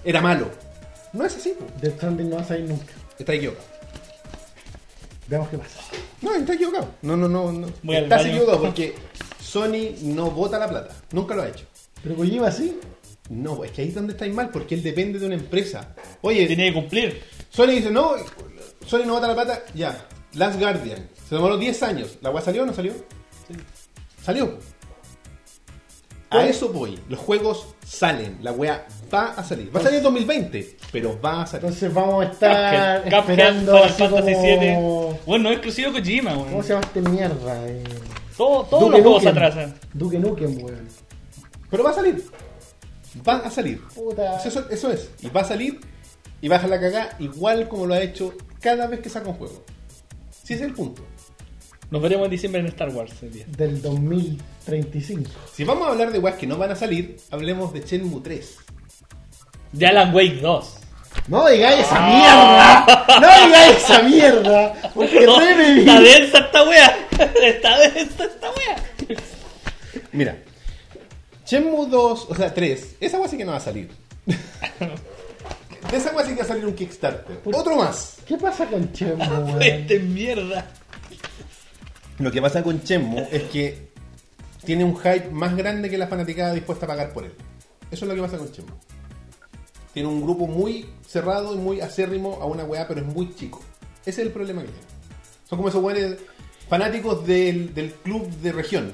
A: Era malo. No es así, po.
C: Death Stranding no va a salir nunca.
A: está equivocado.
C: Veamos qué pasa.
A: No, está equivocado. No, no, no. no.
B: Voy al
A: Estás
B: baño.
A: equivocado porque Sony no vota la plata. Nunca lo ha hecho.
C: Pero Kojima sí.
A: No, es que ahí es donde estáis mal porque él depende de una empresa. Oye,
B: Tenía que cumplir.
A: Sony dice, no, Sony no vota la plata. Ya, Last Guardian. Se demoró 10 años. ¿La weá salió o no salió? Salió. A eso voy. Los juegos salen. La weá va a salir. Va a salir en 2020, pero va a salir.
C: Entonces vamos a estar
B: Cuphead, Cuphead,
C: esperando
B: Final
C: así
B: Fantasy
C: como...
B: VII. Bueno, no es exclusivo Kojima, güey.
C: ¿Cómo se llama este mierda? Eh...
B: Todo- todos
C: Duke
B: los juegos eh. se
C: Nukem.
B: atrasan.
C: Duke Nukem, weón.
A: Pero va a salir. Va a salir.
C: Puta.
A: Eso, eso es. Y va a salir y baja la cagada igual como lo ha hecho cada vez que saca un juego. Si ese es el punto.
B: Nos veremos en diciembre en Star Wars. Elías.
C: Del 2035.
A: Si vamos a hablar de weas que no van a salir, hablemos de Shenmue 3.
B: De Alan Wake 2.
C: ¡No digáis esa mierda! ¡No digáis esa mierda! Porque
B: No,
C: reviví.
B: está densa esta wea. Está densa esta wea.
A: Mira, Shenmue 2, o sea 3, esa wea sí que no va a salir. de esa wea sí que va a salir un Kickstarter. Otro más.
C: ¿Qué pasa con Chemo, weón?
B: Este mierda.
A: Lo que pasa con Shenmue es que tiene un hype más grande que la fanaticada dispuesta a pagar por él. Eso es lo que pasa con Shenmue. Tiene un grupo muy cerrado y muy acérrimo a una weá, pero es muy chico. Ese es el problema que tiene. Son como esos weones fanáticos del, del club de región.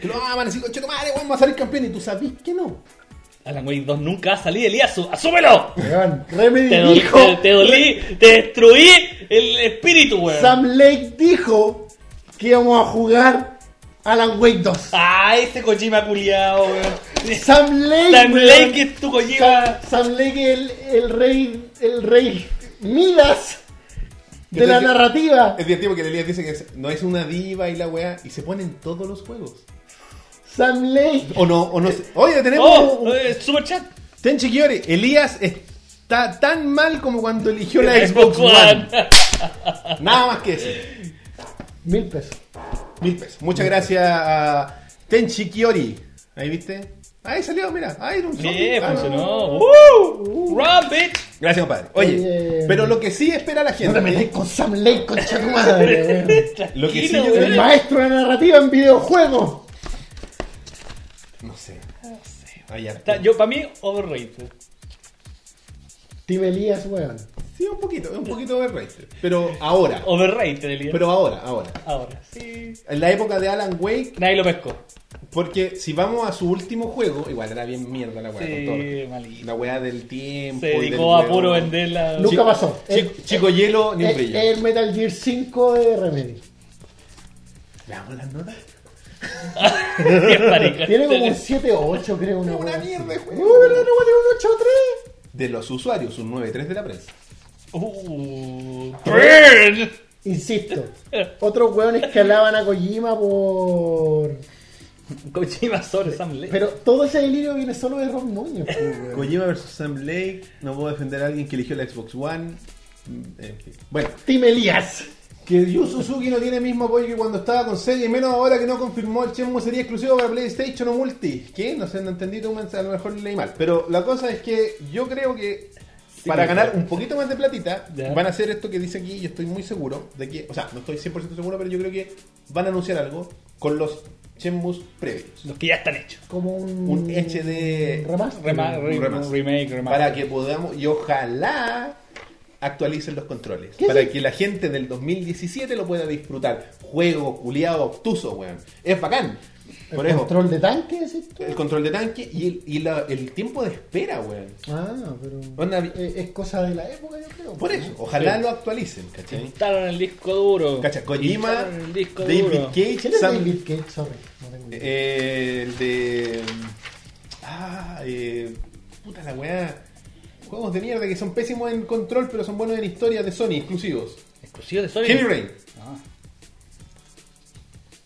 A: Que lo aman así, coche, madre, weón, va a salir campeón. Y tú sabés que no.
B: Alan Wake 2 nunca va a salir, Elías. asu- ¡Asúmelo!
C: Weón, Remedy
B: Te, dol-
C: dijo...
B: te, te dolí, te destruí el espíritu, weón.
C: Sam Lake dijo que íbamos a jugar Alan Wake 2.
B: Ah, este Kojima culiao, weón.
C: Sam Lake.
B: Sam
C: weón.
B: Lake es tu Kojima.
C: Sam, Sam Lake, el, el rey. El rey Midas de la
A: Entonces,
C: narrativa.
A: Es divertido porque el Elías dice que es- no es una diva y la weá, y se pone en todos los juegos.
C: Sam Lake.
A: O no, o no sé. Oye, tenemos.
B: Oh, eh, super chat.
A: Ten Chiquiore, Elías está tan mal como cuando eligió la Xbox
B: Xbox
A: One.
B: One.
A: Nada más que eso.
C: Mil pesos.
A: Mil pesos. Muchas gracias a Ten Chiquiori. Ahí viste. Ahí salió, mira. Ahí era un zombie.
B: Bien,
A: Ah,
B: funcionó.
A: no.
B: Woo! Run, bitch.
A: Gracias, compadre. Oye,
C: Oye.
A: pero lo que sí espera la
C: No te
A: gente. ¿eh?
C: metes con Sam Lake, concha tu madre. weón.
A: Lo que sí
B: Tranquilo,
A: yo creo-
C: El maestro de la narrativa en videojuegos.
A: No sé. Hay harto.
B: Ah, Está- Yo, para mí, overrated.
C: Tim Elías, weón.
A: Sí, un poquito, un poquito de racer. Pero ahora.
B: Overrated, el
A: Pero ahora, ahora.
B: Ahora, sí.
A: En la época de Alan Wake,
B: Nadie lo pescó.
A: Porque si vamos a su último juego, igual era bien mierda la weá.
B: Sí,
A: con todo.
B: malísimo.
A: La weá del tiempo.
B: Se
A: y del
B: dedicó a
A: juego.
B: puro vender la.
C: Nunca
A: Chico-
C: pasó.
A: Chico, chico hielo, ni un
C: Es
A: brillo.
C: el Metal Gear 5 de Remedy.
A: Veamos las notas.
B: Qué marica.
C: Tiene como un 7 o 8, creo. Una,
A: Este Una
C: weá.
A: mierda de juego.
C: No, verdad, no, tiene un 8 o 3.
A: De los usuarios, un 9-3 de la prensa.
B: Uh, burn.
C: Insisto, otros hueones que alaban a Kojima por.
B: Kojima sobre Sam Lake.
C: Pero todo ese delirio viene solo de Rob Muñoz, pues, weón.
A: Kojima vs Sam Lake. No puedo defender a alguien que eligió la Xbox One. Mm, en fin. Bueno,
C: Tim Elías.
A: que Yu Suzuki no tiene el mismo apoyo que cuando estaba con Sega y menos ahora que no confirmó el Shenmue sería exclusivo para PlayStation o multi. ¿Qué? No sé, no entendí tu mensaje, a lo mejor leí mal. Pero la cosa es que yo creo que para
B: claro.
A: ganar un poquito más de platita
B: Ya.
A: van a hacer esto que dice aquí, yo estoy muy seguro de que, o sea, no estoy 100% seguro, pero yo creo que van a anunciar algo con los Shenmue previos.
B: Los que ya están hechos.
C: Como un.
A: Un HD
C: Remaster.
B: Rema- re-
A: remaster.
B: remake, remake.
A: Para que podamos, y ojalá actualicen los controles.
C: ¿Qué
A: Para
C: es?
A: que la gente del 2017 lo pueda disfrutar. Juego, culiado, obtuso, weón. Es bacán.
C: El
A: Por eso,
C: control de tanque, decís tú?
A: el control de tanque y, el, y la- el tiempo de espera, weón.
C: Ah, pero.
A: Onda-
C: eh, Es, cosa de la época, yo creo.
A: Por
C: pues.
A: eso, ojalá
B: Sí.
A: lo actualicen, ¿cachai?
B: Instalaron el disco duro.
A: ¿Cachai? Kojima,
B: Instalaron el disco
A: David
B: duro.
A: Cage,
C: ¿Quién es
A: Sam-
C: David Cage? Sorry, no tengo idea.
A: eh, el de... Ah, eh, puta la weá. Juegos de mierda que son pésimos en control, pero son buenos en historia de Sony, exclusivos.
B: Exclusivo de Sony.
A: Heavy Rain.
B: Ah.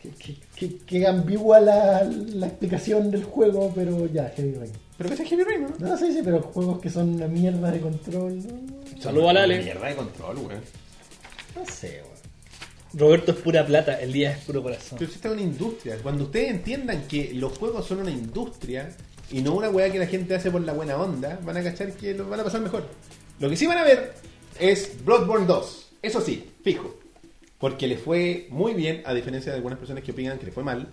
C: Qué- qué- qué- Qué ambigua la, la explicación del juego, pero ya, Heavy Rain.
A: Pero que es Heavy Rain, ¿no?
C: No sé, sí, pero juegos que son una mierda de control. No,
B: Saludo al Ale.
A: Mierda de control, weón.
C: no sé, weón.
B: Roberto es pura plata, el día es puro corazón.
A: Pero si esta es una industria. Cuando ustedes entiendan que los juegos son una industria y no una weá que la gente hace por la buena onda, van a cachar que lo van a pasar mejor. Lo que sí van a ver es Bloodborne 2. Eso sí, fijo. Porque le fue muy bien, a diferencia de algunas personas que opinan que le fue mal.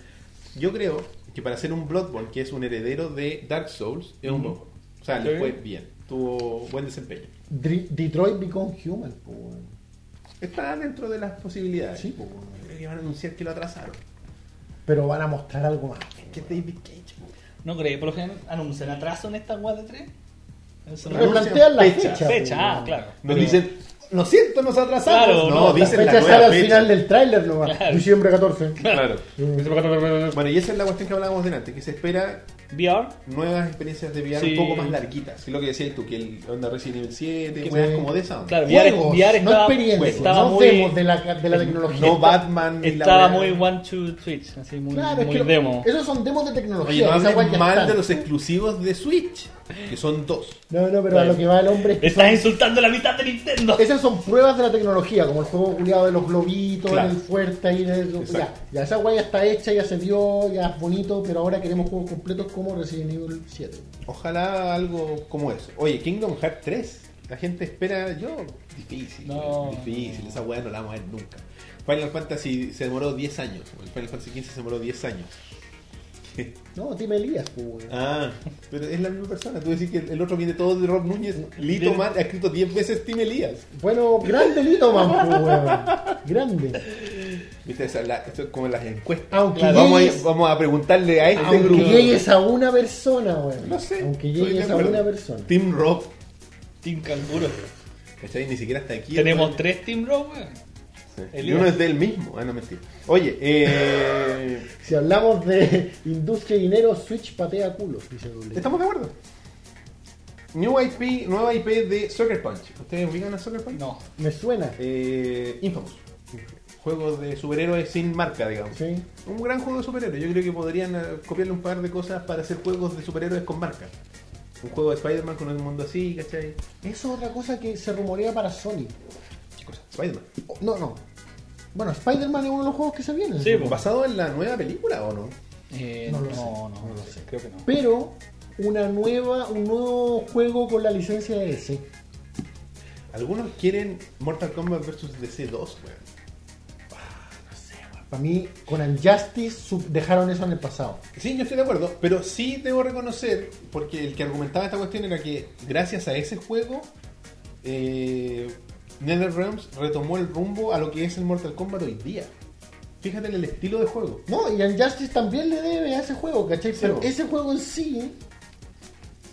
A: Yo creo que para hacer un Bloodborne, que es un heredero de Dark Souls, es un buen juego. O sea, le
B: Sí.
A: fue bien. Tuvo buen desempeño.
C: Dre- Detroit Become Human, po, weón.
A: Está dentro de las posibilidades.
C: Sí, po, weón.
A: Creo que van a anunciar que lo atrasaron.
C: Pero van a mostrar algo más.
A: Que es David Cage. po.
B: No creo, por lo general anuncian atraso en esta guada de 3. Eso no-
A: Anuncian
C: Replantean la
A: fecha,
C: fecha.
B: fecha,
C: po,
B: ah,
C: weón.
B: claro.
A: Nos
B: Pero-
A: dicen, lo siento, nos atrasamos.
B: Claro, no,
C: La
A: dicen
C: fecha
A: nueva
C: sale al
A: fecha.
C: final del tráiler nomás.
B: Claro.
C: Diciembre 14.
A: Claro. Bueno, y esa es la cuestión que hablábamos delante, que se espera
B: VR,
A: nuevas experiencias de VR
B: Sí.
A: un poco más larguitas. Que es lo que decías tú, que el onda Resident Evil 7,
B: Que
A: weas
C: fue-
A: como de esa onda.
B: claro, VR,
C: Juegos,
B: VR
C: no
B: estaba,
C: experiencias,
B: estaba
C: no
B: muy,
C: demos de la, de la tecnología.
A: No Batman ni la
B: estaba
A: wea.
B: muy one two twitch, así muy,
C: Claro, es
B: muy
C: que lo-
B: demo.
C: esos son demos de
A: Oye, no
C: tecnología. esa weá
A: hables
C: ya
A: mal
C: están.
A: de los exclusivos de Switch, que son dos.
C: No, no, pero a lo que va el hombre es que
B: Estás
C: son-
B: insultando la mitad de Nintendo.
C: Esas son pruebas de la tecnología, como el juego culiado de los globitos,
A: Claro.
C: el fuerte ahí. de- ya,
A: Exacto.
C: ya esa weá ya está hecha, ya se vio, ya es bonito, pero ahora queremos juegos completos como Resident Evil 7.
A: Ojalá algo como eso. Oye, Kingdom Hearts 3. La gente espera, yo, difícil,
B: No.
A: weón, difícil, esa weá no la vamos a ver nunca. Final Fantasy se demoró 10 años, el Final Fantasy 15 se demoró 10 años.
C: No, dime Elías, pues, weón.
A: Ah, pero es la misma persona. Tú decís que el otro viene todo de Rob Núñez. Lito
B: Viene-
A: Man ha escrito 10 veces Tim Elías.
C: Bueno, grande Lito Man, pues, weón. Grande.
A: Viste, esa es la- esto es como las encuestas.
C: Aunque
A: Claro, vamos,
C: llegues-
A: a, vamos a preguntarle a este
C: Aunque
A: grupo.
C: llegues a una persona, weón.
A: No sé.
C: Aunque
A: estoy de
C: llegues a
A: acuerdo.
C: una persona.
A: Team Rob.
B: Team Canguro.
A: ¿Cachai? Ni siquiera hasta aquí.
B: Tenemos
A: ¿no?
B: tres Team Rock, weón.
A: Y uno es del mismo. Ah, no, mentira. Oye, eh,
C: Si hablamos de industria y dinero, Switch patea culos, dice Doble.
A: ¿estamos de acuerdo? New IP, nueva IP de Soccer Punch. ¿Ustedes ubican a Soccer Punch?
B: No.
C: Me suena.
A: Eh, Infamous. Juegos de superhéroes sin marca, digamos.
C: Sí.
A: Un gran juego de superhéroes. Yo creo que podrían eh, copiarle un par de cosas para hacer juegos de superhéroes con marca. Un juego de Spider-Man con un mundo así, ¿cachai?
C: Eso es otra cosa que se rumorea para Sony.
A: ¿Qué cosa? Spider-Man.
C: O- No, no. Bueno, Spider-Man es uno de los juegos que se vienen.
B: Sí, po.
A: ¿Basado en la nueva película o no?
B: Eh,
C: No
B: no,
C: lo
B: no,
C: sé,
B: no,
C: no lo
B: lo
C: sé.
B: sé. Creo que no.
C: Pero una nueva, un nuevo juego con la licencia de ese.
A: Algunos quieren Mortal Kombat vs. DC 2, weón.
C: Para mí, con Unjustice sub- dejaron eso en el pasado.
A: Sí, yo estoy de acuerdo, pero sí debo reconocer, porque el que argumentaba esta cuestión era que gracias a ese juego, eh, NetherRealms retomó el rumbo a lo que es el Mortal Kombat hoy día. Fíjate en el estilo de juego.
C: No, y Unjustice también le debe a ese juego, ¿cachai?
A: Sí,
C: Pero
A: po.
C: ese juego en sí,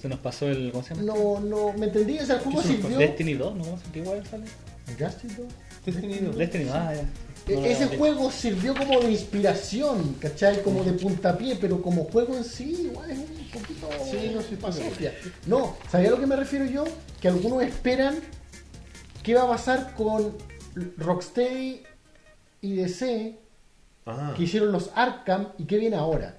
B: Se nos pasó el. ¿Cómo se llama?
C: no, no, ¿me entendí? O sea, el juego
B: ¿Qué se nos pasó?
C: sirvió.
B: Destiny 2, ¿no? ¿Cómo se igual sale?
C: Unjustice, ¿no?
A: Destiny dos.
B: Destiny 2, ah, ya.
C: E-
B: No lo
C: ese
B: habíamos
C: juego sirvió como de inspiración, ¿cachai? Como de puntapié, pero como juego en sí, igual es un poquito.
A: Sí, no, sí, está
C: Paciencia. No, ¿sabía a lo que me refiero yo? Que algunos esperan qué va a pasar con Rocksteady y DC,
A: Ah.
C: que hicieron los Arkham, y qué viene ahora.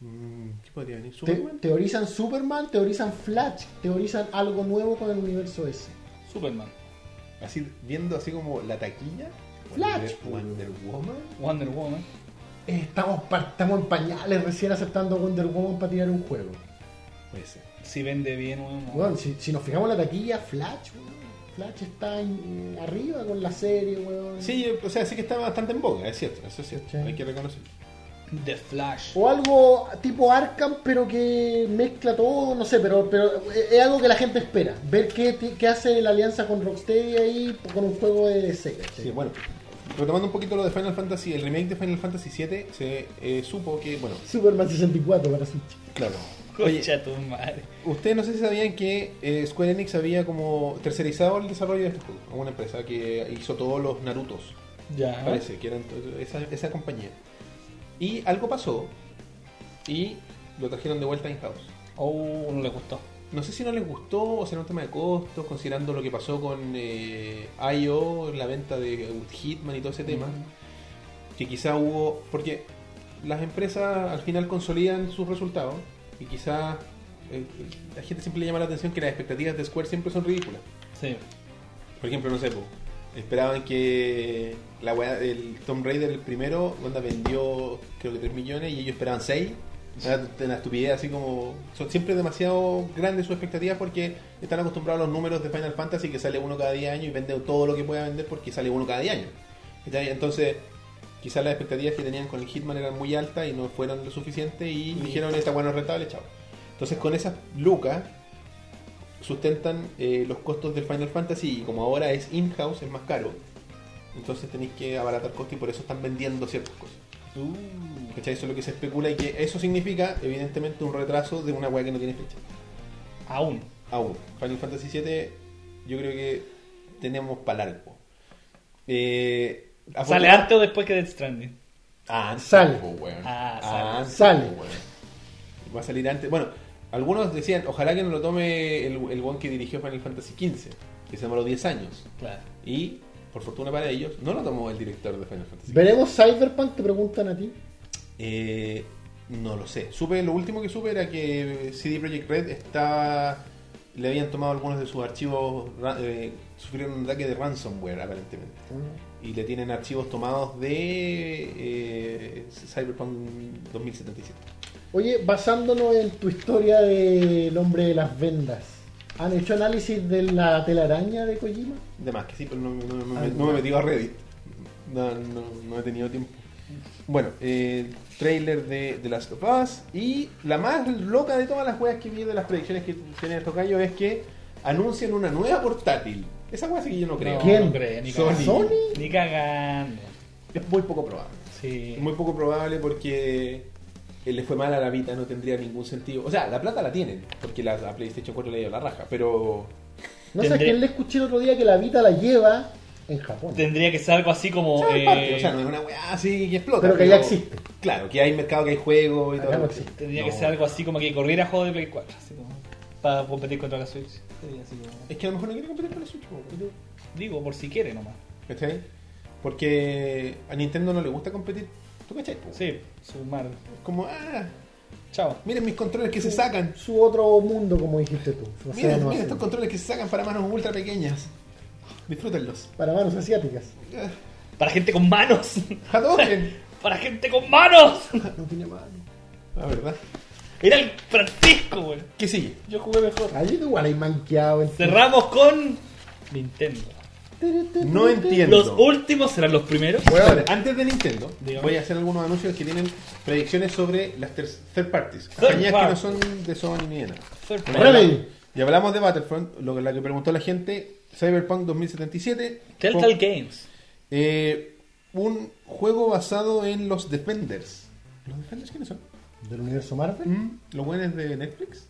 A: Mm, ¿Qué podría venir?
C: Te-
A: ¿Superman?
C: teorizan Superman, teorizan Flash, teorizan algo nuevo con el universo ese.
B: dicho. Superman.
A: Así, viendo así como la taquilla.
C: Flash.
A: Wonder, Wonder Woman.
B: Wonder Woman.
C: Eh, Estamos, pa- estamos en pañales recién aceptando Wonder Woman para tirar un juego.
A: Puede ser.
B: Si vende bien, weón. no.
C: Weón, si, si nos fijamos en la taquilla, Flash, weón, Flash está en- arriba con la serie, weón.
A: Sí, o sea, sí que está bastante en boga, es cierto, eso es cierto,
C: Sí.
A: hay que reconocerlo.
B: The Flash.
A: Oh,
C: O algo tipo Arkham, pero que mezcla todo, no sé, pero, pero eh, es es algo que la gente espera. Ver qué, ti- qué hace la alianza con Rocksteady ahí con un juego de DC. ¿cachai?
A: Sí, bueno. Retomando un poquito lo de Final Fantasy, el remake de Final Fantasy VII se eh, supo que, bueno,
C: Superman 64 para Switch.
A: claro. Oye,
B: Concha tu madre.
A: ustedes no sé si sabían que eh, Square Enix había como tercerizado el desarrollo de este juego a una empresa que hizo todos los Narutos,
B: Ya.
A: parece, que eran to- esa, esa compañía. Y algo pasó y lo trajeron de vuelta in-house.
B: Oh, no le gustó.
A: No sé si no les gustó o será un tema de costos, considerando lo que pasó con eh, IO, la venta de Hitman y todo ese tema. Que quizá hubo. Porque las empresas al final consolidan sus resultados y quizá eh, la gente siempre le llama la atención que las expectativas de Square siempre son ridículas.
B: Sí.
A: Por ejemplo, no sé, po, esperaban que la weá del Tomb Raider, el primero, onda vendió creo que 3 millones y ellos esperaban 6. Una, una estupidez así como. Son siempre demasiado grandes sus expectativas porque están acostumbrados a los números de Final Fantasy que sale uno cada 10 años y vende todo lo que pueda vender porque sale uno cada 10 años. ¿Cachai? Entonces, quizás las expectativas que tenían con el Hitman eran muy altas y no fueron lo suficiente y dijeron esta bueno es rentable, chao. Entonces, con esas lucas sustentan eh, los costos del Final Fantasy y como ahora es in-house es más caro. Entonces tenéis que abaratar costos y por eso están vendiendo ciertas cosas.
B: Uh,
A: ¿Cachai? Eso es lo que se especula y que eso significa, evidentemente, un retraso de una weá que no tiene fecha.
B: Aún.
A: Aún. Final Fantasy VII, yo creo que tenemos para largo. Eh,
B: ¿Sale
A: afortuna-
B: antes o después que Death Stranding?
A: Ah, antes,
C: Sale.
A: po, weón.
B: Ah, sale.
A: antes,
C: Sale.
A: po, weón. Va a salir antes. Bueno, algunos decían, ojalá que no lo tome el, el one que dirigió Final Fantasy XV, que se demoró 10 años.
B: Claro.
A: Y, por fortuna para ellos, no lo tomó el director de Final Fantasy.
C: ¿Veremos Cyberpunk? Te preguntan a ti.
A: Eh, no lo sé. Supe, lo último que supe era que CD Projekt Red estaba. Le habían tomado algunos de sus archivos. ra- eh, sufrieron un ataque de ransomware, aparentemente. Y le tienen archivos tomados de eh, Cyberpunk 2077.
C: Oye, basándonos en tu historia del hombre de las vendas, ¿han hecho análisis de la telaraña de Kojima?
A: De más que sí, pero no, no- no- no
C: Ah,
A: me- no me he metido a Reddit. No, no, no he tenido tiempo. Bueno, eh, trailer de The Last of Us. Y la más loca de todas las weas que vi de las predicciones que tienen estos gallos es que anuncian una nueva portátil. Esa wea sí que yo no creo.
C: ¿Quién?
B: No, no creo, ni
A: Sony.
B: cagando.
C: ¿Sony?
B: Ni cagando.
A: Es muy poco probable.
B: Sí.
A: Es muy poco probable porque eh, le fue mal a la Vita, no tendría ningún sentido. O sea, la plata la tienen, porque la, la PlayStation 4 le dio la raja, pero
C: No sé,
B: Tendré-
C: quién le escuché el otro día que la Vita la lleva en Japón.
B: Tendría que ser algo así como.
A: O sea, en
B: eh,
A: parte, o sea, no es una weá así que explota.
C: pero que ya existe.
A: Claro, que hay mercado, que hay juegos y
C: Acá
A: todo.
C: no existe.
B: Tendría que
A: No.
B: ser algo así como que corriera juego de Play 4. Así como, para competir contra la Switch. Sería así como-
A: Es que a lo mejor no quiere competir con la Switch, po.
B: Digo, por si quiere nomás.
A: ¿cachai? Porque a Nintendo no le gusta competir. ¿Tú cachai? po?
B: Sí, sumar.
A: Es como, ah,
B: Chao.
A: miren mis controles que se sacan.
C: Su otro mundo, como dijiste tú. O sea,
A: Miren,
C: no
A: miren
C: hace-
A: estos controles que se sacan para manos ultra pequeñas. Disfrútenlos.
C: Para manos asiáticas.
A: Ah,
B: Para gente con manos.
A: Hadouken.
B: Para gente con manos.
C: No tiene mano.
A: La verdad.
B: Era el Francisco, güey.
A: ¿Qué sigue?
B: Yo jugué mejor.
C: Ahí tú igual hay manqueado.
B: Cerramos con Nintendo.
A: No entiendo.
B: Los últimos serán los primeros.
A: Bueno, antes de Nintendo,
B: Dígame.
A: voy a hacer algunos anuncios que tienen predicciones sobre las ter- third parties.
B: Third
A: Compañías que no
B: party.
A: son de Sony ni de nada. Ya
B: Third party.
A: hablamos-
C: Rally.
A: Ya hablamos de Battlefront, lo que, la que preguntó la gente, Cyberpunk 2077. con,
B: Telltale Games.
A: eh, un juego basado en los Defenders. ¿Los Defenders quiénes son?
C: ¿Del universo Marvel?
A: Mm, ¿Los buenos de Netflix?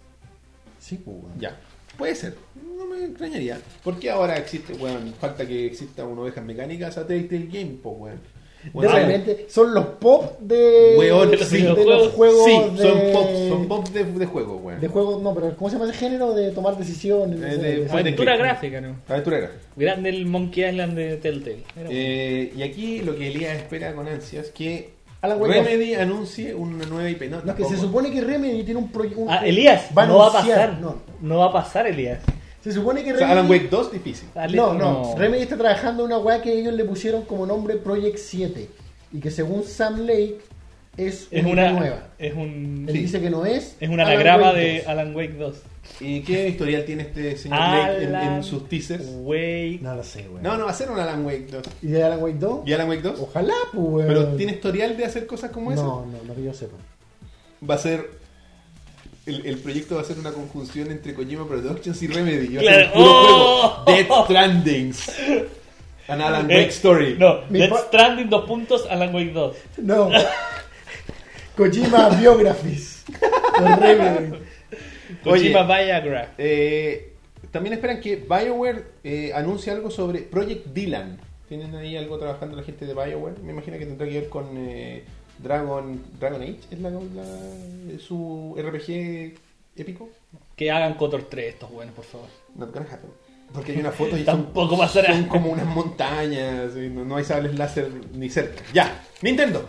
C: Sí, pues, weón.
A: Ya, puede ser, no me extrañaría. Porque ahora existe, weón, falta que exista una oveja mecánica a Telltale Game, pues, weón.
C: De
A: Weón,
C: repente son los pop de,
A: Weón,
C: de los
A: sí.
C: juegos
A: sí,
C: de,
A: son pop, son pop de, de juego, weón.
C: de juegos, no, pero ¿cómo se llama ese género? De tomar decisiones. no
A: Eh,
C: sé,
A: de-
C: de-
A: fue de-
B: Aventura
A: Click.
B: gráfica, ¿no?
A: Aventurera.
B: Grande el Monkey Island de Telltale. Era bueno.
A: Eh, y aquí lo que Elías espera con ansias es que
C: Alan Wake
A: Remedy anuncie una nueva IP. No,
C: No, que se
A: tampoco.
C: supone que Remedy tiene un proyecto.
B: Ah, Elías,
C: va a
B: no va a
C: anunciar,
B: pasar.
C: no.
B: No. va a pasar, Elías.
C: Se supone que
A: O sea,
C: Remedy.
A: Alan Wake 2 difícil.
B: Dale,
C: No, no, Remedy está trabajando en una weá que ellos le pusieron como nombre Project 7. Y que según Sam Lake es,
B: Es
C: una
B: una.
C: nueva.
B: Es un.
C: Él
A: sí.
C: dice que no es.
B: Es un
C: Alan
B: anagrama
C: Wake
B: de
C: 2.
B: Alan Wake 2.
A: ¿Y qué historial tiene este señor Blake en, en sus teasers?
B: Wake.
C: No lo sé, weón.
A: No, no, va a ser un Alan Wake 2.
C: ¿Y de Alan Wake 2?
A: ¿Y Alan Wake 2?
C: Ojalá, pues, weón.
A: ¿Pero tiene historial de hacer cosas como esa?
C: No, no, no que yo sepa.
A: Va a ser... El, el proyecto va a ser una conjunción entre Kojima Productions y Remedy. Va a
B: Claro.
A: ser un puro
B: ¡Oh!
A: juego. Death Strandings. An Alan
B: Eh,
A: Wake Story.
B: No,
C: Mi
B: Death
C: pa-
B: Stranding, dos puntos, Alan Wake 2.
C: No. Kojima Biographies. Por Remedy.
A: Oye.
B: Kojima Viagra.
A: Eh, también esperan que BioWare eh, anuncie algo sobre Project Dylan. ¿Tienen ahí algo trabajando la gente de BioWare? Me imagino que tendrá que ver con eh, Dragon Dragon Age, ¿es la, la- su RPG épico?
B: Que hagan Cotor 3 estos buenos, por favor.
A: Not gonna happen. Porque hay unas fotos y son,
B: Tampoco pasará.
A: son como unas montañas, y no, no hay sables láser ni cerca. ¡Ya! ¡Nintendo!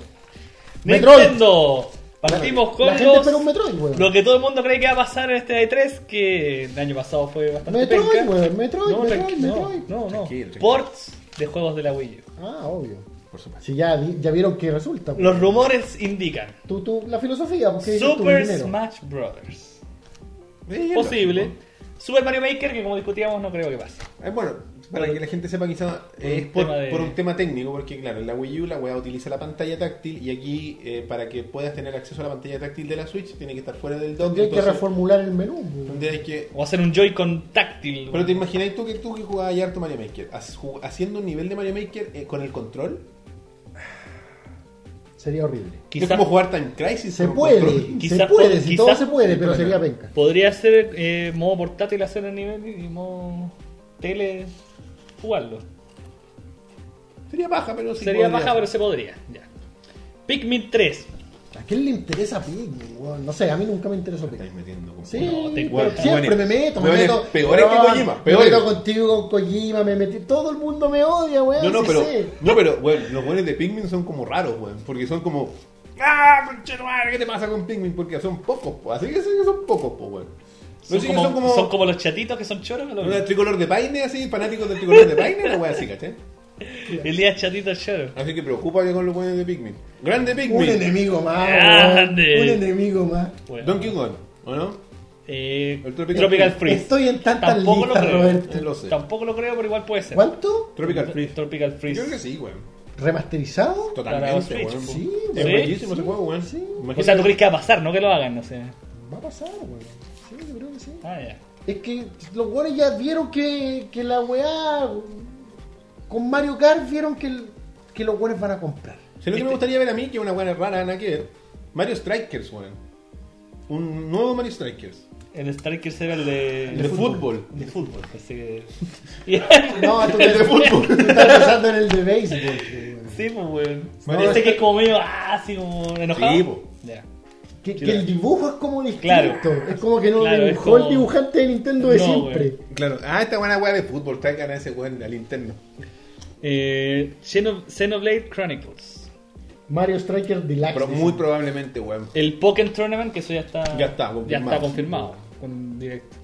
C: Metroid.
B: Nintendo. Partimos con
C: La gente
B: los-
C: espera un Metroid, weón.
B: lo que todo el mundo cree que va a pasar en este E3, que el año pasado fue bastante
C: Metroid,
B: penca.
C: weón. Metroid,
B: No,
C: Metroid,
B: tranqui-
C: Metroid.
B: no, no,
A: Tranquilo,
B: no.
A: tranquilo.
B: Ports de juegos de la Wii U.
C: Ah, obvio.
A: Por supuesto.
C: Si ya, vi- ya vieron que resulta.
B: Los rumores indican
C: Tú, tú, la filosofía, porque
B: Super Smash Brothers.
A: Eh, es
B: Posible.
A: lógico.
B: Super Mario Maker, que como discutíamos, no creo que pase.
A: Eh, bueno, para que la gente sepa, quizás es
B: un
A: por,
B: tema de-
A: por un tema técnico, porque claro, en la Wii U la weá utiliza la pantalla táctil y aquí eh, para que puedas tener acceso a la pantalla táctil de la Switch tiene que estar fuera del dock.
C: Tendría que
A: entonces,
C: reformular el menú. weón.
A: tendría que-
B: O hacer un Joy-Con táctil.
A: Pero te imagináis tú que tú que jugabas ya harto Mario Maker, has- ju- haciendo un nivel de Mario Maker eh, con el control.
C: Sería horrible.
A: Es
B: Quizás
A: como jugar Time Crisis.
C: Se
A: con un
C: puede,
A: control.
B: Quizá-
C: se puede, si
B: quizá-
C: todo se puede, pero sería penca.
B: podría ser eh, modo portátil hacer el nivel y modo tele jugarlo.
A: Sería baja, pero sí
B: Sería
A: podría.
B: baja, pero se podría. Ya. Pikmin 3.
C: ¿A quién le interesa Pikmin, weón? No sé, a mí nunca me interesó
A: Te estáis
C: Pikmin.
A: metiendo con-
C: Sí,
B: No, te-
C: pero
B: weón,
C: siempre
A: weón,
C: me meto, me
A: weón,
C: meto.
A: peores que
C: weón,
A: Kojima,
C: Me
A: peores.
C: meto contigo con Kojima, me metí. Todo el mundo me odia, weón.
A: No, no,
C: sí
A: pero,
C: sé.
A: no, pero bueno, los buenos de Pikmin son como raros, weón, porque son como. ¡Ah, conchetumare, ¿Qué te pasa con Pikmin? Porque son pocos, po, así que sí que son pocos, po, weón.
B: Son,
A: No sé, que
B: como,
A: son como.
B: son como los chatitos que son choros. ¿no?
A: Una tricolor de paine, así, fanáticos del tricolor de paine, la weá así, ¿cachai?
B: El día chatito es choro.
A: Así que preocúpate con los buenos de Pikmin. Grande
C: Un
A: Pikmin.
C: enemigo más, weón.
B: Grande.
C: Un enemigo más.
B: Bueno,
A: Donkey Kong, ¿o no?
B: eh,
A: El Tropical
B: Tropical,
A: Freeze.
B: Freeze.
C: Estoy en tantas
B: Tampoco lo
C: listas,
B: creo.
A: Eh,
C: Roberto.
A: Lo sé.
B: Este Tampoco lo creo, pero igual puede ser.
C: ¿Cuánto?
A: Tropical Freeze.
B: Tropical Freeze.
A: Yo creo que sí, weón.
C: ¿Remasterizado?
B: Para
A: Totalmente,
B: Switch.
A: weón.
C: Sí,
A: es
C: sí,
A: bellísimo
C: sí,
A: ese juego, weón.
C: sí.
A: Imagínate-
B: O sea, ¿tú crees que va a pasar? No que lo hagan, no sé.
C: Va a pasar, weón. Sí, yo creo que sí.
B: Ah, ya.
C: Es que los güeyes ya vieron que, que la weá con Mario Kart vieron que, el- que los güeyes van a comprar.
A: Si lo que me gustaría ver a mí, que es una buena rara, nada que ver. Mario Strikers, weón. Un nuevo Mario Strikers.
B: El Strikers era el de...
A: El de fútbol.
B: De fútbol. Así que...
C: No, tú
A: El de fútbol.
C: estás de béisbol. pues, weón.
B: Sí, pues, weón.
A: Mario,
B: Parece que es como medio ah, así como enojado.
A: Sí, pues.
B: Ya.
C: Que,
B: Sí,
C: que el
B: claro.
C: dibujo es como distinto.
B: Claro.
C: Es como que no
B: Claro,
C: lo
B: es
C: dibujó
B: como-
C: el dibujante de Nintendo de
B: No,
C: siempre.
A: Claro. Ah, esta buena weá de fútbol. Traigan a ese weón al interno.
B: Eh, Xeno- Xenoblade Chronicles.
C: Mario Striker Deluxe.
A: Pero
C: dice.
A: muy probablemente, weón.
B: El Pokémon Tournament, que eso ya está,
A: Ya está confirmado.
B: ya está confirmado, Con directo.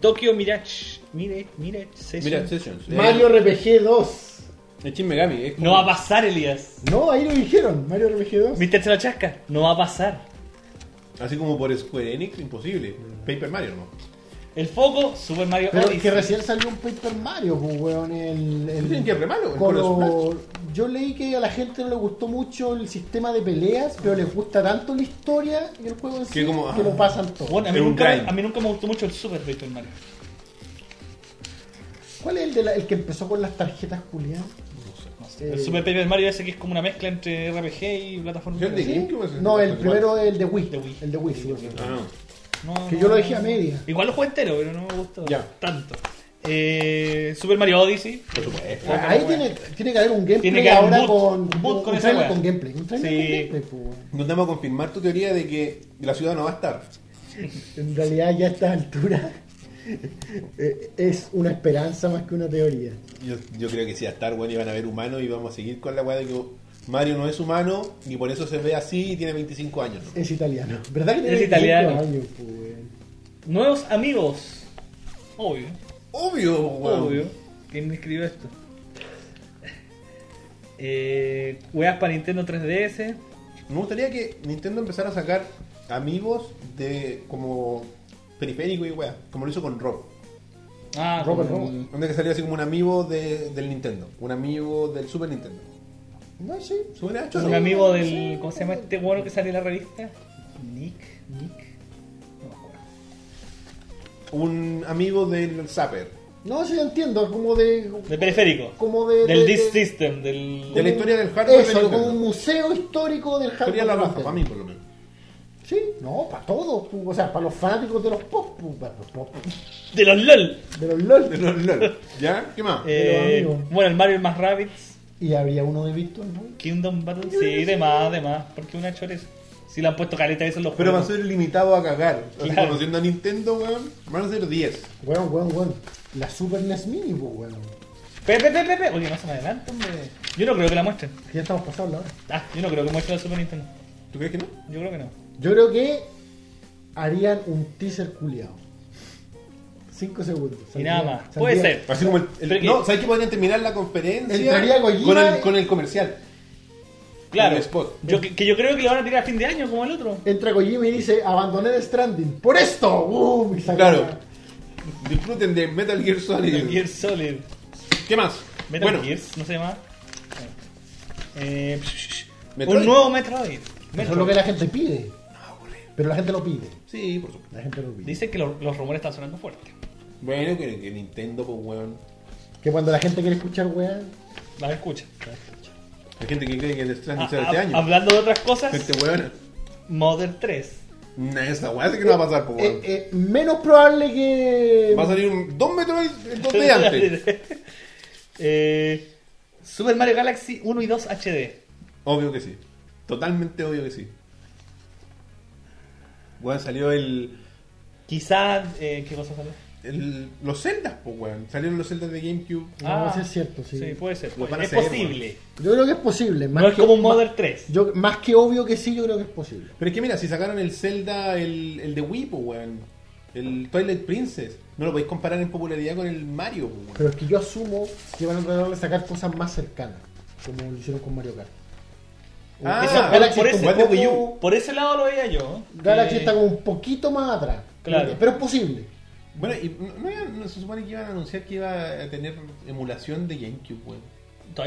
B: Tokyo Mirage. Mirage, Mirage Session.
A: Mira, Sessions. eh,
C: Mario RPG 2.
A: El Shin Megami. Es como-
B: No va a pasar, Elías.
C: No, ahí lo dijeron. Mario RPG 2.
B: ¿Viste la chasca? No va a pasar.
A: Así como por Square Enix, imposible. Paper Mario, ¿no?
B: El foco, Super Mario
C: Pero
B: Odyssey.
C: que recién salió un Paper Mario, pues, weón. El, el-
A: Dicen que es re malo, el
C: Colo-
A: Colo
C: Yo leí que a la gente no le gustó mucho el sistema de peleas, pero les gusta tanto la historia y el juego en
A: Que
C: sí
A: como-
C: que
B: ah.
C: lo pasan todo.
B: Bueno, a mí,
A: Es un
B: nunca,
A: grind.
B: a mí nunca me gustó mucho el Super Paper Mario.
C: ¿Cuál es el, de la- el que empezó con las tarjetas culiadas?
B: No sé, El Super Paper Mario ese que es como una mezcla entre RPG y plataforma.
A: Yo
B: No,
A: digo- GameCube es el
C: No, el
A: Paper
C: primero es el de Wii.
B: De Wii.
C: El de Wii, sí, sí.
A: Ah, no.
B: no,
C: Que yo lo
B: no.
C: dejé a media.
B: Igual lo jugué entero, pero no me gustó
A: Ya.
B: tanto. Eh, Super Mario Odyssey.
A: Por supuesto.
B: Pokémon,
C: Ah, Ahí
B: weón.
C: tiene, tiene que haber un gameplay
B: Tiene que haber un
C: ahora
B: boot,
C: con,
B: un boot con
C: un
B: esa
C: trailer
B: weá.
C: con gameplay. Un trailer
B: Sí.
C: con gameplay, pues, weón.
A: Nos damos a confirmar tu teoría de que la ciudad no va a estar.
C: En realidad ya a esta altura eh, es una esperanza más que una teoría.
A: Yo, yo creo que sí va a estar, bueno, y van a ver humanos y vamos a seguir con la weá de que Mario no es humano y por eso se ve así y tiene 25 años. ¿no?
C: Es italiano. ¿Verdad que tiene
B: Es
C: 25
B: italiano.
C: años, pues, weón?
B: Nuevos amigos. Obvio.
A: Obvio, weón.
B: Obvio. ¿Quién me escribió esto? Eh, weas para Nintendo 3DS.
A: Me gustaría que Nintendo empezara a sacar amigos de como periférico y weá, como lo hizo con Rob.
B: Ah,
C: Robert
B: como-
C: Robot.
A: Donde que salió así como un amigo de- del Nintendo, un amigo del Super Nintendo.
C: No sé.
A: ¿Se hubiera hecho
B: Un
A: eso?
B: amigo del. ¿Cómo se llama este bueno que sale en la revista? Nick. Nick. No me acuerdo.
A: Un amigo del Zapper.
C: No, sí, entiendo. Como de.
B: Del periférico.
C: Como de. de-
B: Del Disk
C: de-
B: System. Del.
A: De la historia del hardware
C: Eso,
A: americano.
C: como un museo histórico del hardware.
A: Sería la raja,
C: americano.
A: para mí por lo menos.
C: Sí, no, para todos. pues, O sea, para los fanáticos de los pop. pues, Para los pop.
B: De los LOL.
C: De los LOL.
A: De los LOL. ¿Ya? ¿Qué más?
B: Eh,
C: amigos.
B: bueno, el Mario más Rabbids.
C: Y habría uno de Virtual Boy.
B: Kingdom Battle. Sí, de más, de más. Porque una choreza. Si le han puesto caleta eso en los
A: Pero va a
B: juegos.
A: ser limitado a cagar. Así,
B: Claro.
A: Conociendo a Nintendo, weón, van a ser 10.
C: Weón, weón, weón. La Super NES Mini, pues, weón.
B: Pepe, pepe, pepe. Oye, más adelante, hombre. Yo no creo que la muestren.
C: Que Ya estamos pasando la hora.
B: Ah, yo no creo que muestren la Super Nintendo.
A: ¿Tú crees que no?
B: Yo creo que no.
C: Yo creo que harían un teaser culiado. 5 segundos.
B: Y nada más. Puede ser.
A: Así como el, el-
B: Pero que-
A: no, ¿sabes que podrían terminar la conferencia?
C: Entraría Kojima
A: con, el,
C: y-
A: con el comercial.
B: Claro.
A: El spot.
B: Yo, que, que yo creo que lo van a tirar a fin de año, como el otro.
C: Entra Kojima y dice, abandoné Death Stranding. ¡Por esto! ¡Bum! Y saca-
A: Claro. Disfruten de Metal Gear Solid.
B: Metal Gear Solid.
A: ¿Qué más?
B: Metal
A: bueno,
B: Gear, no se llama. Eh,
A: Metroid.
B: Un nuevo Metroid.
C: Eso
B: Metroid.
C: es lo que la gente pide. Pero la gente lo pide.
A: Sí, por supuesto.
C: La gente lo pide.
B: Dice que lo- los rumores están sonando fuerte.
A: Bueno, que, que Nintendo, pues, weón.
C: Que cuando la gente quiere escuchar weá,
B: La escucha.
A: Hay gente que cree que Death Stranding
B: Ah,
A: será este
B: ah,
A: año. Este-
B: Hablando de otras cosas,
A: Gente weón.
B: Modern 3.
A: esa weá sí que no va a pasar, pues,
C: eh,
A: weón.
C: eh, menos probable que...
A: Va a salir un, dos Metroid el dos de antes.
B: Eh, Super Mario Galaxy 1 y 2 HD.
A: Obvio que sí. Totalmente obvio que sí. Weón, salió el.
B: Quizás. Eh, ¿Qué cosa sale?
A: el- los Zeldas, pues, weón. Salieron los Zeldas de GameCube.
C: No,
B: Ah,
C: sí es cierto, sí.
B: puede ser.
A: Lo van a
B: es
A: hacer,
B: posible.
C: Yo creo que es posible. Más
B: No es
C: que-
B: como un
C: ma-
B: Modern 3.
C: Yo, más que obvio que sí, yo creo que es posible.
A: Pero es que mira, si sacaron el Zelda, el, el de Wii, pues, weón. El Twilight Princess. No lo podéis comparar en popularidad con el Mario, pues, weón.
C: Pero es que yo asumo que van a tratar de sacar cosas más cercanas, como lo hicieron con Mario Kart.
A: Ah,
B: Eso-
C: Galaxy
B: por,
C: es
B: ese,
A: igual de Wii U.
B: poco- por ese lado lo veía yo.
C: Galaxy
B: Eh,
C: está como un poquito más atrás.
B: Claro.
C: Pero es posible.
A: Bueno, y no, no iban- no se supone que iban a anunciar que iba a tener emulación de GameCube, weón.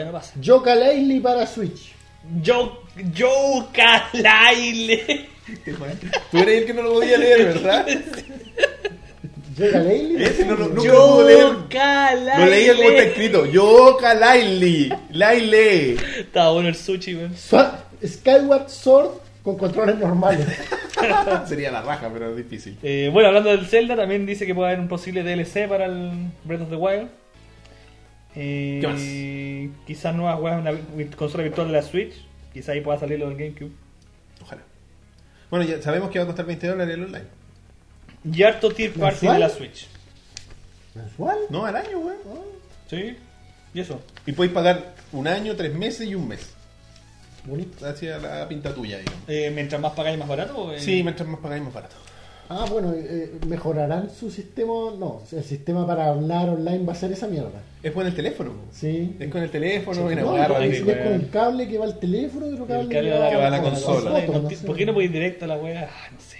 B: Todavía no pasa.
C: Yo Laylee para Switch.
B: Yo, yo Calaile.
A: Tú eres el que no lo podía leer, ¿verdad?
C: Yoka Laylee.
A: Ese no lo- nunca lo pudo leer.
B: Yo Calaile.
A: Lo leía como está escrito. Yo, Laili. Laile.
B: Estaba bueno el sushi, weón.
C: Swa- Skyward Sword con controles normales.
A: Sería la raja, pero es difícil.
B: Eh, bueno, hablando del Zelda, también dice que puede haber un posible DLC para el Breath of the Wild. Eh,
A: ¿Qué
B: Quizás nuevas weas en la vi- consola virtual de la Switch. Quizás ahí pueda salir lo del GameCube.
A: Ojalá. Bueno, ya sabemos que va a costar 20 dólares el online.
B: Y harto Tier Party
C: ¿Mensual?
B: de la Switch.
C: ¿Mensual?
A: No, al año, weón.
B: ¿Sí? ¿Y eso?
A: Y podéis pagar un año, tres meses y un mes.
C: Bonito.
A: Hacia la pinta tuya, digamos.
B: Eh, mientras más pagáis más barato. eh,
A: Sí, mientras más pagáis, más barato.
C: Ah, bueno, eh, ¿mejorarán su sistema? No, el sistema para hablar online va a ser esa mierda.
A: Es con el teléfono. po.
C: Sí.
A: Es con el teléfono,
C: No,
A: en
C: no,
A: agarra,
C: es,
B: ahí,
A: digo.
C: es con
B: weón.
C: el cable que va al teléfono y otro
B: el
C: cable, que
B: cable
A: va a la
C: a las
A: consola.
C: fotos,
B: Ay, conti-
C: sé.
B: ¿Por qué no podéis directo a la wea? Ah, no sé.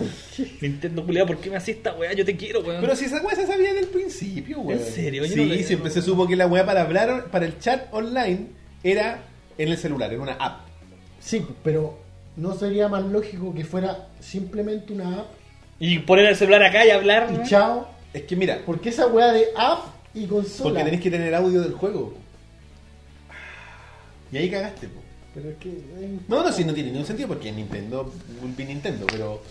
B: muchacho. Nintendo culiado, ¿por qué me haces esta wea? Yo te quiero, weón.
A: Pero si esa weá se sabía del principio, weón.
B: ¿En serio? Yo
A: Sí,
B: no le-
A: siempre se supo que la weá para hablar, para el chat online, era en el celular, en una app.
C: Sí, pero ¿no sería más lógico que fuera simplemente una app
B: Y poner el celular acá y hablar.
C: y
B: ¿no?
C: chao?
A: Es que mira,
C: ¿Por qué esa weá de app y consola?
A: porque tenés que tener audio del juego. Y ahí cagaste, po.
C: Pero es que... eh,
A: No, no, sí, no tiene ningún sentido porque Nintendo, Gulpi Nintendo, pero.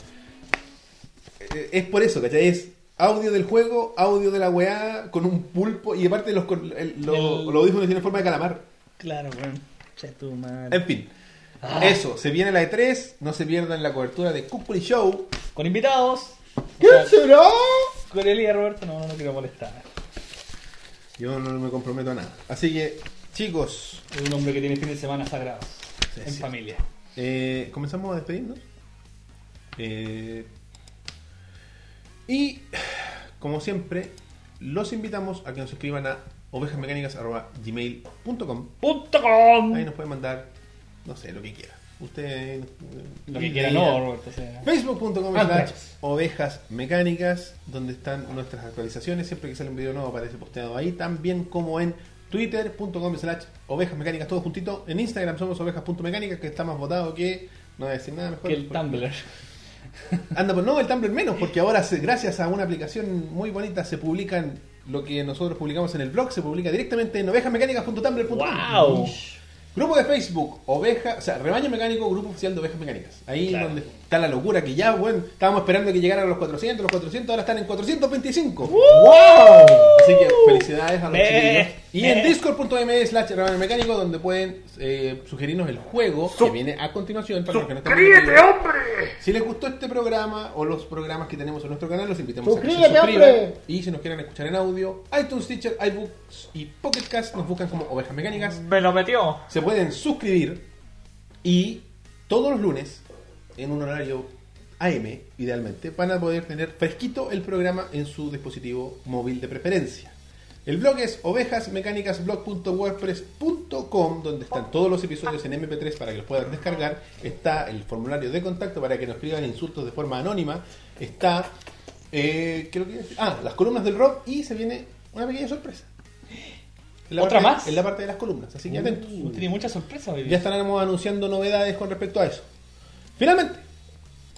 A: eh, Es por eso, ¿cachai? Es audio del juego, audio de la weá, con un pulpo, y aparte los, con- el- lo-
B: El-
A: los audífonos tienen forma de calamar.
B: Claro, weón. Che, tu madre.
A: En fin.
B: Ah.
A: Eso, se viene la E3, no se pierdan la cobertura de Cupri Show.
B: Con invitados.
C: ¿Qué
B: O sea,
C: será?
B: con Eli y Roberto no, no, no quiero molestar.
A: Yo no me comprometo a nada. Así que, chicos,
B: Es un hombre que tiene fin de semana sagrados.
A: Sí,
B: en
A: sí.
B: familia.
A: eh, comenzamos a despedirnos. Eh, y, como siempre, los invitamos a que nos escriban a ovejasmecánicas.gmail.com.
B: Punto com.
A: Ahí nos pueden mandar, no sé, lo que eh, quieran. Ustedes.
B: Lo que quiera, no, Roberto. o sea.
A: Facebook.com
B: Ah,
A: slash
C: Antrax.
A: ovejas mecánicas, donde están nuestras actualizaciones. Siempre que sale un video nuevo aparece posteado ahí. También como en twitter.com slash ovejas mecánicas, todo juntito. En Instagram somos ovejas.mecánicas, que está más votado que... No voy a decir nada mejor.
B: Que el
A: porque-
B: Tumblr.
A: Anda, pues no, el Tumblr menos, porque ahora se- gracias a una aplicación muy bonita se publican lo que nosotros publicamos en el blog, se publica directamente en ovejasmecánicas.tumblr.com.
B: ¡Wow!
A: Grupo de Facebook, Oveja, o sea, Rebaño Mecánico, Grupo Oficial de Ovejas Mecánicas. Ahí
B: Claro.
A: donde está la locura que ya, bueno, estábamos esperando que llegaran a los 400, los 400 ahora están en 425.
C: ¡Uh! ¡Wow!
A: Así que felicidades a los
B: Eh,
A: chiquillos. Y en
B: eh.
A: discord.me slash Rebaño Mecánico donde pueden eh, sugerirnos el juego que viene a continuación. Para los que no están viendo el video. Si les gustó este programa o los programas que tenemos en nuestro canal, los invitamos a que
C: ¡Suscríbete,
A: se suscriban.
C: hombre!
A: Y si nos quieren escuchar en audio, iTunes, Teacher, iBooks y Pocket Cast nos buscan como Ovejas Mecánicas
B: Me lo metió.
A: se pueden suscribir y todos los lunes, en un horario AM, idealmente, van a poder tener fresquito el programa en su dispositivo móvil de preferencia. El blog es ovejasmecánicasblog.wordpress.com, donde están todos los episodios en MP3 para que los puedan descargar. Está el formulario de contacto para que nos escriban insultos de forma anónima. Está, eh, creo que, ah, las columnas del rock y se viene una pequeña sorpresa. En la
B: ¿Otra
A: parte-
B: más?
A: En la parte de las columnas, así
C: Mm.
A: que atentos.
B: Uh, tiene muchas sorpresas hoy
A: Ya
B: día.
A: estaremos anunciando novedades con respecto a eso. Finalmente,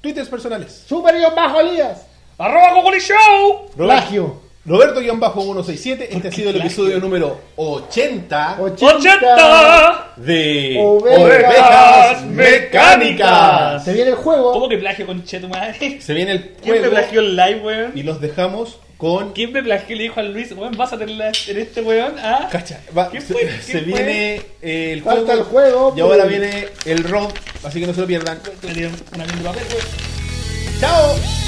A: twitters personales.
C: Super guión bajo Elías.
B: ¡Arroba Cocoli Show!
C: Plagio.
A: Roberto-167, este ha sido el
B: plagio?
A: episodio número 80
B: ¡80!
A: de
C: Ovejas
B: Mecánicas.
C: Se viene el juego.
B: ¿Cómo que plagio con che tu madre? ¿Quién
A: Se viene el
B: me
A: juego
B: plagió el live, weón?
A: y los dejamos con...
B: ¿Quién me plagió? Le dijo a Luis, weón, vas a tenerla en este weón, ¿ah?
A: Cacha, va,
B: ¿Qué
A: se,
B: fue? ¿Qué
A: se
B: fue?
A: viene eh, el
C: Falta
A: juego,
C: el juego,
A: y ahora
C: pues.
A: viene el rock, así que no se lo pierdan.
B: Le dieron una mierda de papel, weón.
A: ¡Chao!